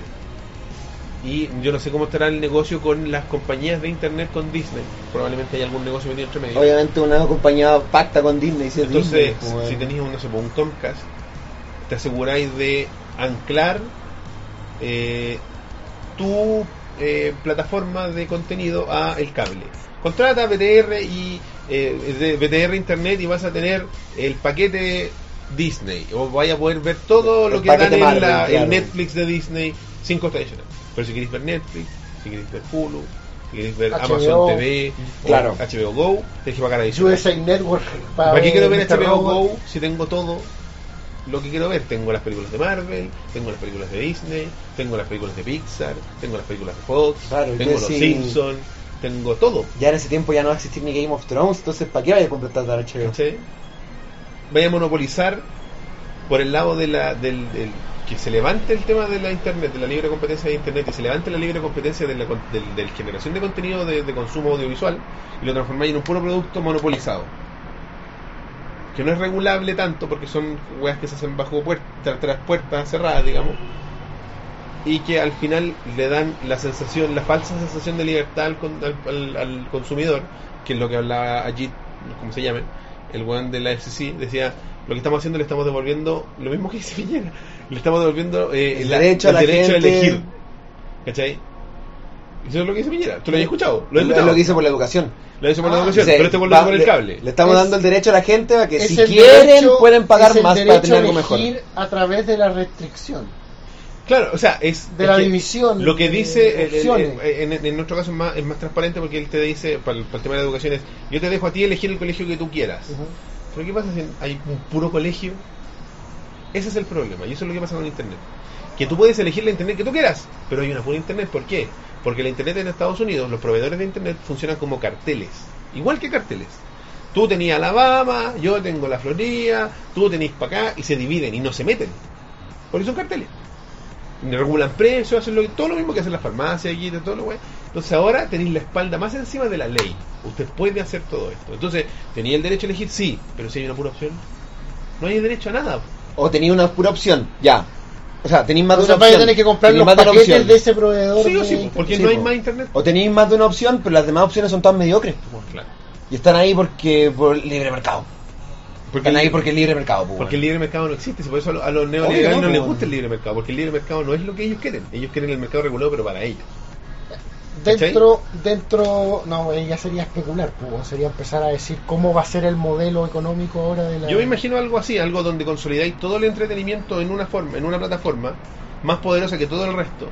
Y yo no sé cómo estará el negocio con las compañías de internet con Disney. Probablemente hay algún negocio metido entre medio. Obviamente una compañía pacta con Disney. Si es Entonces, Disney, pues, weón. si tenéis un, no sé, pues, un Comcast, te aseguráis de anclar eh, tu eh, plataforma de contenido a el cable. Contrata BTR y eh, de BTR Internet y vas a tener el paquete Disney. O vais a poder ver todo El lo que paquete dan en Marvel, la- claro. el Netflix de Disney sin costo adicional. Pero si queréis ver Netflix, si queréis ver Hulu, si queréis ver HBO, Amazon TV, o claro. HBO Go, tenéis que pagar adicional. USA Network. ¿Para, qué ver quiero ver este Mr. HBO Robot. Go si tengo todo lo que quiero ver? Tengo las películas de Marvel, tengo las películas de Disney, tengo las películas de Pixar, tengo las películas de Fox, Claro, y tengo que los si- Simpsons, tengo todo. Ya en ese tiempo ya no va a existir ni Game of Thrones, entonces ¿para qué vaya a contratar a HBO? ¿cachai? Vaya a monopolizar por el lado de la, del, del- que se levante el tema de la internet, de la libre competencia de internet, que se levante la libre competencia de la, con- del- del generación de contenido de, de consumo audiovisual y lo transformáis en un puro producto monopolizado. Que no es regulable tanto porque son weas que se hacen bajo puerta, tras puertas cerradas, digamos. Y que al final le dan la sensación, la falsa sensación de libertad al, con- al- al- al consumidor, que es lo que hablaba allí, como se llame, el weón de la FCC, decía, lo que estamos haciendo le estamos devolviendo, lo mismo que dice (laughs) Piñera, le estamos devolviendo eh, El derecho a la gente. elegir. ¿Cachai? Eso es lo que dice Piñera, tú lo has escuchado, lo has es escuchado. lo que hizo por la educación. Lo hizo por la Ah, educación, Dice, pero este weón lo va- hizo por el le- cable. Le estamos Es- dando el derecho a la gente a que Es si el quieren derecho- pueden es pagar el más para derecho tener a algo mejor. elegir a través de la restricción. Claro, o sea, es De la es que división Lo que de dice el- el- opciones. el- en, en nuestro caso es más, es más transparente porque él te dice, para el, para el tema de la educación, es: Yo te dejo a ti elegir el colegio que tú quieras. Ujú. Pero ¿qué pasa si hay un puro colegio Ese es el problema, y eso es lo que pasa con Internet. Que tú puedes elegir la Internet que tú quieras, pero hay una pura Internet. ¿Por qué? Porque la Internet en Estados Unidos, los proveedores de Internet funcionan como carteles, igual que carteles. Tú tenías Alabama, yo tengo la Florida, tú tenés para acá, y se dividen y no se meten. Porque son carteles. Regulan precios, hacen lo, todo lo mismo que hacen las farmacias, aquí, de todo lo wey. Entonces ahora tenéis la espalda más encima de la ley. Usted puede hacer todo esto. Entonces, ¿tenía el derecho a elegir? Sí, pero si hay una pura opción, no hay derecho a nada. O tenía una pura opción, ya. O sea, tenéis más O de una sea, vaya a opción. tener que comprar Tenéis los más de una paquetes opción. de ese proveedor. Sí o de sí, internet. porque Sí, pues, no hay po. más internet. O tenéis más de una opción, pero las demás opciones son todas mediocres. po. Bueno, claro. Y están ahí porque por libre mercado. están ahí porque el libre mercado. po, Porque el weón. libre mercado no existe, si por eso a los, a los neoliberales Obvio, no no, les po. gusta el libre mercado, porque el libre mercado no es lo que ellos quieren. Ellos quieren el mercado regulado, pero para ellos. Dentro, dentro, no, eh, ya sería especular, pues, sería empezar a decir cómo va a ser el modelo económico ahora de la. Yo me imagino algo así, algo donde consolidáis todo el entretenimiento en una forma, en una plataforma más poderosa que todo el resto,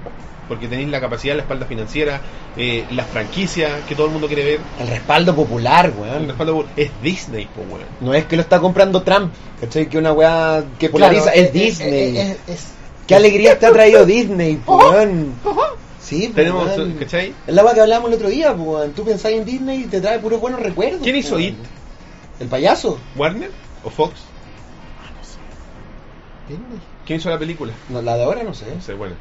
porque tenéis la capacidad, la espalda financiera, eh, las franquicias que todo el mundo quiere ver. El respaldo popular, weón. El respaldo- Es Disney, po, weón. No es que lo está comprando Trump, ¿cachai? Que una weá que polariza Claro, eh, es Disney. es- es- es- Qué eh, alegría te ha traído Disney, po, weón. Sí, po, Tenemos, weón. ¿cachai? Es la weá que hablábamos el otro día, po, weón. Tú pensás en Disney y te trae puros buenos recuerdos. ¿Quién po, hizo weón. It? El payaso. ¿Warner o Fox? Disney. ¿Quién hizo la película? No, la de ahora no sé. No sé, bueno.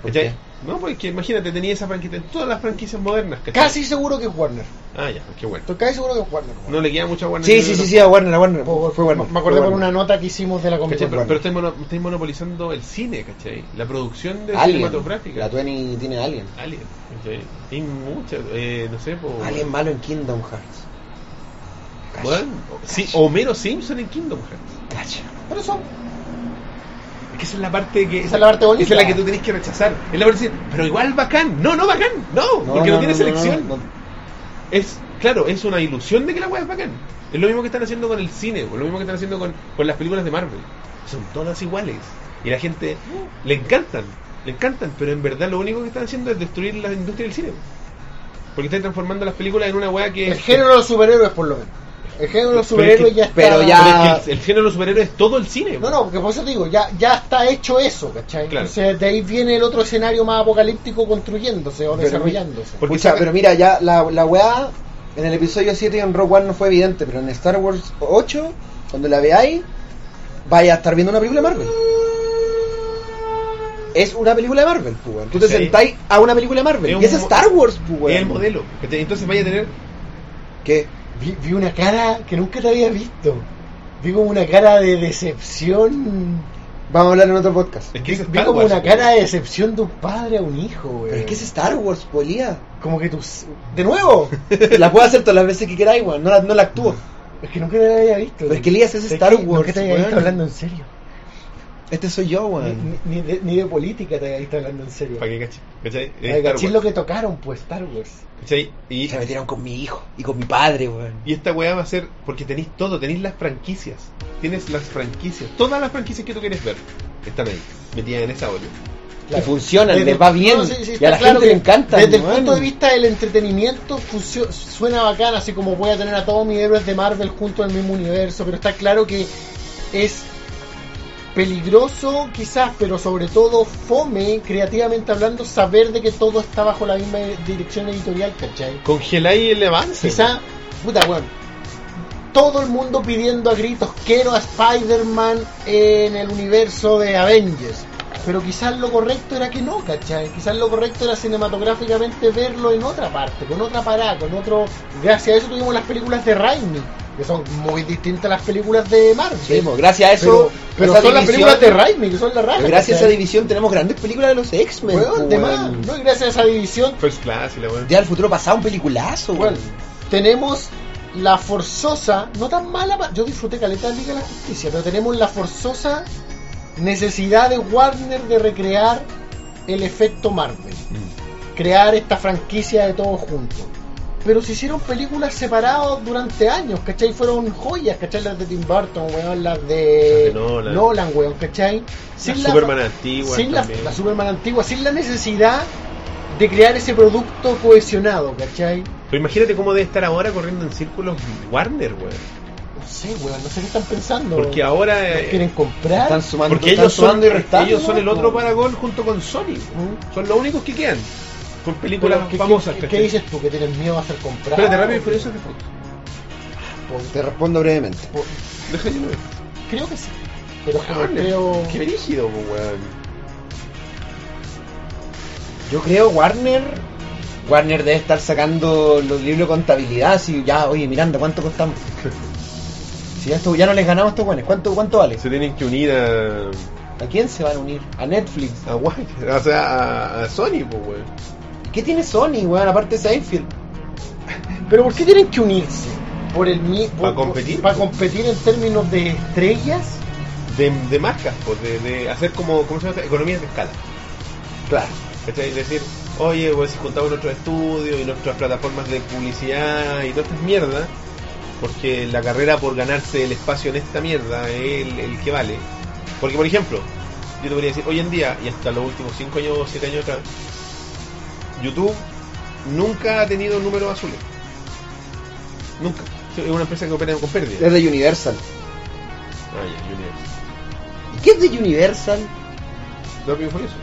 ¿Por ¿Cachai? qué? No, porque imagínate, tenía esa franquicia en todas las franquicias modernas. ¿cachai? Casi seguro que es Warner. Ah, ya, qué bueno. Estoy casi seguro que es Warner. weón. No le queda mucha buena. Sí, sí, sí, sí, a Warner, a Warner. po, Fue Warner. Me acordé fue por Warner. una nota que hicimos de la Comic ¿Cachai? Con. Pero, pero estáis, mono- estáis monopolizando el cine, ¿cachai? La producción de Alien. cinematográfica. La Twenty tiene Alien. Alien, ¿cachai? Hay muchas, eh, no sé, po, Alien malo en Kingdom Hearts. Bueno, sí, Homero Simpson en Kingdom Hearts. Cacha. Pero son Es que esa es la parte que. Esa es la parte bonita. Esa es la que tú tenés que rechazar. Es la parte de decir, pero igual bacán. No, no bacán. No, porque no, tiene selección. no, no. Es, claro, es una ilusión de que la weá es bacán. Es lo mismo que están haciendo con el cine, o lo mismo que están haciendo con, con las películas de Marvel. Son todas iguales. Y la gente le encantan, le encantan, pero en verdad lo único que están haciendo es destruir la industria del cine. Porque están transformando las películas en una weá que. El género de los superhéroes, por lo menos. El género de los Pero es que- superhéroes ya está. pero ya- Pero es que el, el género superhéroe es todo el cine. No, no, porque por eso te digo, ya, ya está hecho eso, ¿cachai? Claro. Entonces de ahí viene el otro escenario más apocalíptico construyéndose o Pero- desarrollándose. Porque Pucha, saca- pero mira, ya la, la weá en el episodio 7 y en Rogue One no fue evidente, pero en Star Wars 8, cuando la veáis, vaya a estar viendo una película de Marvel. Es una película de Marvel, pues, weón. Tú te Sí. sentáis a una película de Marvel. Es y es un- Star Wars, pues, weón. Es el modelo. ¿cachai? Entonces vaya a tener. ¿Qué? Vi, vi una cara que nunca te había visto. Vi como una cara de decepción. Vamos a hablar en otro podcast. Es que Vi, es vi Star como Wars, una pues. cara de decepción de un padre a un hijo, güey. Pero es que es Star Wars, polía. Como que tus. ¡De nuevo! (laughs) La puedo hacer todas las veces que queráis, weón. No la, no la actúo. es que nunca te la había visto. Pero es que Elías es Pero Star que Wars, Nunca te había weón. visto hablando en serio. Este soy yo, Ni, weón. ni- ni de, ni de política te había visto hablando en serio. Para que cache. ¿Cachai? Es Ay, Star caché Wars, lo que tocaron, pues, Star Wars. ¿cachai? Y Y, se metieron con mi hijo y con mi padre, weón. y esta weá va a ser. Porque tenéis todo, tenéis las franquicias. Tienes las franquicias. Todas las franquicias que tú quieres ver están ahí. Metidas en esa olla. Claro. Y funcionan, Desde- les va bien. no, sí, sí, y a está la claro gente que le encanta. Desde el weón. punto de vista del entretenimiento funcio- suena bacán, así como voy a tener a todos mis héroes de Marvel junto en el mismo universo, pero está claro que es peligroso quizás, pero sobre todo fome, creativamente hablando, saber de que todo está bajo la misma dirección editorial, ¿cachai? Congeláis el avance. Quizá, puta weón, todo el mundo pidiendo a gritos quiero a Spider-Man en el universo de Avengers. Pero quizás lo correcto era que no, ¿cachai? Quizás lo correcto era cinematográficamente verlo en otra parte, con otra parada, con otro... Gracias a eso tuvimos las películas de Raimi, que son muy distintas a las películas de Marvel. Sí, pues, gracias a eso. pero pero esa son las división- películas de Raimi, que son las raras. pero Gracias a esa ¿cachai? división tenemos grandes películas de los X-Men. Weón, de más, weón. ¿no? Y Gracias a esa división First class y la weá. Día del futuro pasado, un peliculazo, weón. Bueno, tenemos la forzosa, no tan mala, pa- yo disfruté caleta de Liga de la Justicia, pero tenemos la forzosa necesidad de Warner de recrear el efecto Marvel, Mm. crear esta franquicia de todos juntos. Pero se hicieron películas separadas durante años, ¿cachai? Fueron joyas, ¿cachai? Las de Tim Burton, weón, las de, Las de Nolan. weón, ¿cachai? La Sin la- Superman antigua. sin la, también. la Superman antigua, sin la necesidad de crear ese producto cohesionado, ¿cachai? Pero imagínate cómo debe estar ahora corriendo en círculos Warner, weón. sé, weón, no sé qué están pensando. Porque ahora. ¿Nos eh, quieren comprar? Están sumando, porque están ellos son, sumando y restando, ellos son el ¿no? otro Paragol junto con Sony. ¿Mm? Son los únicos que quedan. Con pues, películas Pero, ¿qué- famosas. ¿qué, qué ¿cachai? dices tú? ¿Que tienen miedo a ser comprados? Espérate, rápido y furioso de fondo. pues, Te respondo brevemente. Por- Deja yo lo veo. Creo que sí. Pero como Cabrón, creo. Qué brígido, po, weón. Yo creo Warner. Warner debe estar sacando los libros de contabilidad. Así, ya, oye, Miranda, (laughs) ¿cuánto costamos? Si ya, esto, ya no les ganamos a estos buenos, ¿cuánto, cuánto vale? Se tienen que unir a. ¿A quién se van a unir? A Netflix. a Warner, (laughs) o sea, a, a Sony, po, weón. ¿Qué tiene Sony, weón? Aparte de Seinfeld. (laughs) Pero ¿por qué tienen que unirse? Por el mi- por- ¿Para competir? Para competir en términos de estrellas. De, de marcas, pues, de, de hacer como, ¿cómo se llama? Economías de escala. Claro. ¿Cachai? Es decir, oye, pues si juntamos nuestros estudios y nuestras plataformas de publicidad y todas estas mierdas, porque la carrera por ganarse el espacio en esta mierda es el, el que vale. Porque, por ejemplo, yo te podría decir, hoy en día, y hasta los últimos 5 años o 7 años atrás, YouTube nunca ha tenido números azules. Nunca. Es una empresa que opera con pérdida. Es de Universal. Ah, ya, Universal. ¿Y qué es de Universal? Rápido y furioso.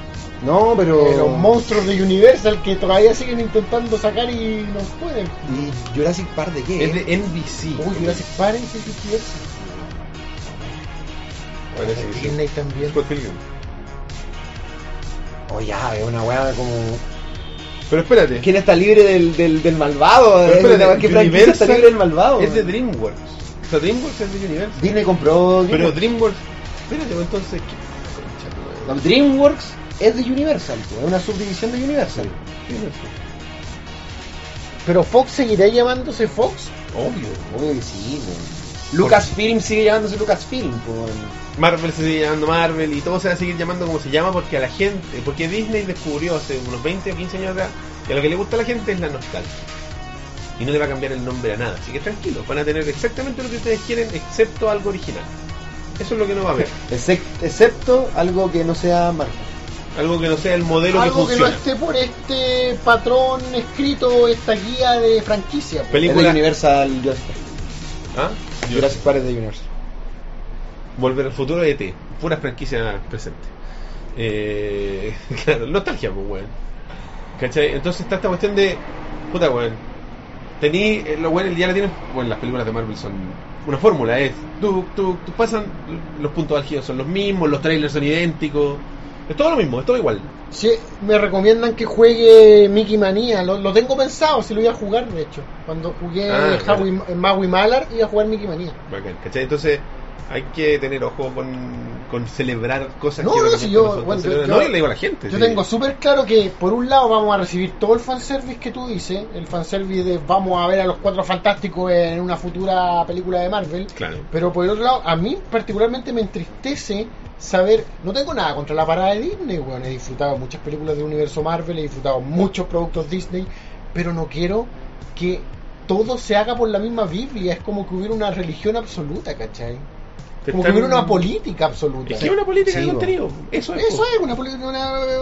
No, pero. Los monstruos de Universal que todavía siguen intentando sacar y no pueden. ¿Y Jurassic Park de qué? Es de NBC. Uy, Jurassic Park ese es Universal. Bueno, sí, sí. Disney también. Scott Pilgrim. Oh, ya, es una weá como. Pero espérate. ¿Quién está libre del, del, del malvado? Pero Es espérate, una- ¿Qué franquicia está Universal libre del malvado? Es de weón? DreamWorks. O sea, DreamWorks es de Universal. Disney compró. Pero DreamWorks. DreamWorks. Espérate, pues, entonces. ¿qué? Concha, tu madre. No, DreamWorks es de Universal, po, es una subdivisión de Universal. ¿Qué es eso? Pero Fox seguirá llamándose Fox. Obvio. Obvio que sí, po. Lucasfilm sigue llamándose Lucasfilm, po. Marvel se sigue llamando Marvel y todo se va a seguir llamando como se llama porque a la gente. Porque Disney descubrió hace unos 20 o 15 años atrás que lo que le gusta a la gente es la nostalgia. Y no le va a cambiar el nombre a nada. Así que tranquilos, van a tener exactamente lo que ustedes quieren, excepto algo original. Eso es lo que no va a haber. Excep- Excepto algo que no sea marca. Algo que no sea el modelo Algo que que no funciona. esté por este patrón escrito, esta guía de franquicia. pues. Es de Película. Universal Jurassic Park. ¿Ah? Jurassic Park es de Universal. Volver al futuro de ET, puras franquicias presentes. Eh, (laughs) claro, nostalgia, pues, weón. ¿Cachai? Entonces está esta cuestión de. Puta, weón. Tení. eh, Los weones ya la tienen. Bueno, las películas de Marvel son una fórmula, es. Tú, tú, tú pasan. Los puntos álgidos son los mismos, los trailers son idénticos. Es todo lo mismo, es todo igual. Sí, me recomiendan que juegue Mickey Manía. Lo, lo tengo pensado, si lo iba a jugar, de hecho. Cuando jugué Ah, Howie, eh, Maui Malar, iba a jugar Mickey Manía. Bacán, ¿cachai? Entonces. Hay que tener ojo con, con celebrar cosas No, que no, realmente si yo- nosotros bueno, yo- celebramos. yo- no, yo le digo a la gente. Yo sí. tengo súper claro que, por un lado, vamos a recibir todo el fanservice que tú dices. El fanservice de vamos a ver a los cuatro fantásticos en una futura película de Marvel. Claro. Pero por el otro lado, a mí particularmente me entristece saber, no tengo nada contra la parada de Disney, weón, he disfrutado muchas películas del universo Marvel, he disfrutado muchos productos Disney, pero no quiero que todo se haga por la misma Biblia, es como que hubiera una religión absoluta, ¿cachai? Te Como que están- hubiera una política absoluta. Es que es una política Sí, de bo. contenido. Eso es. Eso po. es una, poli- una, eh,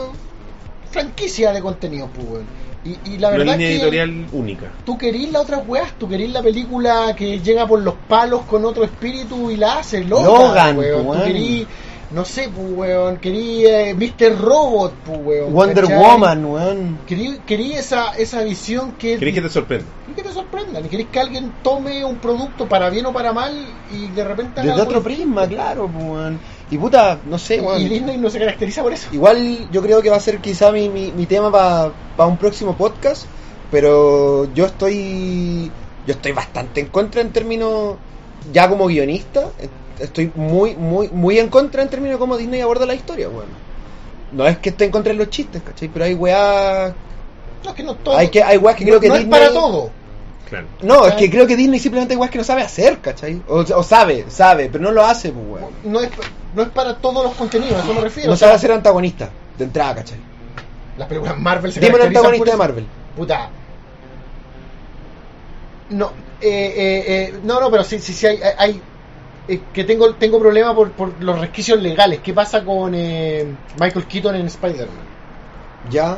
franquicia de contenido, pues, weón. Y, y la Una verdad línea que editorial única. tú querís la otra weas, tú querís la película que llega por los palos con otro espíritu y la hace, Logan, Logan, weón. weón. Tú querís, no sé, pu, weón, querís eh, Mr. Robot, pu, weón, Wonder ¿cachai? Woman, weón. Querís querí esa, esa visión que... ¿Querés que te sorprenda? querís que te sorprendan, y querís que alguien tome un producto para bien o para mal y de repente... haga Desde algo otro distinto. prisma, claro, po, weón. Y puta, no sé, Y weón. Disney no se caracteriza por eso. Igual yo creo que va a ser quizá mi, mi, mi tema para un próximo podcast, pero yo estoy yo estoy bastante en contra en términos ya como guionista, eh, estoy muy muy muy en contra en términos de cómo Disney aborda la historia, bueno. No es que esté en contra de los chistes, ¿cachai? Pero hay weá... No, es que no todo... Hay que- hay weas que no, creo que no Disney- es para todo. Claro. No, es ¿Cachai? que creo que Disney simplemente hay weas que no sabe hacer, ¿cachai? O, o sabe, sabe, pero no lo hace, pues, weón. No es, no es para todos los contenidos, a eso me refiero. No O sea, sabe ser antagonista, de entrada, ¿cachai? Las películas Marvel se Dime el caracterizan por antagonista de eso. Marvel. Puta. No, eh, eh, eh, no, no, pero sí, sí, sí, hay. hay- hay, eh, que tengo, tengo problema por, por los resquicios legales. ¿Qué pasa con eh, Michael Keaton en Spider-Man? Ya.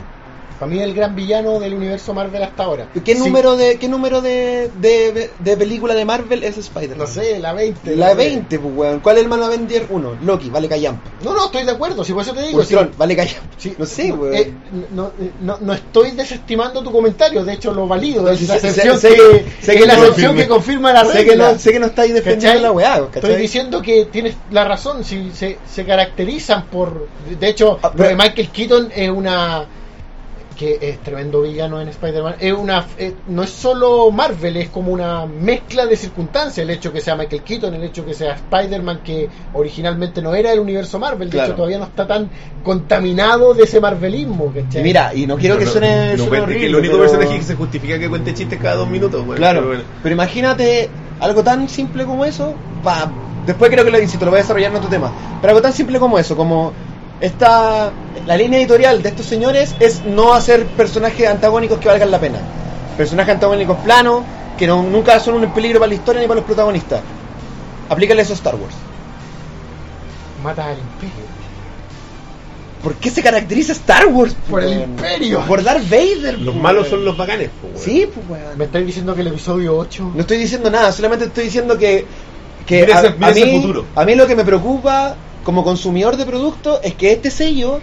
Para mí es el gran villano del universo Marvel hasta ahora. ¿Qué Sí. número de qué número de, de, de película de Marvel es Spider-Man? No sé, este, eh, la 20. La no sé. 20, pues, weón. ¿Cuál es el mano Avenger 1? Loki, vale callampa. No, no, estoy de acuerdo, si por eso te digo. Ultron, si- vale callampa. si- no sé, weón. eh, no, no- no estoy desestimando tu comentario, de hecho lo valido. Es Sí, la sí, excepción sé- sé que, que- sé es que la no excepción firme. que confirma la regla. sé, que no, sé que no estáis defendiendo ¿Cachai? la weá, pues, ¿cachai? Estoy diciendo que tienes la razón, si se, se caracterizan por... De hecho, Ah, lo de pero- Michael Keaton es una... que es tremendo villano en Spider-Man, es una... eh, no es solo Marvel, es como una mezcla de circunstancias, el hecho que sea Michael Keaton, el hecho que sea Spider-Man, que originalmente no era el universo Marvel, de Claro. hecho todavía no está tan contaminado de ese marvelismo, ¿cachai? Y mira, y no quiero que No, suene, no suene cuente, horrible, que el único pero- personaje que se justifica que cuente chistes cada dos minutos, weón. Claro, Pero bueno. pero imagínate algo tan simple como eso. pa- después creo que lo insisto, lo voy a desarrollar en otro tema. Pero algo tan simple como eso, como esta la línea editorial de estos señores es no hacer personajes antagónicos que valgan la pena. Personajes antagónicos planos que no- nunca son un peligro para la historia ni para los protagonistas. Aplícale eso a Star Wars. Mata al imperio. ¿Por qué se caracteriza Star Wars? Por el weón? imperio. Por Darth Vader. Los weón. malos son los bacanes, pues, weón. Sí, pues, weón. ¿Me estáis diciendo que el episodio 8... No estoy diciendo nada, solamente estoy diciendo que, que Mira a, ese- mira a ese mí, futuro. a mí lo que me preocupa como consumidor de productos es que este sello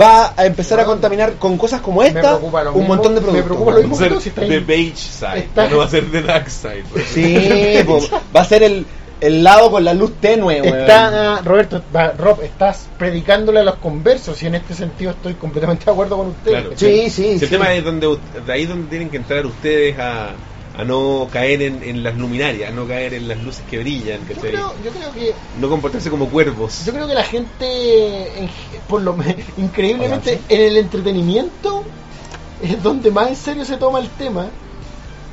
va a empezar a contaminar con cosas como Me esta preocupa lo un mismo, montón de me productos. preocupa lo weón. mismo. Va a ser Si está ahí- de beige side, está- no va a ser de dark side. weón. Sí, po, va a ser el, el lado con la luz tenue, weón. Está, Roberto, va, Rob, estás predicándole a los conversos y en este sentido estoy completamente de acuerdo con usted. Claro. Sí, sí, Si sí. el tema es donde us- de ahí es donde tienen que entrar ustedes a, a no caer en, en las luminarias, a no caer en las luces que brillan, Yo ¿cachai? creo, yo creo que No comportarse como cuervos. yo creo que la gente en ge- por lo me- (laughs) increíblemente en el entretenimiento es donde más en serio se toma el tema.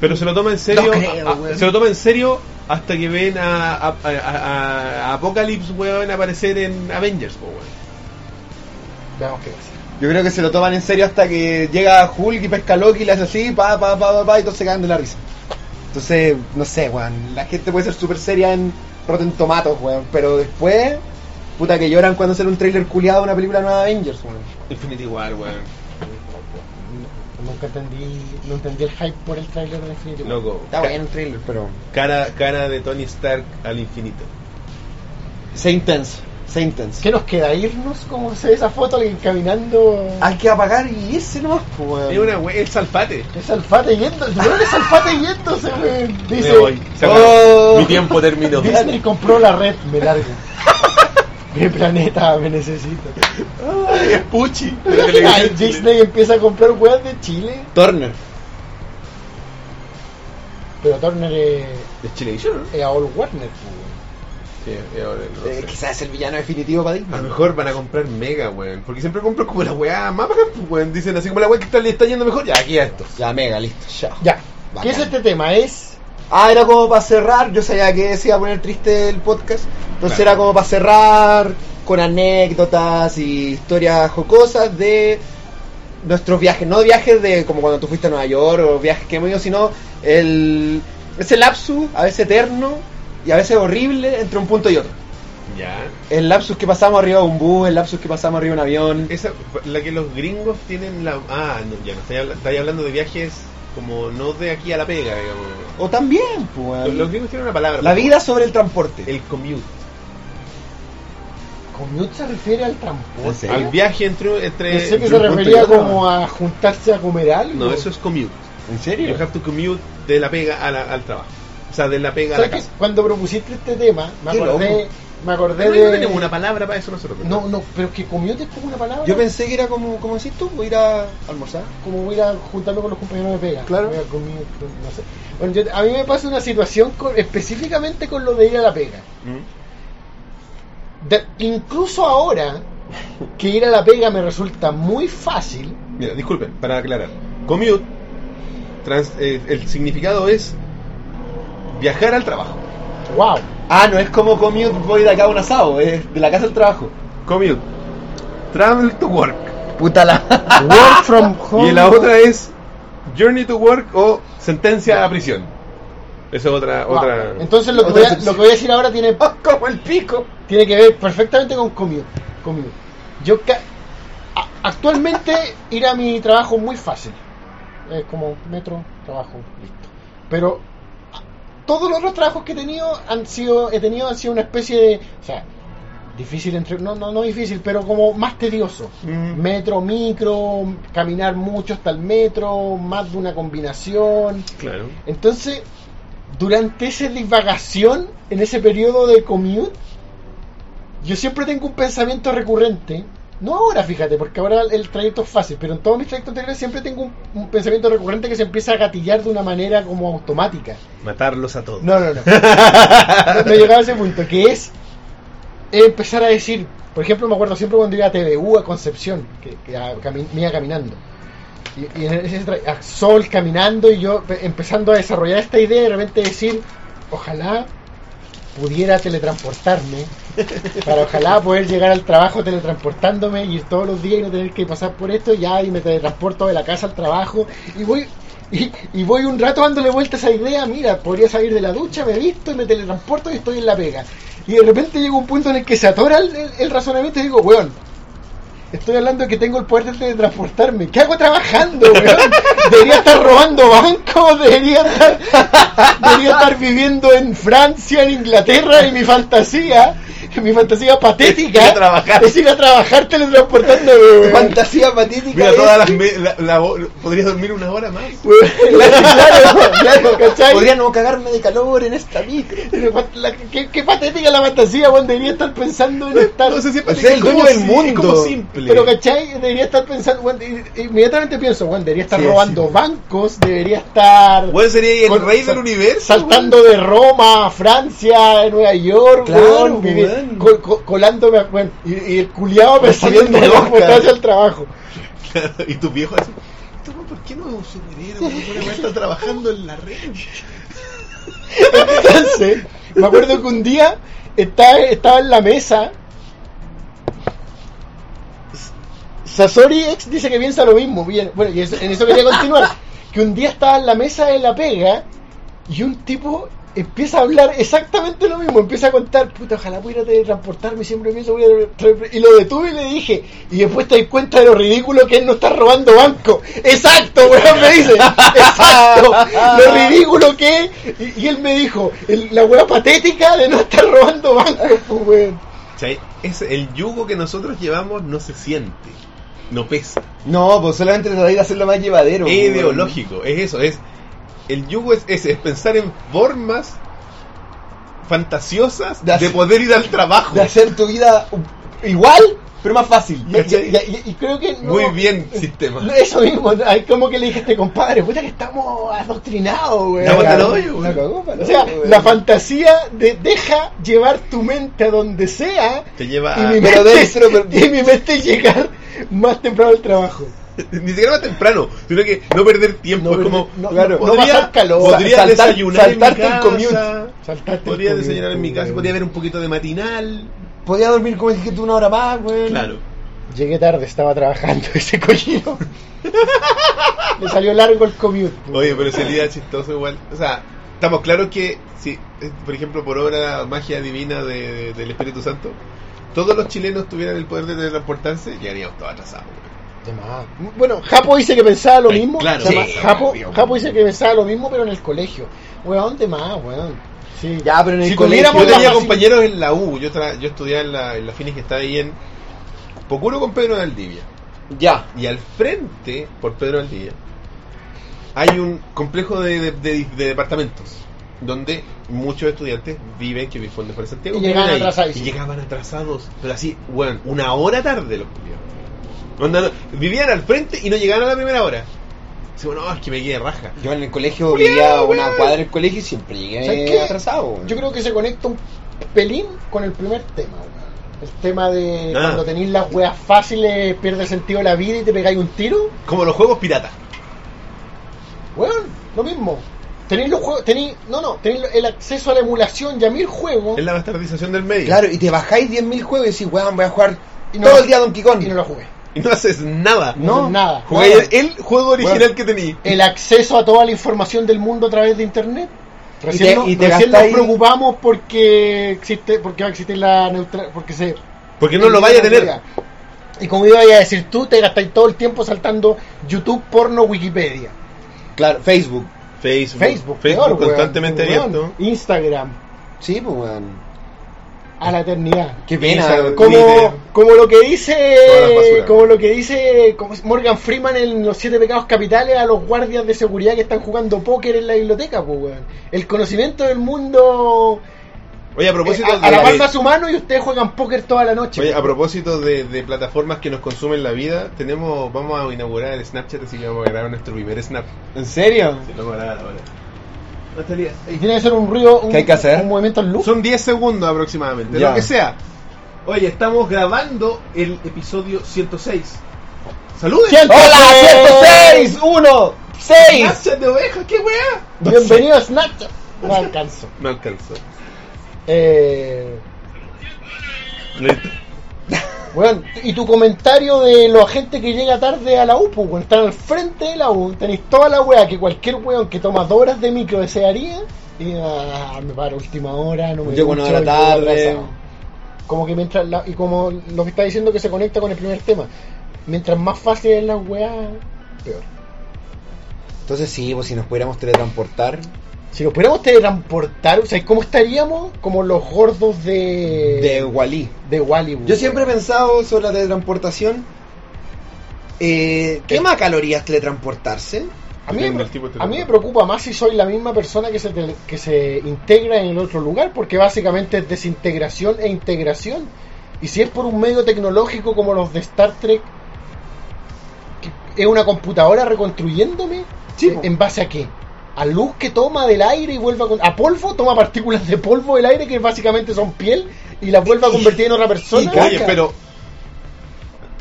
Pero se lo toma en serio. No creo, a- a- weón. se lo toma en serio hasta que ven a, a, a- a- a Apocalypse, weón, aparecer en Avengers, po, weón. Veamos qué pasa. Yo creo que se lo toman en serio hasta que llega Hulk y pesca a Loki y le hace así, pa, pa, pa, pa, pa, y todos se cagan de la risa. Entonces, no sé, weón. La gente puede ser súper seria en Rotten Tomatoes, weón. Pero después, puta que lloran cuando sale un trailer culiado de una película nueva de Avengers, weón. Infinity War, weón. Nunca entendí, no entendí el hype por el tráiler de Infinity War. Loco. Está bueno el trailer, pero. Cara, cara de Tony Stark al infinito. Sé intenso, sé intenso. ¿Qué nos queda? ¿Irnos? como se ve esa foto? Alguien caminando. Hay que apagar y irse nomás, po, weón. Es una we- es salpate. Es Alfate yendo, el weón es Alfate yéndose, weón. Dice, Me voy. Se acabó. Oh. Mi tiempo (laughs) terminó. Disney compró la red, me (laughs) largo. Mi planeta me necesita. Ay, es (laughs) Puchi. ¿Te imaginas? Disney empieza a comprar weas de Chile, Turner. pero Turner es, De Chilevisión, ¿no? es a All Warner. pues, Sí, es ahora el Eh, Rosa. quizás es el villano definitivo para A Disney. lo mejor van a comprar mega, weón. Porque siempre compran como la weá más bacán, pues, weón. Dicen así como la weá que está, le está yendo mejor. Ya, aquí a esto. Ya, mega, listo, chao. Ya, Bacán. ¿qué es este tema? Es Ah, era como para cerrar. Yo sabía que se iba a poner triste el podcast. Entonces Claro. era como para cerrar con anécdotas y historias jocosas de nuestros viajes. No viajes de como cuando tú fuiste a Nueva York o viajes que hemos ido, sino el, ese lapsus, a veces eterno y a veces horrible, entre un punto y otro. Ya. El lapsus que pasamos arriba de un bus, el lapsus que pasamos arriba de un avión. Esa, la que los gringos tienen la. Ah, no, ya no. Estáis habla- estáis hablando de viajes como no de aquí a la pega, digamos. O también, Ah, pues, Los, los gringos tienen una palabra. la pues, vida sobre el transporte. El commute. commute se refiere al transporte. ¿En serio? Al viaje entre. entre Pensé que entre se un punto y refería otro. como a juntarse a comer algo. No, eso es commute. ¿En You have to commute de la pega a la- al trabajo. O sea, de la pega a la ¿Sabes qué? casa. Cuando propusiste este tema, me Qué acordé, loco. me acordé Pero no de. tenemos una palabra para eso nosotros. Eh, No, no, pero es que commute es como una palabra. Yo pensé que era como, como decís tú, voy a ir a almorzar. como voy a ir a juntarme con los compañeros de pega. Claro. Voy a comer, no sé. Bueno, yo- a mí me pasa una situación con- específicamente con lo de ir a la pega. ¿Mm? De- incluso ahora que ir a la pega me resulta muy fácil, Mira, disculpen, para aclarar. Commute, trans- eh, el significado es viajar al trabajo. wow. Ah, no es como commute voy de acá a un asado, es de la casa al trabajo. Commute, travel to work. Puta (laughs) la. Work from Y la otra es journey to work o sentencia a prisión. Eso es otra... Wow. otra... Ah, Entonces lo que, otra voy a, sensación. lo que voy a decir ahora tiene, como el pico. tiene que ver perfectamente con commute. commute. Yo ca- a- Actualmente ir a mi trabajo es muy fácil. Es como metro, trabajo, listo. Pero todos los otros trabajos que he tenido han sido, he tenido han sido una especie de, o sea, difícil entre, no, no, no difícil, pero como más tedioso. Mm. Metro, micro, caminar mucho hasta el metro, más de una combinación. Claro. Entonces, durante esa divagación, en ese periodo de commute, yo siempre tengo un pensamiento recurrente. No ahora, fíjate, porque ahora el trayecto es fácil, pero en todos mis trayectos anteriores siempre tengo un, un pensamiento recurrente que se empieza a gatillar de una manera como automática. Matarlos a todos. No, no, no. No, no llegaba a ese punto, que es empezar a decir, por ejemplo, me acuerdo siempre cuando iba a TVU a Concepción, que, que a- cami- me iba caminando. Y, y en ese tra- a sol caminando y yo pe- empezando a desarrollar esta idea y de repente decir, ojalá pudiera teletransportarme, para ojalá poder llegar al trabajo teletransportándome y ir todos los días y no tener que pasar por esto, ya y me teletransporto de la casa al trabajo y voy y, y voy un rato dándole vueltas a esa idea, mira, podría salir de la ducha, me visto y me teletransporto y estoy en la pega. Y de repente llega un punto en el que se atora el, el- el razonamiento y digo, weón, estoy hablando de que tengo el poder de teletransportarme. ¿Qué hago trabajando, weón? Debería estar robando bancos, debería estar, debería estar viviendo en Francia, en Inglaterra, y mi fantasía, mi fantasía patética, Ir a trabajar. es ir a trabajar teletransportándome, weón. Fantasía patética. Mira, es- todas (laughs) las. me- la- la- podrías dormir una hora más. claro, claro, ¿cachai? Podría no cagarme de calor en esta micro. La- qué, qué patética la fantasía, weón. Debería estar pensando en estar. No sé si O sea, el como dueño del si- mundo. como simple. Pero, ¿cachai? Debería estar pensando, weón, y- y Inmediatamente pienso, weón, debería estar Sí, robando sí. bancos, debería estar. Weón, sería el Con- rey del sal- universo. Saltando de Roma a Francia, a Nueva York, Claro, weón, vivi- weón. col- col- colándome, a- weón, y, y el culiado persiguiendo Persiguiendo la loca. hacia el trabajo. weón. (laughs) Y tu viejo así. "Tú, weón, ¿Por qué no es un superhéroe? ¿Por qué weón está trabajando en la red? Entonces, me acuerdo que un día estaba, estaba en la mesa. Sasori ex dice que piensa lo mismo. Bien, bueno, y eso- en eso quería continuar. Que un día estaba en la mesa de la pega y un tipo empieza a hablar exactamente lo mismo. Empieza a contar, puta, ojalá pudiera teletransportarme. Siempre pienso, voy a teletransportarme". Y lo detuve y le dije. Y después te das cuenta de lo ridículo que él no está robando banco. Eh, Exacto, weón, me dice. Exacto, (laughs) lo ridículo que es. Y, y él me dijo, el- la weá patética de no estar robando banco, (laughs) pues, weón. ¿Cachai? Es el yugo que nosotros llevamos no se siente, no pesa. No, pues solamente tratar de hacerlo más llevadero. pues, es weón. ideológico, es eso, es el yugo es ese, es pensar en formas fantasiosas De de, hacer- poder ir al trabajo. De hacer tu vida igual, pero más fácil. Y, y- y- y creo que no- Muy bien, sistema. (laughs) no, (laughs) Eso mismo, hay como que le dijiste, compadre, puta que estamos adoctrinados, weón. Estamos Cagó, al hoyo, weón. la cagó, pa'l O sea, hoyo, weón. la fantasía de deja llevar tu mente a donde sea Te lleva y, a- mi pero mente, dentro, pero- (laughs) y mi mente llegar más temprano al trabajo. (laughs) ni siquiera más temprano, sino que no perder tiempo, No es como perder- no, claro, no podría, pasar calor, podría saltar- desayunar en saltarte Este el mi casa, commute. Saltarte podría el commute, desayunar en mi casa, weón. podría ver un poquito de matinal, Podía dormir como dijiste tú una hora más, güey. claro. Llegué tarde, estaba trabajando (laughs) ese cochino. Le salió largo el commute. Oye, pero sería chistoso igual. O sea, estamos claros que, si, eh, por ejemplo, por obra magia divina de- de- del Espíritu Santo, todos los chilenos tuvieran el poder de teletransportarse, llegaríamos todos atrasados. güey. Bueno, Japo dice que pensaba lo Ay, mismo. Eh, claro, Se llama- sí, Japo, obvio. Japo dice que pensaba lo mismo, pero en el colegio. Weón, de más, weón. Sí. Ya, pero en el Si colegio. tuviéramos Yo tenía la facil- compañeros en la U, yo, tra- yo estudiaba en la, en la Finis que está ahí en Pocuro con Pedro de Aldivia. Ya. Y al frente, por Pedro Aldivia, hay un complejo de, de- de- de departamentos donde muchos estudiantes viven, que viven fuera de Santiago, Y viven llegaban ahí. atrasados. Y llegaban atrasados, pero así, bueno, una hora tarde los culiados. Onda, no- vivían al frente y no llegaban a la primera hora. Dice, bueno, no, es que me quedé raja. Yo en el colegio vivía a una cuadra del colegio y siempre ¿Sabes llegué qué? atrasado. weón. Yo creo que se conecta un pelín con el primer tema, weón. El tema de Ah. cuando tenéis las weas fáciles, pierde sentido la vida y te pegáis un tiro. Como los juegos piratas. Weón, lo mismo. Tenéis los juegos, tenéis, no, no, tenéis el acceso a la emulación y a mil juegos Es la bastardización del medio. Claro, y te bajáis 10.000 juegos y decís, weón, voy a jugar Y no- todo el día a Donkey Kong. y no lo jugué. Y no haces nada. No, haces nada. Jugáis Nada. el juego original Bueno. que tenías. el acceso a toda la información del mundo a través de internet. Recién, Y te- no- y te recién nos gastáis- preocupamos porque existe, porque va a existir la neutral, porque se Porque no lo vaya a tener. Y como iba a decir tú, te gastáis todo el tiempo saltando YouTube, porno, Wikipedia. Claro, Facebook. Facebook. Facebook, peor, weón. constantemente Weón, abierto. Instagram, Sí, pues, weón. a la eternidad. Qué pena. Instagram. Como, Twitter. como lo que Todas las dice basuras. como lo que dice como es Morgan Freeman en los siete pecados capitales a los guardias de seguridad que están jugando póker en la biblioteca, pues weón. El conocimiento del mundo Oye, a eh, propósito a, a la de- palma de su mano y ustedes juegan póker toda la noche. Oye, a weón. propósito de, de plataformas que nos consumen la vida, tenemos, vamos a inaugurar el Snapchat, así que vamos a grabar nuestro primer Snap. ¿En serio? Sí, lo vamos a grabar ahora. Y tiene que ser un ruido, un, ¿Qué hay que hacer? un movimiento en luz. Uh. Son 10 segundos aproximadamente, Ya. lo que sea. Oye, estamos grabando el episodio 106. ¡Saludos! ¡Ciento! ¡Hola! ¡106! ¡1! ¡6! ¡Snapchat de oveja! ¡Qué weá! Bienvenido a Snapchat. No alcanzo. No alcanzó. Eh, Listo. Weón, y tu comentario de los agentes que llega tarde a la U, pues, weón, están al frente de la U, tenéis toda la weá que cualquier weón que toma dos horas de micro desearía, y ah, me paro última hora, no me Llego una ducho, hora tarde. atrasado. Como que mientras la- y como lo que está diciendo que se conecta con el primer tema, mientras más fácil es la weá, peor. Entonces sí, pues si nos pudiéramos teletransportar Si nos pudiéramos teletransportar, o sea, ¿cómo estaríamos? Como los gordos de de Walí. de Wally. Yo siempre he pensado sobre la teletransportación. Eh, ¿Quema calorías teletransportarse? A mí, Depende me, del tipo de a mí me teléfono. preocupa más si soy la misma persona que se, tele- que se integra en el otro lugar, porque básicamente es desintegración e integración. Y si es por un medio tecnológico como los de Star Trek, que es una computadora reconstruyéndome, Sí, ¿eh, po. ¿en base a qué? A luz que toma del aire y vuelve a... con- A polvo, toma partículas de polvo del aire que básicamente son piel y las vuelve a convertir en otra persona. caca. Oye, pero.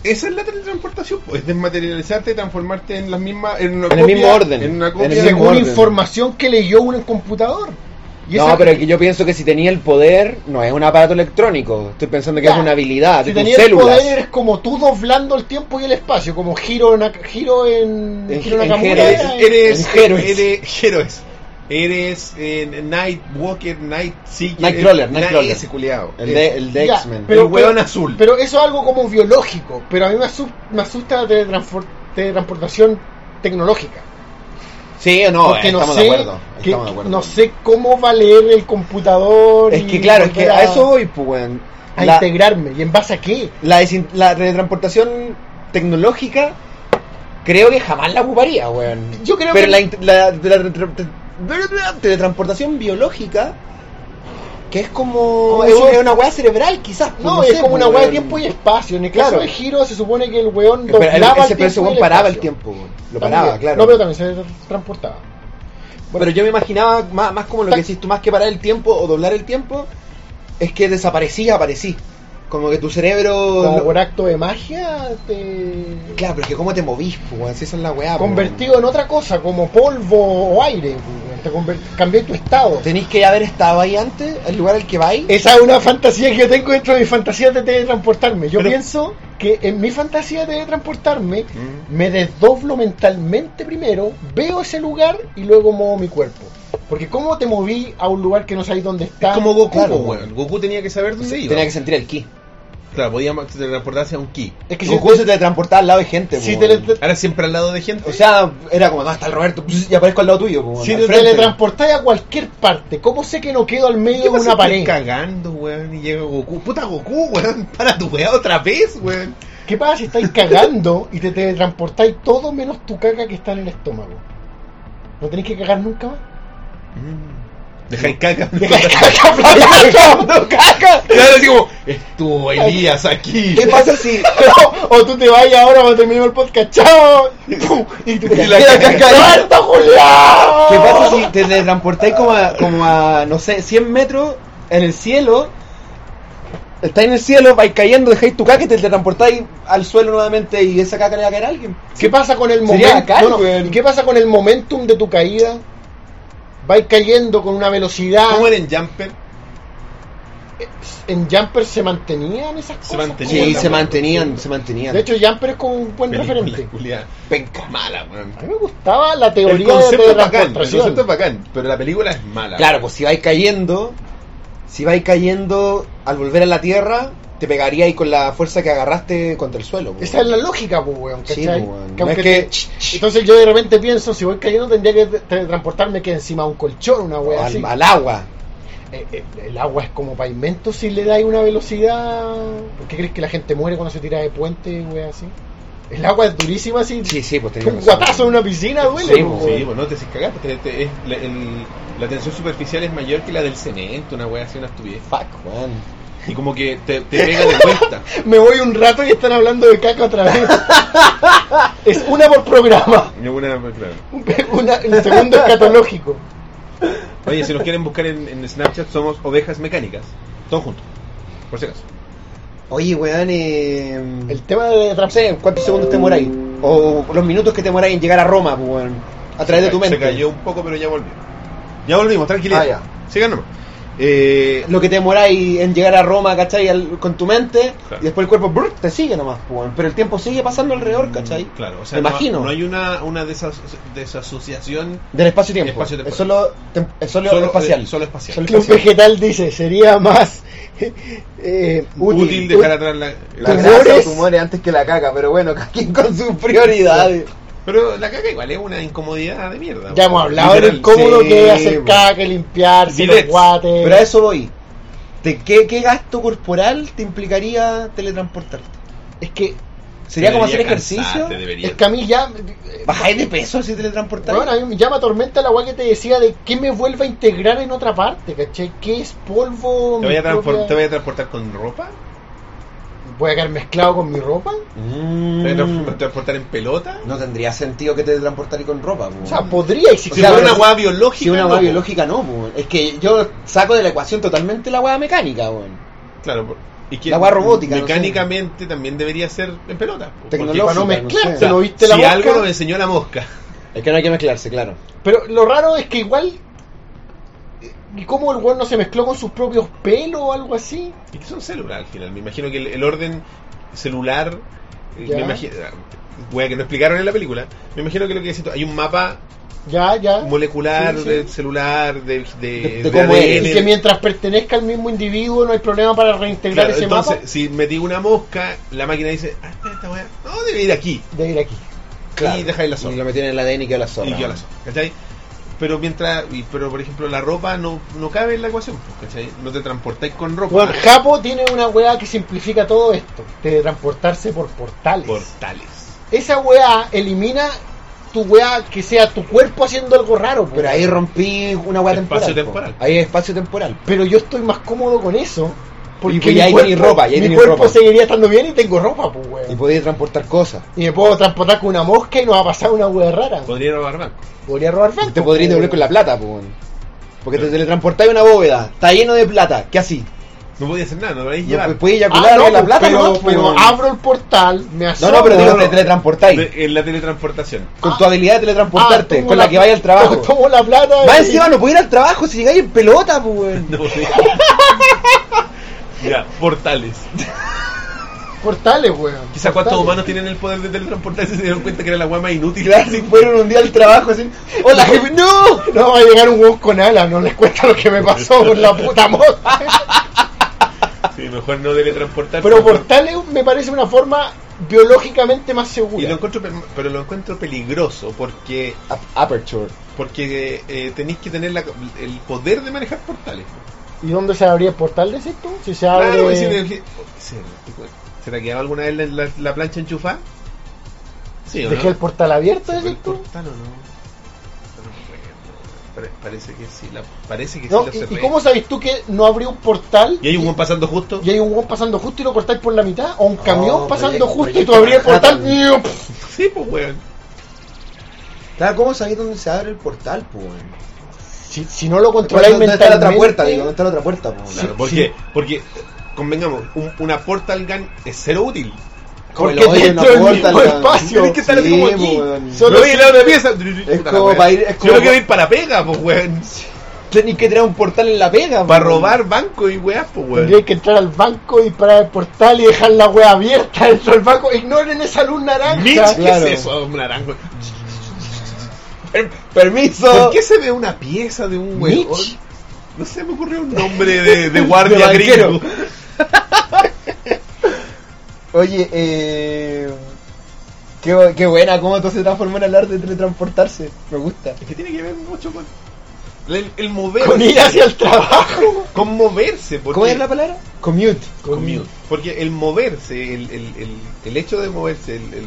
Esa es la teletransportación, pues, es desmaterializarte y transformarte en la misma. En, una En el copia- mismo orden. En una En copia. el mismo Según orden. información que leyó un computador. Y no, esa- pero que yo pienso que si tenía el poder, no es un aparato electrónico. Estoy pensando que Ya. es una habilidad Si Ah, de tus tenías el células. poder eres como tú doblando el tiempo y el espacio, como giro en giro en En- giro en Nakamura, Eres, era- eres, En héroes. eres, héroes. eres eh, Night Walker, Night Seeker. Nightcrawler, eh, Nightcrawler. Ese culiao. El de, el de Ya, X-Men. pero- El hueón azul. Pero eso es algo como biológico, pero a mí me asu- me asusta, la teletranspor- teletransportación tecnológica. Sí o no, porque no estamos sé, de acuerdo. que- estamos de acuerdo. no sé cómo va a leer el computador. Es que y claro, es volver que a eso voy, pues, weón. a La- integrarme y en base a qué. la, desin- la teletransportación tecnológica creo que jamás la ocuparía, weón. Yo creo Pero que- la, int- la- la- la- la teletransportación biológica, que es como... Como Es, un- son- es una weá cerebral, quizás. pues, No, es sé, como pues, una hueá de weón. tiempo y espacio. En el caso Claro. de giro se supone que el weón Pero doblaba el- el ese- tiempo pero ese y weón el paraba el espacio. tiempo, weón. Lo paraba, También. claro. No, pero también se transportaba. bueno. Pero yo me imaginaba más, más como lo que Ta- decís tú, más que parar el tiempo o doblar el tiempo, es que desaparecía, aparecí. Como que tu cerebro... Como lo- por acto de magia, te... Claro, pero es que cómo te movís, pues, weón, si esa es la weá. pues, convertido en otra cosa, como polvo o aire. weón. Te conver- Cambié tu estado. Tenéis que haber estado ahí antes, al lugar al que vais. Esa es una fantasía que yo tengo dentro de mi fantasía de teletransportarme. Yo Pero- pienso que en mi fantasía de teletransportarme Mm. me desdoblo mentalmente primero, veo ese lugar y luego muevo mi cuerpo. Porque cómo te moví a un lugar que no sabéis dónde está. Es como Goku, Claro, po, weón. Goku tenía que saber dónde iba. Tenía que sentir el ki. Claro, podíamos teletransportarse a un ki. Es que si Goku se teletransportaba al lado de gente, Si po, weón. tele- Ahora siempre al lado de gente. O sea, era como, no, está el Roberto, (laughs) y aparezco al lado tuyo, po, weón, Si al te frente. teletransportáis a cualquier parte, ¿cómo sé que no quedo al medio de ¿Qué pasa una si pared? estoy cagando, weón, y llega Goku. Puta Goku, weón, (laughs) para tu weá otra vez, weón. ¿Qué pasa si estáis cagando y te teletransportáis todo menos tu caca que está en el estómago? ¿No tenéis que cagar nunca (laughs) más? Mm. Deja el caca. ¡Dejáis (laughs) caca (laughs) flotando, caca! Claro, así como, estuvo Elías aquí. ¿Qué pasa si.? O, o tú te vas ahora cuando terminemos el podcast, ¡chao! ¡Pum! Y tú Y la ¡Mira, caca (laughs) caca! ahí. ¡Roberto Julián! ¿Qué pasa si te teletransportáis como a, como a, no sé, 100 metros en el cielo? Estáis en el cielo, vais cayendo, dejáis tu caca y te teletransportáis al suelo nuevamente y esa caca le va a caer a alguien. ¿Qué pasa con el Sería momento? bacán, no, no, weón. ¿y ¿Qué pasa con el momentum de tu caída? Vais cayendo con una velocidad. ¿Cómo era en Jumper? en Jumper se mantenían esas cosas. Se mantenían. Sí, Sí, se mantenían, se mantenían. De hecho, Jumper es como un buen referente. Película, culiá. penca. Mala, weón. A mí me gustaba la El teoría de concepto es bacán, el teletransportación. concepto es bacán, pero la película es mala. Claro, pues si vais cayendo, si vais cayendo al volver a la Tierra, te pegaría ahí con la fuerza que agarraste contra el suelo. po. Esa es la lógica, pues, weón, Sí, ¿cachai? pues, weón. Que No es aunque que- te- Entonces yo de repente pienso, si voy cayendo tendría que tra- transportarme que encima de un colchón, una O weá al, así. al agua. Eh, eh, el agua es como pavimento si le dais una velocidad. ¿Por qué crees que la gente muere cuando se tira de puente, weá así? El agua es durísima así. Sí, sí, pues tenés un razón. guatazo en una piscina duele. Sí, pues, sí, weón. Sí, pues no te haces cagar, porque te- es- la, el- la tensión superficial es mayor que la del cemento, una wea así, una estupidez. Fuck, weón. Y como que te, te pega de (laughs) vuelta. Me voy un rato y están hablando de caca otra (laughs) vez. es una por programa. (laughs) Y una- pues, claro. Un pe- una- el segundo es catológico. Oye, si nos quieren buscar en, en Snapchat, somos ovejas mecánicas. Todos juntos. Por si acaso. Oye, weón, eh, El tema de no sé, eh, ¿cuántos segundos te moráis? O los minutos que te moráis en llegar a Roma, pues, weón. A través de tu Se mente. cayó un poco, pero ya volvió. Ya volvimos, tranquilidad. Ah, ya. Sigan nomás. Eh, Lo que te demoráis en llegar a Roma, ¿cachai? Al- con tu mente. Claro. Y después el cuerpo brr, te sigue nomás, pues, weón. Pero el tiempo sigue pasando alrededor, ¿cachai? Mm, Claro, o sea, Me no, imagino. no hay una, una desaso- desasociación. Del espacio-tiempo. Espacio-temporal. es solo, tem- es solo, Solo- espacial. eh, solo espacial. Solo que un vegetal dice sería más (laughs) eh, Útil, útil, dejar atrás la. la- La grasa, Tumores. tumores antes que la caca, pero bueno, cada quien con sus prioridades. Pero la caca igual es una incomodidad de mierda. Ya hemos hablado del Literal. incómodo sí, que es hacer bueno. caca, limpiarse, los Bidets. guates. Pero a eso voy. ¿De qué, qué gasto corporal te implicaría teletransportarte? es que ¿Sería Te como hacer debería ejercicio? cansar, te debería. es que a mí ya ¿Bajáis de peso así teletransportar? bueno, a mí ya me atormenta la weá que te decía de que me vuelva a integrar en otra parte, ¿cachai? ¿Qué es polvo? ¿Te voy, a mi transpor- propia- ¿Te voy a transportar con ropa? ¿Voy a quedar mezclado con mi ropa? ¿Te Mm. voy a tra- transportar en pelota? No tendría sentido que teletransportar con ropa. po. O sea, podría Si existir. sea, fuera pero una si- hueá biológica. si una no, hueá po. biológica no, po. es que yo saco de la ecuación totalmente la hueá mecánica, weón. Claro, por- y que La hueá robótica, no sé. Mecánicamente también debería ser en pelota. po, porque- Tecnológica, para no no sé. mezclarse, O sea, ¿lo viste la si mosca? algo nos enseñó la mosca. Es que no hay que mezclarse, claro. Pero lo raro es que igual. ¿Y cómo el weón no se mezcló con sus propios pelos o algo así? ¿Y qué son células al final? Me imagino que el, el orden celular. eh, Ya. Me imagino. Wea que no explicaron en la película. Me imagino que lo que decís tú, hay un mapa Ya, ya. molecular, Ah, Sí, sí. de celular, de, de, De- de cómo eres. Y que mientras pertenezca al mismo individuo no hay problema para reintegrar Claro, ese entonces, mapa si metí una mosca, la máquina dice, ah, espera, esta weá, no, debe ir aquí. de ir aquí. Y dejáis la Y zorra. lo metieron en el ADN y quedó la zorra. Y yo la weón. sopa, ¿cachai? Pero mientras, y- pero por ejemplo, la ropa no, no cabe en la ecuación, pues, ¿cachai? No te transportáis con ropa. Bueno, Japo tiene una weá que simplifica todo esto, de transportarse por portales. Portales. Esa weá elimina tu weá que sea tu cuerpo haciendo algo raro. pues. po. Pero ahí rompí una hueá temporal. Espacio po. temporal. Ahí es espacio temporal. Pero yo estoy más cómodo con eso. Porque Y pues ya mi ahí cuerpo, tenés ropa, ya mi tenés cuerpo ropa. seguiría estando bien y tengo ropa, pues weón. Y podía transportar cosas. Y me puedo transportar con una mosca y no va a pasar una hueá rara. Podría robar banco. Podría robar bancos. Te podrías devolver con la plata, po, weón. Porque te teletransportáis a una bóveda, está lleno de plata, ¿qué así? No podía hacer nada, no podéis No, llevar. pues, podías Ah, eyacular no, en la plata, pero, ¿no? pero Weón. abro el portal, me No, asomo. ah, no, pero digo, no, te no. teletransportáis. De- en la teletransportación. (laughs) Con tu habilidad de Ah, teletransportarte, tomo con la que vaya al trabajo. (laughs) Tomo la plata. Más y- encima no podía ir al trabajo si llegáis en pelota, po, weón. (laughs) No podía. Mira, portales. Portales, weón. Quizá cuántos Portales. humanos tienen el poder de teletransportarse y se dieron cuenta que era la guama inútil. Claro, si fueron un día al trabajo así. ¡Hola, jefe! ¡No! No va a llegar un hueón con alas, no les cuenta lo que me pasó con la puta mosca. (laughs) Sí, mejor no teletransportarse. Pero portales me parece una forma biológicamente más Y lo segura. encuentro, pe- pero lo encuentro peligroso porque Ap- Aperture. porque eh, tenéis que tener la- el poder de manejar portales. ¿Y dónde se abría el portal, decís tú? Si se abre. Claro, y si te- ¿se, se te ha quedado alguna vez la, la- la plancha enchufada? Sí, ¿o Dejé no? el portal abierto, ¿Se fue pues, el decís tú. portal o no? No me acuerdo. Pare- parece que sí, la, parece que No, sí la ¿y, cerré. y cómo sabes tú que no abrió un portal? ¿Y hay un buen pasando justo? Y hay un hueón pasando justo y lo cortáis por la mitad. O un camión No, pasando proyecto- justo y tú proyecto abrías el portal. Manhattan. y yo, (laughs) pff, Sí, pues weón. Claro, ¿cómo sabéis dónde se abre el portal, po, weón? Si, si no lo controláis ¿Dónde está la mentalmente. otra puerta? Digo, ¿dónde está la otra puerta, pues? po? Claro, weón? porque, sí. porque convengamos, un- una portal gun es cero útil. Como el porque hoyo en dentro del una puerta, mismo weón. espacio. Tienes que estar así Sí, como aquí. po, weón. Solo- no voy a ir a una pieza. Puta Es la como weá. para ir- es Yo como no quiero pa- ir para pega, pues weón. Tenéis que tirar un portal en la pega, pues, Para weón. robar banco y weá, pues weón. Tendría que entrar al banco, disparar el portal y dejar la wea abierta dentro del banco. Ignoren esa luz naranja. Mitch, ¿qué Claro. es eso? Un naranjo. Per- permiso. ¿Por qué se ve una pieza de un Mitch. huevón? No se me ocurrió un nombre de, de guardia De banquero. gringo. Oye, eh, qué, bu- qué buena cómo todo se transformó en el arte de teletransportarse. Me gusta. Es que tiene que ver mucho con el, el mover, Con ir hacia el trabajo. con moverse. Porque, ¿Cómo es la palabra? Commute. Commute. Porque el moverse, el, el, el, el hecho de moverse, el, el-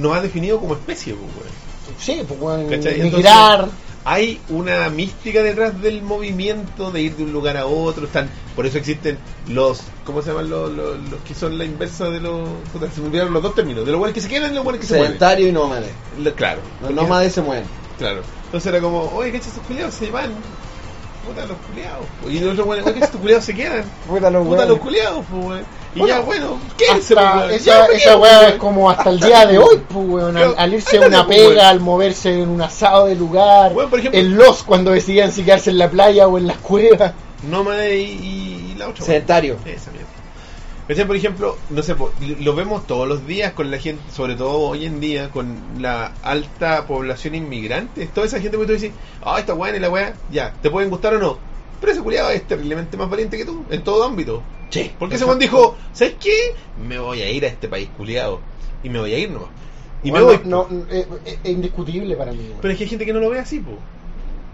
nos ha definido como especie. pues, weón. Sí, pues weón, ¿Cachai? migrar. Entonces, hay una mística detrás del movimiento de ir de un lugar a otro. Están, por eso existen los, ¿cómo se llaman los, los, los que son la inversa de los, puta, se me olvidaron los dos términos, de los buenos que se quedan y los buenos que se mueven. Sedentario y nómade. Lo- Claro, Los porque- nómades se mueven. claro. Entonces era como, oye, ¿qué estos culiados? Se van. Puta los culiados. Y los otros, bueno, (laughs) oye, estos culiados se quedan. Puta los Puta los huevos. culiados, pues, weón. Y Bueno, ya, bueno, ¿qué Hasta esa, esa weá es como hasta el día de hoy, pues, weón, al, al irse a una Ándale, pues, pega, weón. al moverse en un asado de lugar, Weón, por ejemplo- en los cuando decidían si quedarse en la playa o en las cuevas. Nómade y, y- y la otra. weón. Sedentario. Esa mierda. ¿Cachai? Por ejemplo, no sé, po, lo vemos todos los días con la gente, sobre todo hoy en día, con la alta población inmigrante. Toda esa gente que tú dices, ah, esta weá y la weá, ya, te pueden gustar o no. Pero ese culiado es terriblemente más valiente que tú, en todo ámbito. Sí. Porque ese weón dijo, ¿sabes qué? Me voy a ir a este país culiado. Y me voy a ir nomás. Y Weón, me voy. no, no, eh, eh, es indiscutible para mí. weón. Pero es que hay gente que no lo ve así, po.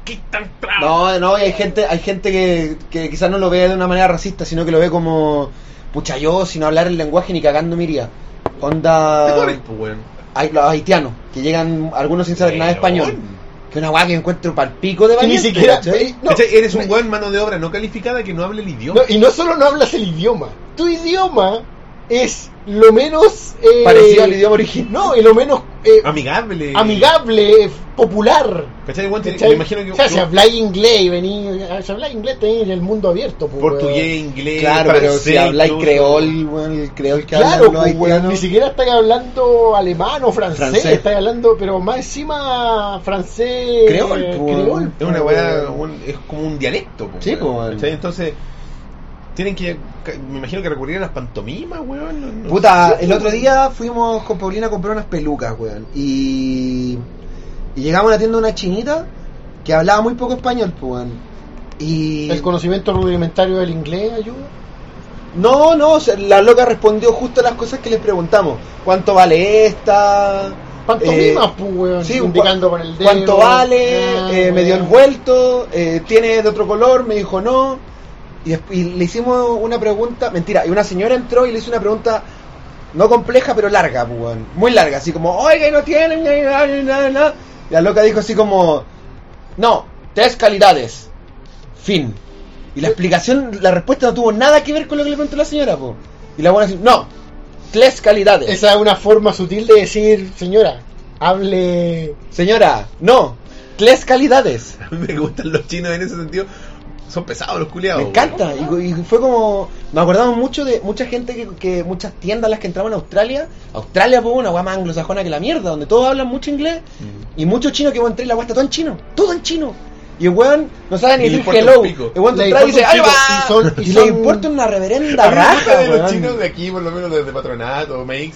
¿Qué tan tra- No, no, y hay gente, hay gente que, que quizás no lo ve de una manera racista, sino que lo ve como, pucha, yo sin hablar el lenguaje ni cagando me iría. Te corres, Onda, po, weón. hay, los haitianos, que llegan algunos sin saber nada de Weón. español. Que una weá que encuentro pal pico de Que ni valiente, siquiera- ¿cachai? No, ¿Cachai? Eres un weón mano de obra no calificada que no hable el idioma. No, y no solo no hablas el idioma, tu idioma es lo menos eh, Parecido al idioma original. No, y lo menos eh, Amigable. amigable, eh, popular. ¿Cachai? Weón, tiene- ¿cachai? me imagino que o sea, si que habláis inglés y venís, si habláis inglés tenéis el mundo abierto. pues, portugués, inglés, Claro, pero francés, si habláis incluso. creol, weón, el creol que Claro, hablan los pues, weón, haitianos. ni siquiera estáis hablando alemán o francés, Francés. estáis hablando, pero más encima francés Creol, eh, pues, creol, Es una pues, weá, weón. un- es como un dialecto. po, Sí, po, weón. weón. ¿Cachai? Entonces, tienen que, ca- me imagino que recurrir a las pantomimas, weón. no- no- Puta, el otro día fuimos con Paulina a comprar unas pelucas, weón. Y, y llegamos a la tienda de una chinita que hablaba muy poco español, pues, weón. Y... El conocimiento rudimentario del inglés ayuda. No, no, se- la loca respondió justo las cosas que les preguntamos. ¿Cuánto vale esta? Pantomimas, Eh, pues, weón, sí, indicando cua- con el dedo. ¿Cuánto vale? Ah, Eh, me dio el weón. vuelto. eh, ¿Tiene de otro color? Me dijo no. Y, desp- y le hicimos una pregunta, mentira, y una señora entró y le hizo una pregunta no compleja, pero larga, pues, weón, muy larga, así como, oiga, y no tienen, na, na, na, na, na". Y la loca dijo así como, no, tres calidades, fin. Y la explicación, la respuesta no tuvo nada que ver con lo que le preguntó la señora, pues. Y la buena dice, no, tres calidades. Esa es una forma sutil de decir, señora, hable. Señora, no, tres calidades. A mí (laughs) me gustan los chinos en ese sentido. Son pesados los culiados. Me encanta. Y, y fue como. Nos acordamos mucho de mucha gente que, que- muchas tiendas a las que entramos en Australia. Australia, pues, una weá más anglosajona que la mierda, donde todos hablan mucho inglés. Y muchos chinos que vos entré y la weá está todo en chino. Todo en chino. Y el weón no sabe ni Y le decir importa un hello. pico. El weón te Le entra y dice, importa ¡ahí un va! pico. Y son- Y, y le son- importa una reverenda La raja raja, de los weón. chinos de aquí, por lo menos desde Patronato, Makes,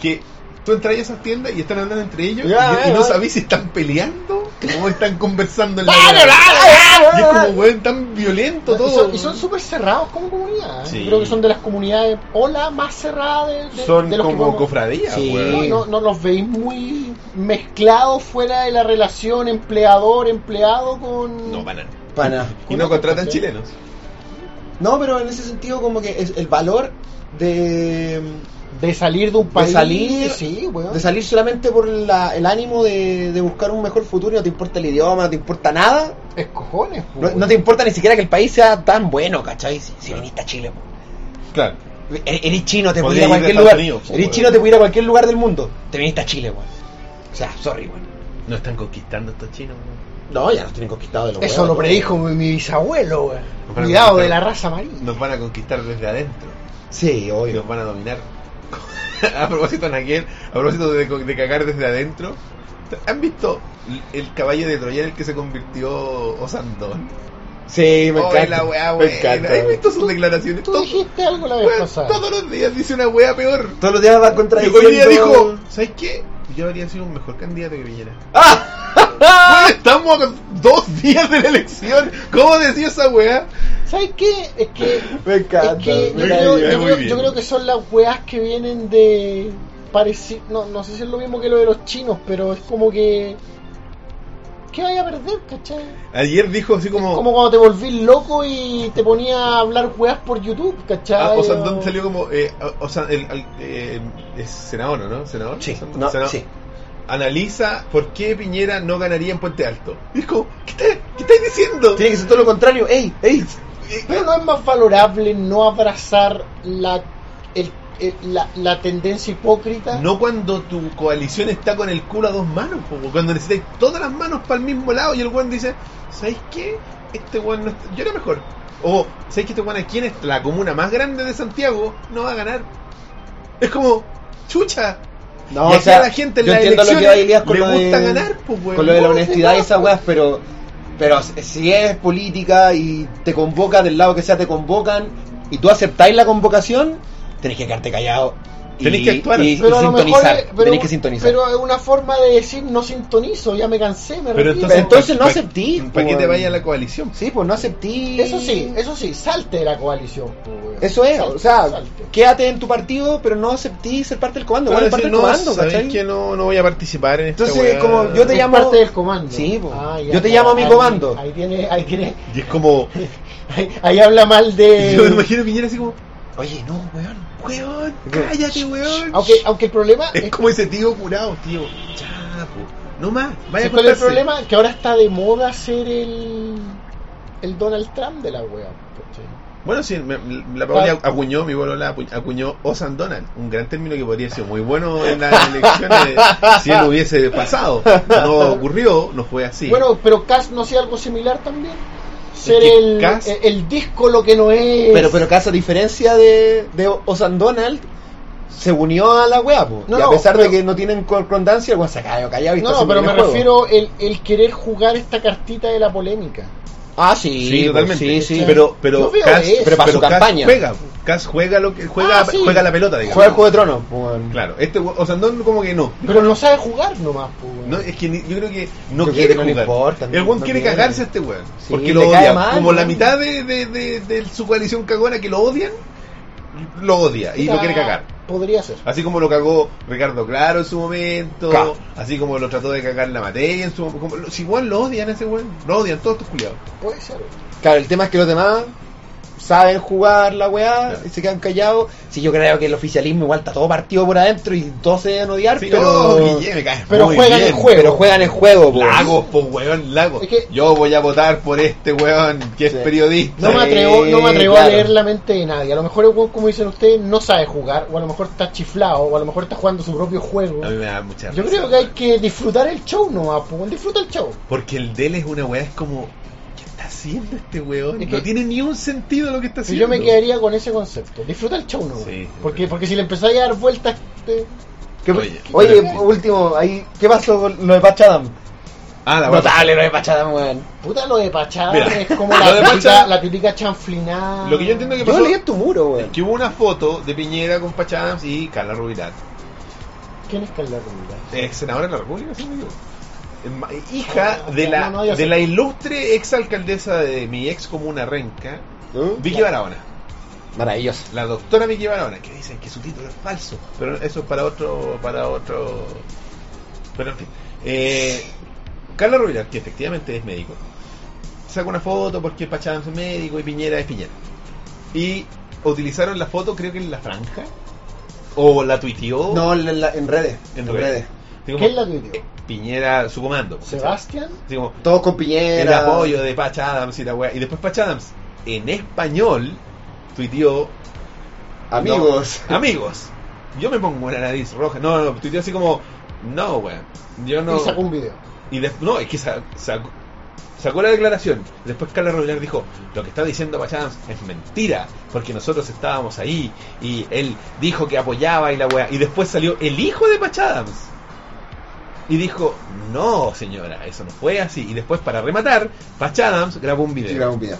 que tú entras a esas tiendas y están hablando entre ellos Ya, y, y no ya. sabés si están peleando o están conversando en la ¡Vale, weá. vale, Y es vale! como, weón, tan violento Y todo. son- y son súper cerrados como comunidad. ¿eh? Sí. Yo Creo que son de las comunidades o la más cerrada de, de- Son de los que como podemos- cofradías, Sí. weón. No, no, no los veis muy mezclados fuera de la relación empleador-empleado con. No, para nada. Pana. Y no contratan chilenos. No, pero en ese sentido, como que es el valor de. De salir de un país. eh, de salir, Sí, weón. de salir solamente por la- el ánimo de, de buscar un mejor futuro, y no te importa el idioma, no te importa nada, Es cojones, no, weón. no te importa ni siquiera que el país sea tan bueno, ¿cachai? Si, si viniste a Chile, po. Claro. E- eres chino, te Podría ir pudiera a de cualquier Estados lugar, Unidos, po, eres weón. chino, te pudiera a cualquier lugar del mundo, te viniste a Chile, weón. O sea, sorry, weón. No están conquistando estos chinos, weón. No, ya nos tienen conquistado de los Eso huevos, lo po. predijo mi, mi bisabuelo, weón. Nos van a Cuidado conquistar. de la raza amarilla. Nos van a conquistar desde adentro. Sí, Y obvio. nos van a dominar. (laughs) a propósito, Nakiel, a propósito de, co- de cagar desde adentro. ¿Han visto el caballo de Troya en el que se convirtió Osandón? Sí, me Oh, encanta. la weá me buena. encanta. ¿Has visto sus declaraciones? Tú Todo- dijiste algo la vez weón, pasada. todos los días dice una weá peor. Todos los días va Y contradiciendo. hoy día dijo, ¿sabes qué? Yo habría sido un mejor candidato que Piñera. ¡Ah! Bueno, estamos a dos días de la elección. ¿Cómo decía esa weá? ¿Sabes qué? Es que, Me encanta. es que yo, me creo, cae yo muy creo- bien. yo creo que son las weas que vienen de. pareci- No, no sé si es lo mismo que lo de los chinos, pero es como que. ¿Qué vaya a perder, cachai? Ayer dijo así como. Como cuando te volví loco y te ponía a hablar weas por YouTube, cachai. Ah, Osandón salió como. Eh, o sea, el, al- eh, es senador, ¿o ¿no? ¿Senador? Sí, Osandón, no, senador. sí. Analiza por qué Piñera no ganaría en Puente Alto. Dijo, ¿qué, está- qué estáis diciendo? Eh, Tiene que ser todo lo contrario. ¡Ey! ¡Ey! Pero no es más valorable no abrazar la, el- el- la, la tendencia hipócrita. No cuando tu coalición está con el culo a dos manos, po, cuando necesitáis todas las manos para el mismo lado y el weón dice, ¿sabéis qué? Este weón no está- yo era mejor. O, ¿sabéis que este weón aquí en esta- la comuna más grande de Santiago no va a ganar? Es como, chucha. No, Y o aquí sea, a la gente en yo las entiendo lo que va elecciones Elías con le lo de, gusta ganar, pues, weón. con lo de la No, honestidad sí, y no, esas weas, pero, pero si es política y te convoca del lado que sea, te convocan y tú aceptáis la convocación, tenés que quedarte callado. y- Tenés que actuar. y, y pero a lo mejor sintonizar. es- pero- tenés que sintonizar. Pero es una forma de decir no sintonizo, ya me cansé, me Pero retiro. entonces, entonces no pa- aceptís, pa- po, ¿Para qué te weón. vaya a la coalición? sí, pues no aceptí. Eso sí, eso sí, salte de la coalición. po, weón. Eso es, Salte, o sea, salte. quédate en tu partido, pero no aceptís ser parte del comando. Para Bueno, decir, parte del no, comando, ¿sabéis ¿cachai? que no, no voy a participar en esta Entonces, weá? como yo te Es llamo- parte del comando. Ah, Sí, po. ya, Yo te ya, llamo a mi ahí- comando. Ahí tiene, ahí tiene, Y es como... (laughs) ahí, ahí habla mal de. Yo me imagino a Piñera así como... Oye, no, weón. Weón, cállate, weón. Aunque, aunque el problema Es es, como ese tío curado, tío. Ya, po. No más. Vaya a ¿sabes cuál es el acostarse. problema que ahora está de moda ser el el Donald Trump de la wea. ¿cachai? Bueno, sí, me- la Paola Claro. acuñó, mi bolola apu- acuñó Osan Donald, un gran término que podría ser muy bueno en las elecciones (laughs) si él hubiese pasado. No ocurrió, no fue así. Bueno, pero Cass no hacía algo similar también. Ser que el, Cass- el, el disco lo que no es. Pero, pero caso, a diferencia de, de Osan Donald, se unió a la wea, po. No, y a no, pesar de pero- que no tienen concordancia, el weón se ha callado, callado y no, está no, pero haciendo me el juego. refiero el, el querer jugar esta cartita de la polémica. Ah, sí, sí, po, totalmente. sí, sí. Pero, Yo pero, veo Cass, eso. Pero para su Cass campaña. juega. Cass juega, lo que, juega, Ah, sí. juega la pelota, digamos. Juega el Juego de Tronos, po, weón. Claro, este Osandón como que no. Pero no sabe jugar nomás, pues, weón. No, es que ni- yo creo que no Yo creo quiere que no le jugar. importa, el weón no quiere quiere. cagarse a este weón. Sí, porque le lo cae odia. mal, Como la ¿no? mitad de, de, de- de su coalición cagona que lo odian, lo odia y lo Puta, quiere cagar. Podría ser. Así como lo cagó Ricardo Claro en su momento, Claro. así como lo trató de cagar la materia en su momento. Si igual lo odian a ese weón, lo odian todos estos culiados. Puede ser. Claro, el tema es que los demás saben jugar la weá Claro. y se quedan callados. Sí, yo creo que el oficialismo igual está todo partido por adentro y todos se deben odiar, Sí, pero, oh, Guille, me caes pero muy juegan el bien. juego. pero juegan el juego, po. Lagos, po weón, lagos. Es que- Yo voy a votar por este weón que Sí. es periodista. No me Sí, atrevo, no me atrevo claro. a leer la mente de nadie. A lo mejor el weón, como dicen ustedes, no sabe jugar, o a lo mejor está chiflado, o a lo mejor está jugando su propio juego. A mí me da mucha Yo risa, creo que hay que disfrutar el show nomás, pues, weón. disfruta el show. Porque el Dell es una weá, es como, ¿qué está haciendo este weón? Es No que- tiene ni un sentido lo que está Si haciendo. yo me quedaría con ese concepto. Disfruta el show, ¿no? Sí. porque, porque si le empezáis a dar vueltas... te- ¿Qué- Oye, oye, pero- último, ahí, ¿qué pasó con lo de Pachadam? Ah, la verdad. Notable lo de Pachadam, weón. Puta, lo de Pachá Mira, es como (laughs) lo de la típica, Pachá- la típica chanflinada. Lo que yo entiendo que Yo pasó leí en tu muro, weón. que hubo una foto de Piñera con Pachadams y Carla Rubirat. ¿Quién es Carla Rubilar? ex senadora de la República, si no me equivoco. Ma- Hija Ah, de, no, la, no, yo de sé. la ilustre ex alcaldesa de mi ex comuna Renca, ¿Eh? Vicky Barahona. Maravilloso. La doctora Vicky Barahona, que dicen que su título es falso. Pero eso es para otro. Para otro pero en fin. Eh, Carla Rubilar, que efectivamente es médico, saca una foto porque Pachadam es médico y Piñera es Piñera. Y utilizaron la foto, creo que en la franja. O la tuiteó. No, la- la- en redes. En En, redes. redes. Digo, eh, ¿Quién la tuiteó? Piñera, su comando. ¿Sebastián? Digo, Todos con el Piñera. apoyo de Patch Adams y la wea. Y después Patch Adams, en español, tuiteó Amigos. No, amigos. Yo me pongo una nariz roja. No, no, tuiteó así como, no, weón. Yo no. uh, Y sacó un video. Y des- no, es que sa- sacó, sacó la declaración. Después Carla Rubilar dijo, lo que está diciendo Pachadams es mentira, porque nosotros estábamos ahí y él dijo que apoyaba y la weá. Y después salió el hijo de Pachadams. Y dijo, no señora, eso no fue así. Y después para rematar, Pachadams grabó un video. Sí, grabó un video.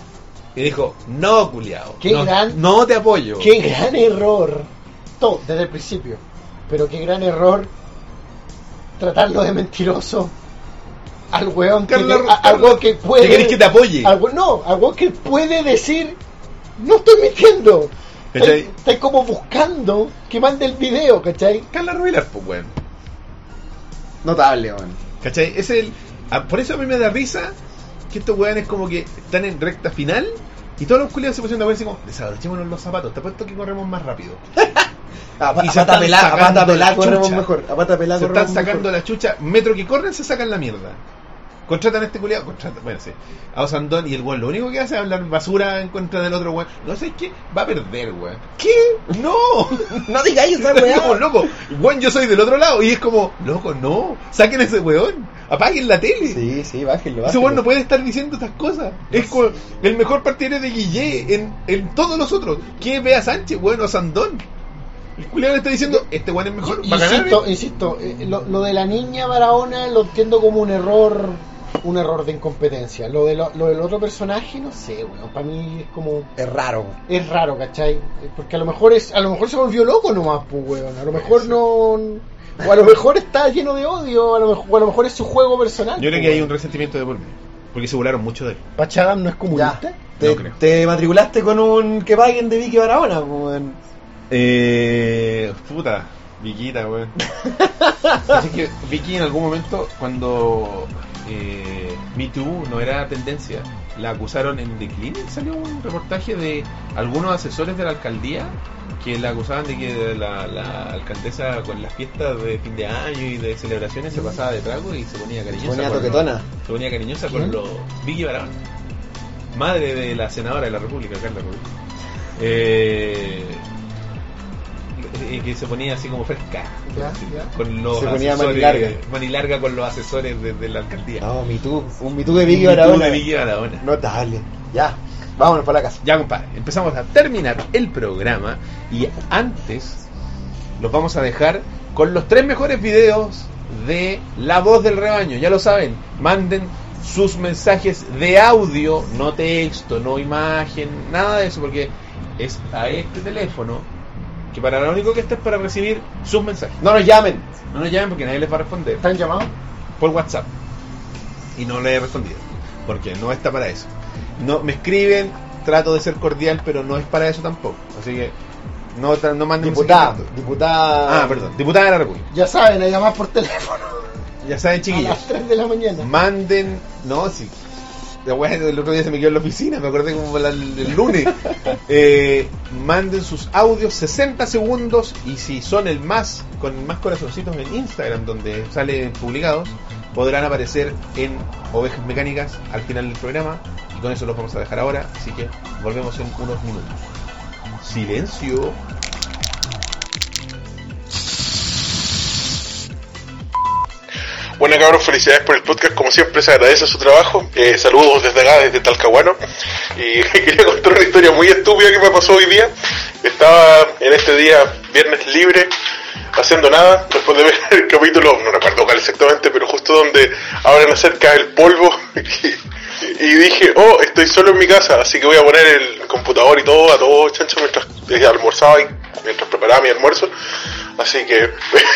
Y dijo, no, culiao. Qué no, gran- no te apoyo. Qué gran error. Todo, desde el principio. Pero qué gran error tratarlo de mentiroso al weón que, Carla- a- al weón que puede. ¿Qué querés que te apoye? al we- no, al weón que puede decir, no estoy mintiendo. ¿Cachai? Estáis estáis como buscando que mande el video, ¿cachai? Carla Rubilar, pues, weón. Notable, weón. ¿Cachai? Es el, a- por eso a mí me da risa que estos weones como que están en recta final y todos los culiados se pusieron de acuerdo y decimos, desabrochémonos los zapatos, te apuesto que corremos más rápido. A, pa- Y Ah, a se pata están pelada, a sacando pata la pelada corremos chucha. mejor. A pata pelada se corremos están sacando mejor. la chucha, metro que corren se sacan la mierda. Contratan a este culiado, contratan, bueno, sí, a Osandón y el weón lo único que hace es hablar basura en contra del otro weón. No sé qué, va a perder, weón. ¿Qué? No. (laughs) No digáis esa Es weá. como, loco, weón, yo soy del otro lado y es como, loco, no, saquen a ese weón, apaguen la tele. Sí, sí, bájenlo, Ese bájenlo. weón no puede estar diciendo estas cosas. Es como el mejor partidario de Guille en, en todos los otros. ¿Qué ve a Sánchez, weón, o a Sandón? El culiao le está diciendo, este weón es mejor, va a ganar. Insisto, insisto, eh, lo, lo de la niña Barahona lo entiendo como un error, un error de incompetencia. Lo, de lo, lo del otro personaje, no sé, weón, para mí es como... Es raro. Es raro, ¿cachai? Eh, Porque a lo mejor es, a lo mejor se volvió loco nomás, pues, weón. A lo mejor no... O a lo mejor está lleno de odio, a lo mejor, o a lo mejor es su juego personal. Yo creo pues, que hay weón. un resentimiento de por medio, Porque se burlaron mucho de él. ¿Pachadam no es comunista? Ya. Te, No creo. te matriculaste con un que paguen de Vicky Barahona, weón. Eh. Puta, Viquita, (laughs) weón. Así que Vicky en algún momento, cuando eh, Me Too no era tendencia, la acusaron en The Clinic. Salió un reportaje de algunos asesores de la alcaldía que la acusaban de que la, la alcaldesa con las fiestas de fin de año y de celebraciones se pasaba de trago y se ponía cariñosa. ponía con los- toquetona. ¿Mm? se ponía cariñosa con ¿Quién? los. Vicky Barahona, madre de la senadora de la República, Carla Rubilar. Eh, y que se ponía así como fresca Ya, ya. con los Se ponía asesores- manilarga. manilarga con los asesores de, de la alcaldía No, mi tú. Un mi tú de Y Vicky tú Barahona. de Vicky Barahona. Notable. Ya. Vámonos para la casa. ya compadre empezamos a terminar el programa y antes los vamos a dejar con los tres mejores videos de La Voz del Rebaño ya lo saben manden sus mensajes de audio no texto no imagen nada de eso porque es a este teléfono que para lo único que está es para recibir sus mensajes No nos llamen. no nos llamen porque nadie les va a responder ¿Están llamados? por WhatsApp y no le he respondido porque no está para eso. No me escriben, trato de ser cordial, pero no es para eso tampoco. Así que no tra- no manden Diputada. mensajes. Diputada. Ah, perdón, diputada de la República. Ya saben, a llamar por teléfono Ya saben, a chiquillos. las 3 de la mañana. Manden, no, sí. La wea del otro día se me quedó en la oficina, me acordé como la- el lunes. Eh, manden sus audios 60 segundos y si son el más, con más corazoncitos en Instagram donde salen publicados, podrán aparecer en Ovejas Mecánicas al final del programa. Y con eso los vamos a dejar ahora, así que volvemos en unos minutos. Silencio. Bueno, cabros, felicidades por el podcast. Como siempre, se agradece su trabajo. Eh, saludos desde acá, desde Talcahuano. Y (laughs) quería contar una historia muy estúpida que me pasó hoy día. Estaba en este día, viernes libre, haciendo nada, después de ver (laughs) el capítulo, no recuerdo cuál exactamente, pero justo donde hablan acerca del polvo. (laughs) Y, y dije, oh, estoy solo en mi casa, así que voy a poner el computador y todo a todo chancho mientras eh, almorzaba y mientras preparaba mi almuerzo. Así que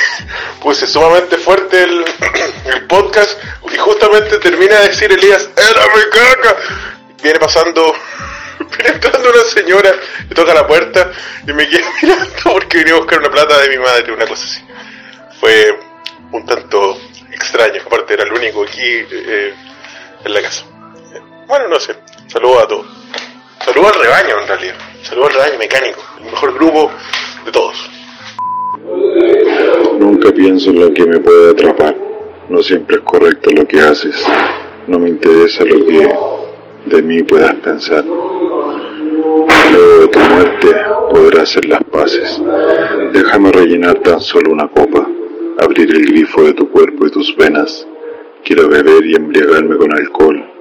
(laughs) puse sumamente fuerte el, (clears throat) el podcast y justamente termina de decir Elías, ¡era mi caca! Viene pasando, (laughs) viene entrando una señora y toca la puerta y me queda (laughs) mirando porque vine a buscar una plata de mi madre, una cosa así. Fue un tanto extraño, aparte era el único aquí eh, en la casa. Bueno, no sé, saludos a todos. Saludos al rebaño en realidad, saludos al rebaño mecánico, el mejor grupo de todos. Nunca pienso en lo que me puede atrapar. No siempre es correcto lo que haces. No me interesa lo que de mí puedas pensar. Luego de tu muerte podrás hacer las paces. Déjame rellenar tan solo una copa, abrir el grifo de tu cuerpo y tus venas. Quiero beber y embriagarme con alcohol,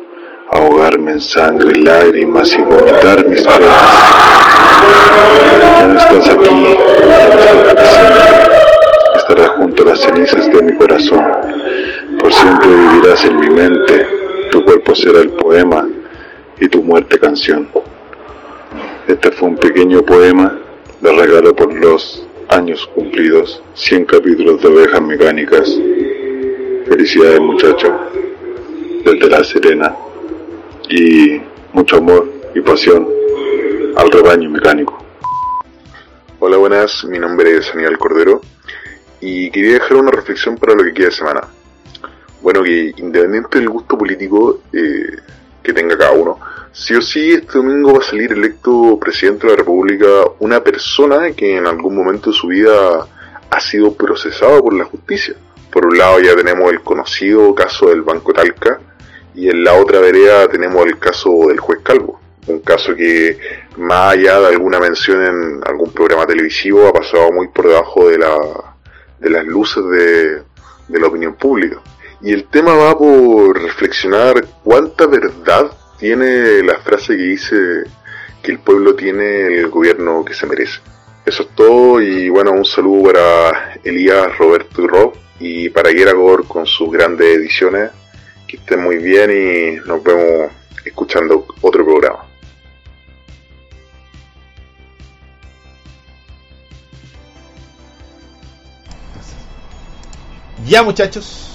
ahogarme en sangre, y lágrimas y vomitar mis penas. Ya no estás aquí, ya no estás presente. Estarás junto a las cenizas de mi corazón. Por siempre vivirás en mi mente. Tu cuerpo será el poema y tu muerte canción. Este fue un pequeño poema de regalo por los años cumplidos, 100 capítulos de ovejas mecánicas. Felicidades muchachos. desde La Serena y mucho amor y pasión al rebaño mecánico. Hola, buenas. Mi nombre es Aníbal Cordero y quería dejar una reflexión para lo que queda de semana. Bueno, que independiente del gusto político eh, que tenga cada uno, sí o sí este domingo va a salir electo presidente de la República una persona que en algún momento de su vida ha sido procesado por la justicia. Por un lado ya tenemos el conocido caso del Banco Talca y en la otra vereda tenemos el caso del juez Calvo. Un caso que más allá de alguna mención en algún programa televisivo ha pasado muy por debajo de, la, de las luces de, de la opinión pública. Y el tema va por reflexionar cuánta verdad tiene la frase que dice que el pueblo tiene el gobierno que se merece. Eso es todo y bueno, un saludo para Elías, Roberto y Rob y para Gor con sus grandes ediciones. Que estén muy bien y nos vemos escuchando otro programa. Ya muchachos,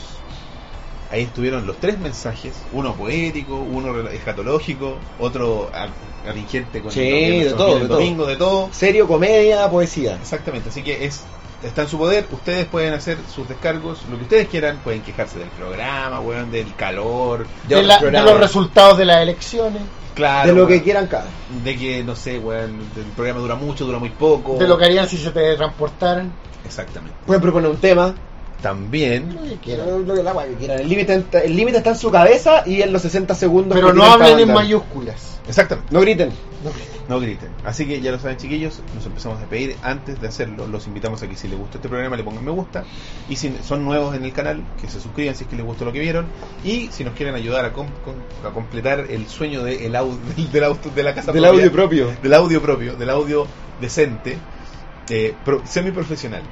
ahí estuvieron los tres mensajes, uno poético, uno rela- escatológico, otro a- atingente con Sí, lo que de nos todo, viene el de todo. domingo, de todo. Serio, comedia, poesía. Exactamente, así que es está en su poder, ustedes pueden hacer sus descargos, lo que ustedes quieran, pueden quejarse del programa, weón, del calor, de, De otros la- de programas. los resultados de las elecciones, claro, De lo weón, que quieran cada. de que no sé, weón, el programa dura mucho, dura muy poco. de lo que harían si se te transportaran, Exactamente. Pueden proponer un tema. También lo que quieran. Lo que- la guay que quieran. El límite ent- el límite está en su cabeza y en los 60 segundos. Pero que no tienen para hablen en mandar. mayúsculas. Exactamente. No griten. No griten. Así que ya lo saben, chiquillos, nos empezamos a despedir. Antes de hacerlo, los invitamos a que si les gustó este programa le pongan me gusta. Y si son nuevos en el canal, que se suscriban si es que les gustó lo que vieron. Y si nos quieren ayudar a, com- com- a completar el sueño de el au- (laughs) del auto de la casa Del propia, audio propio. del audio propio, del audio decente, eh, pro- semiprofesional.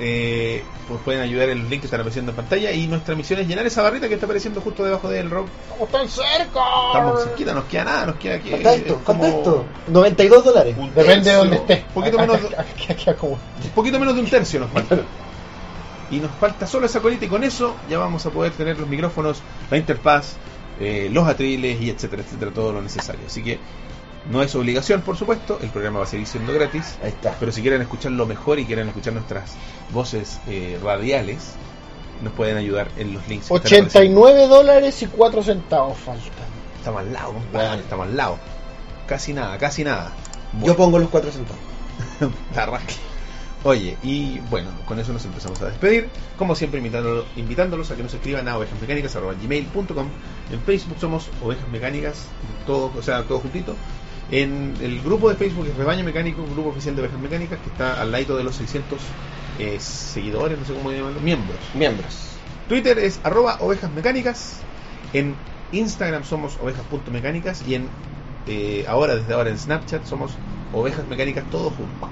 Eh, pues pueden ayudar en los links que están apareciendo en pantalla y nuestra misión es llenar esa barrita que está apareciendo justo debajo del rock. ¡Estamos tan cerca! Estamos cerquita, nos queda nada, nos queda aquí. ¿Cuánto es esto? es como ¿Cuánto es esto? 92 dólares. un Depende de tercio, donde estés. Un poquito menos, de- Aquí, aquí, como- un poquito menos de un tercio nos falta. Y nos falta solo esa colita y con eso ya vamos a poder tener los micrófonos, la interfaz, eh, los atriles y etcétera, etcétera, todo lo necesario. Así que no es obligación, por supuesto, el programa va a seguir siendo gratis. Ahí está. Pero si quieren escucharlo mejor y quieren escuchar nuestras voces eh, radiales, nos pueden ayudar en los links. que están apareciendo. 89 dólares y 4 centavos faltan. Estamos al lado, compadre, estamos al lado. Casi nada, casi nada. Yo pongo los (laughs) 4 centavos. Tarraque. Oye, y bueno, con eso nos empezamos a despedir. Como siempre, invitándolo- invitándolos a que nos escriban a ovejasmecánicas.gmail.com. En Facebook somos Ovejas Mecánicas, todo, o sea, todo juntito. En el grupo de Facebook es Rebaño Mecánico, un grupo oficial de Ovejas Mecánicas que está al lado de los 600 eh, seguidores, no sé cómo llamarlo, miembros. Miembros. Twitter es arroba ovejas mecánicas. En Instagram somos ovejas.mecánicas. Y en eh, ahora, desde ahora en Snapchat, somos ovejas mecánicas todo junto.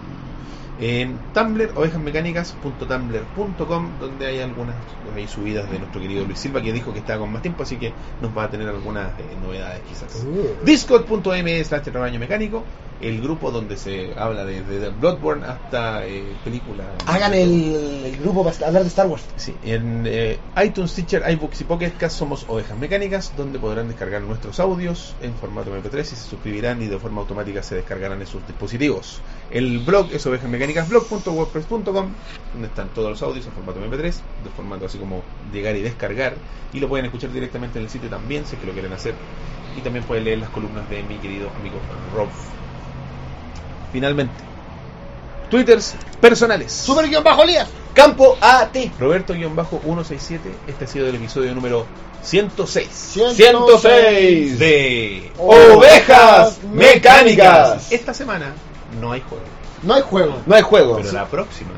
En Tumblr, ovejasmecánicas.tumblr.com, donde hay algunas donde hay subidas de nuestro querido Luis Silva, que dijo que estaba con más tiempo, así que nos va a tener algunas eh, novedades quizás. Discord.me slash rebaño mecánico, el grupo donde se habla desde de Bloodborne hasta eh, películas. Hagan el, el grupo para hablar de Star Wars. Sí, en eh, iTunes, Teacher, iBooks y Pocket Cast somos Ovejas Mecánicas, donde podrán descargar nuestros audios en formato MP3 y se suscribirán y de forma automática se descargarán en sus dispositivos. El blog es ovejasmecánicasblog.wordpress.com, donde están todos los audios en formato MP3, de formato así como llegar y descargar, y lo pueden escuchar directamente en el sitio también, si es que lo quieren hacer. Y también pueden leer las columnas de mi querido amigo Rob. Finalmente, Twitters personales. Super guión bajo Elías. Campo a ti. Roberto-167, este ha sido el episodio número 106 de Ovejas Mecánicas. Esta semana no hay juego, No hay juego. No hay juego. pero la próxima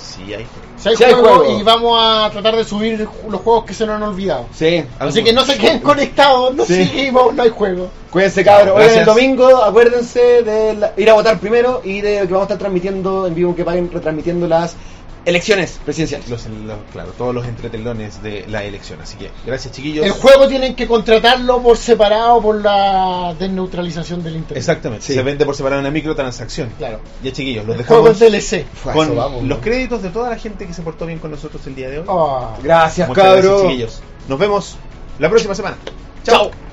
sí hay juego. Si hay, Sí hay juego, juego. y vamos a tratar de subir los juegos que se nos han olvidado. Sí. Así que no se queden conectados, no Sí. seguimos, no hay juego. Cuídense, cabros. Oigan, Gracias. el domingo, acuérdense de la- ir a votar primero y de que vamos a estar transmitiendo en vivo, que vayan retransmitiendo las elecciones presidenciales. Los, los- claro, todos los entretelones de la elección. Así que gracias, chiquillos. El juego tienen que contratarlo por separado por la desneutralización del internet. Exactamente, Sí. se vende por separado en una microtransacción. Claro. Ya, chiquillos, los El juego es dejamos DLC. con Eso, vamos, los ¿no? créditos de toda la gente que se portó bien con nosotros el día de hoy. Ah. Gracias, Muchas cabros. gracias, chiquillos. Nos vemos la próxima semana. Chao.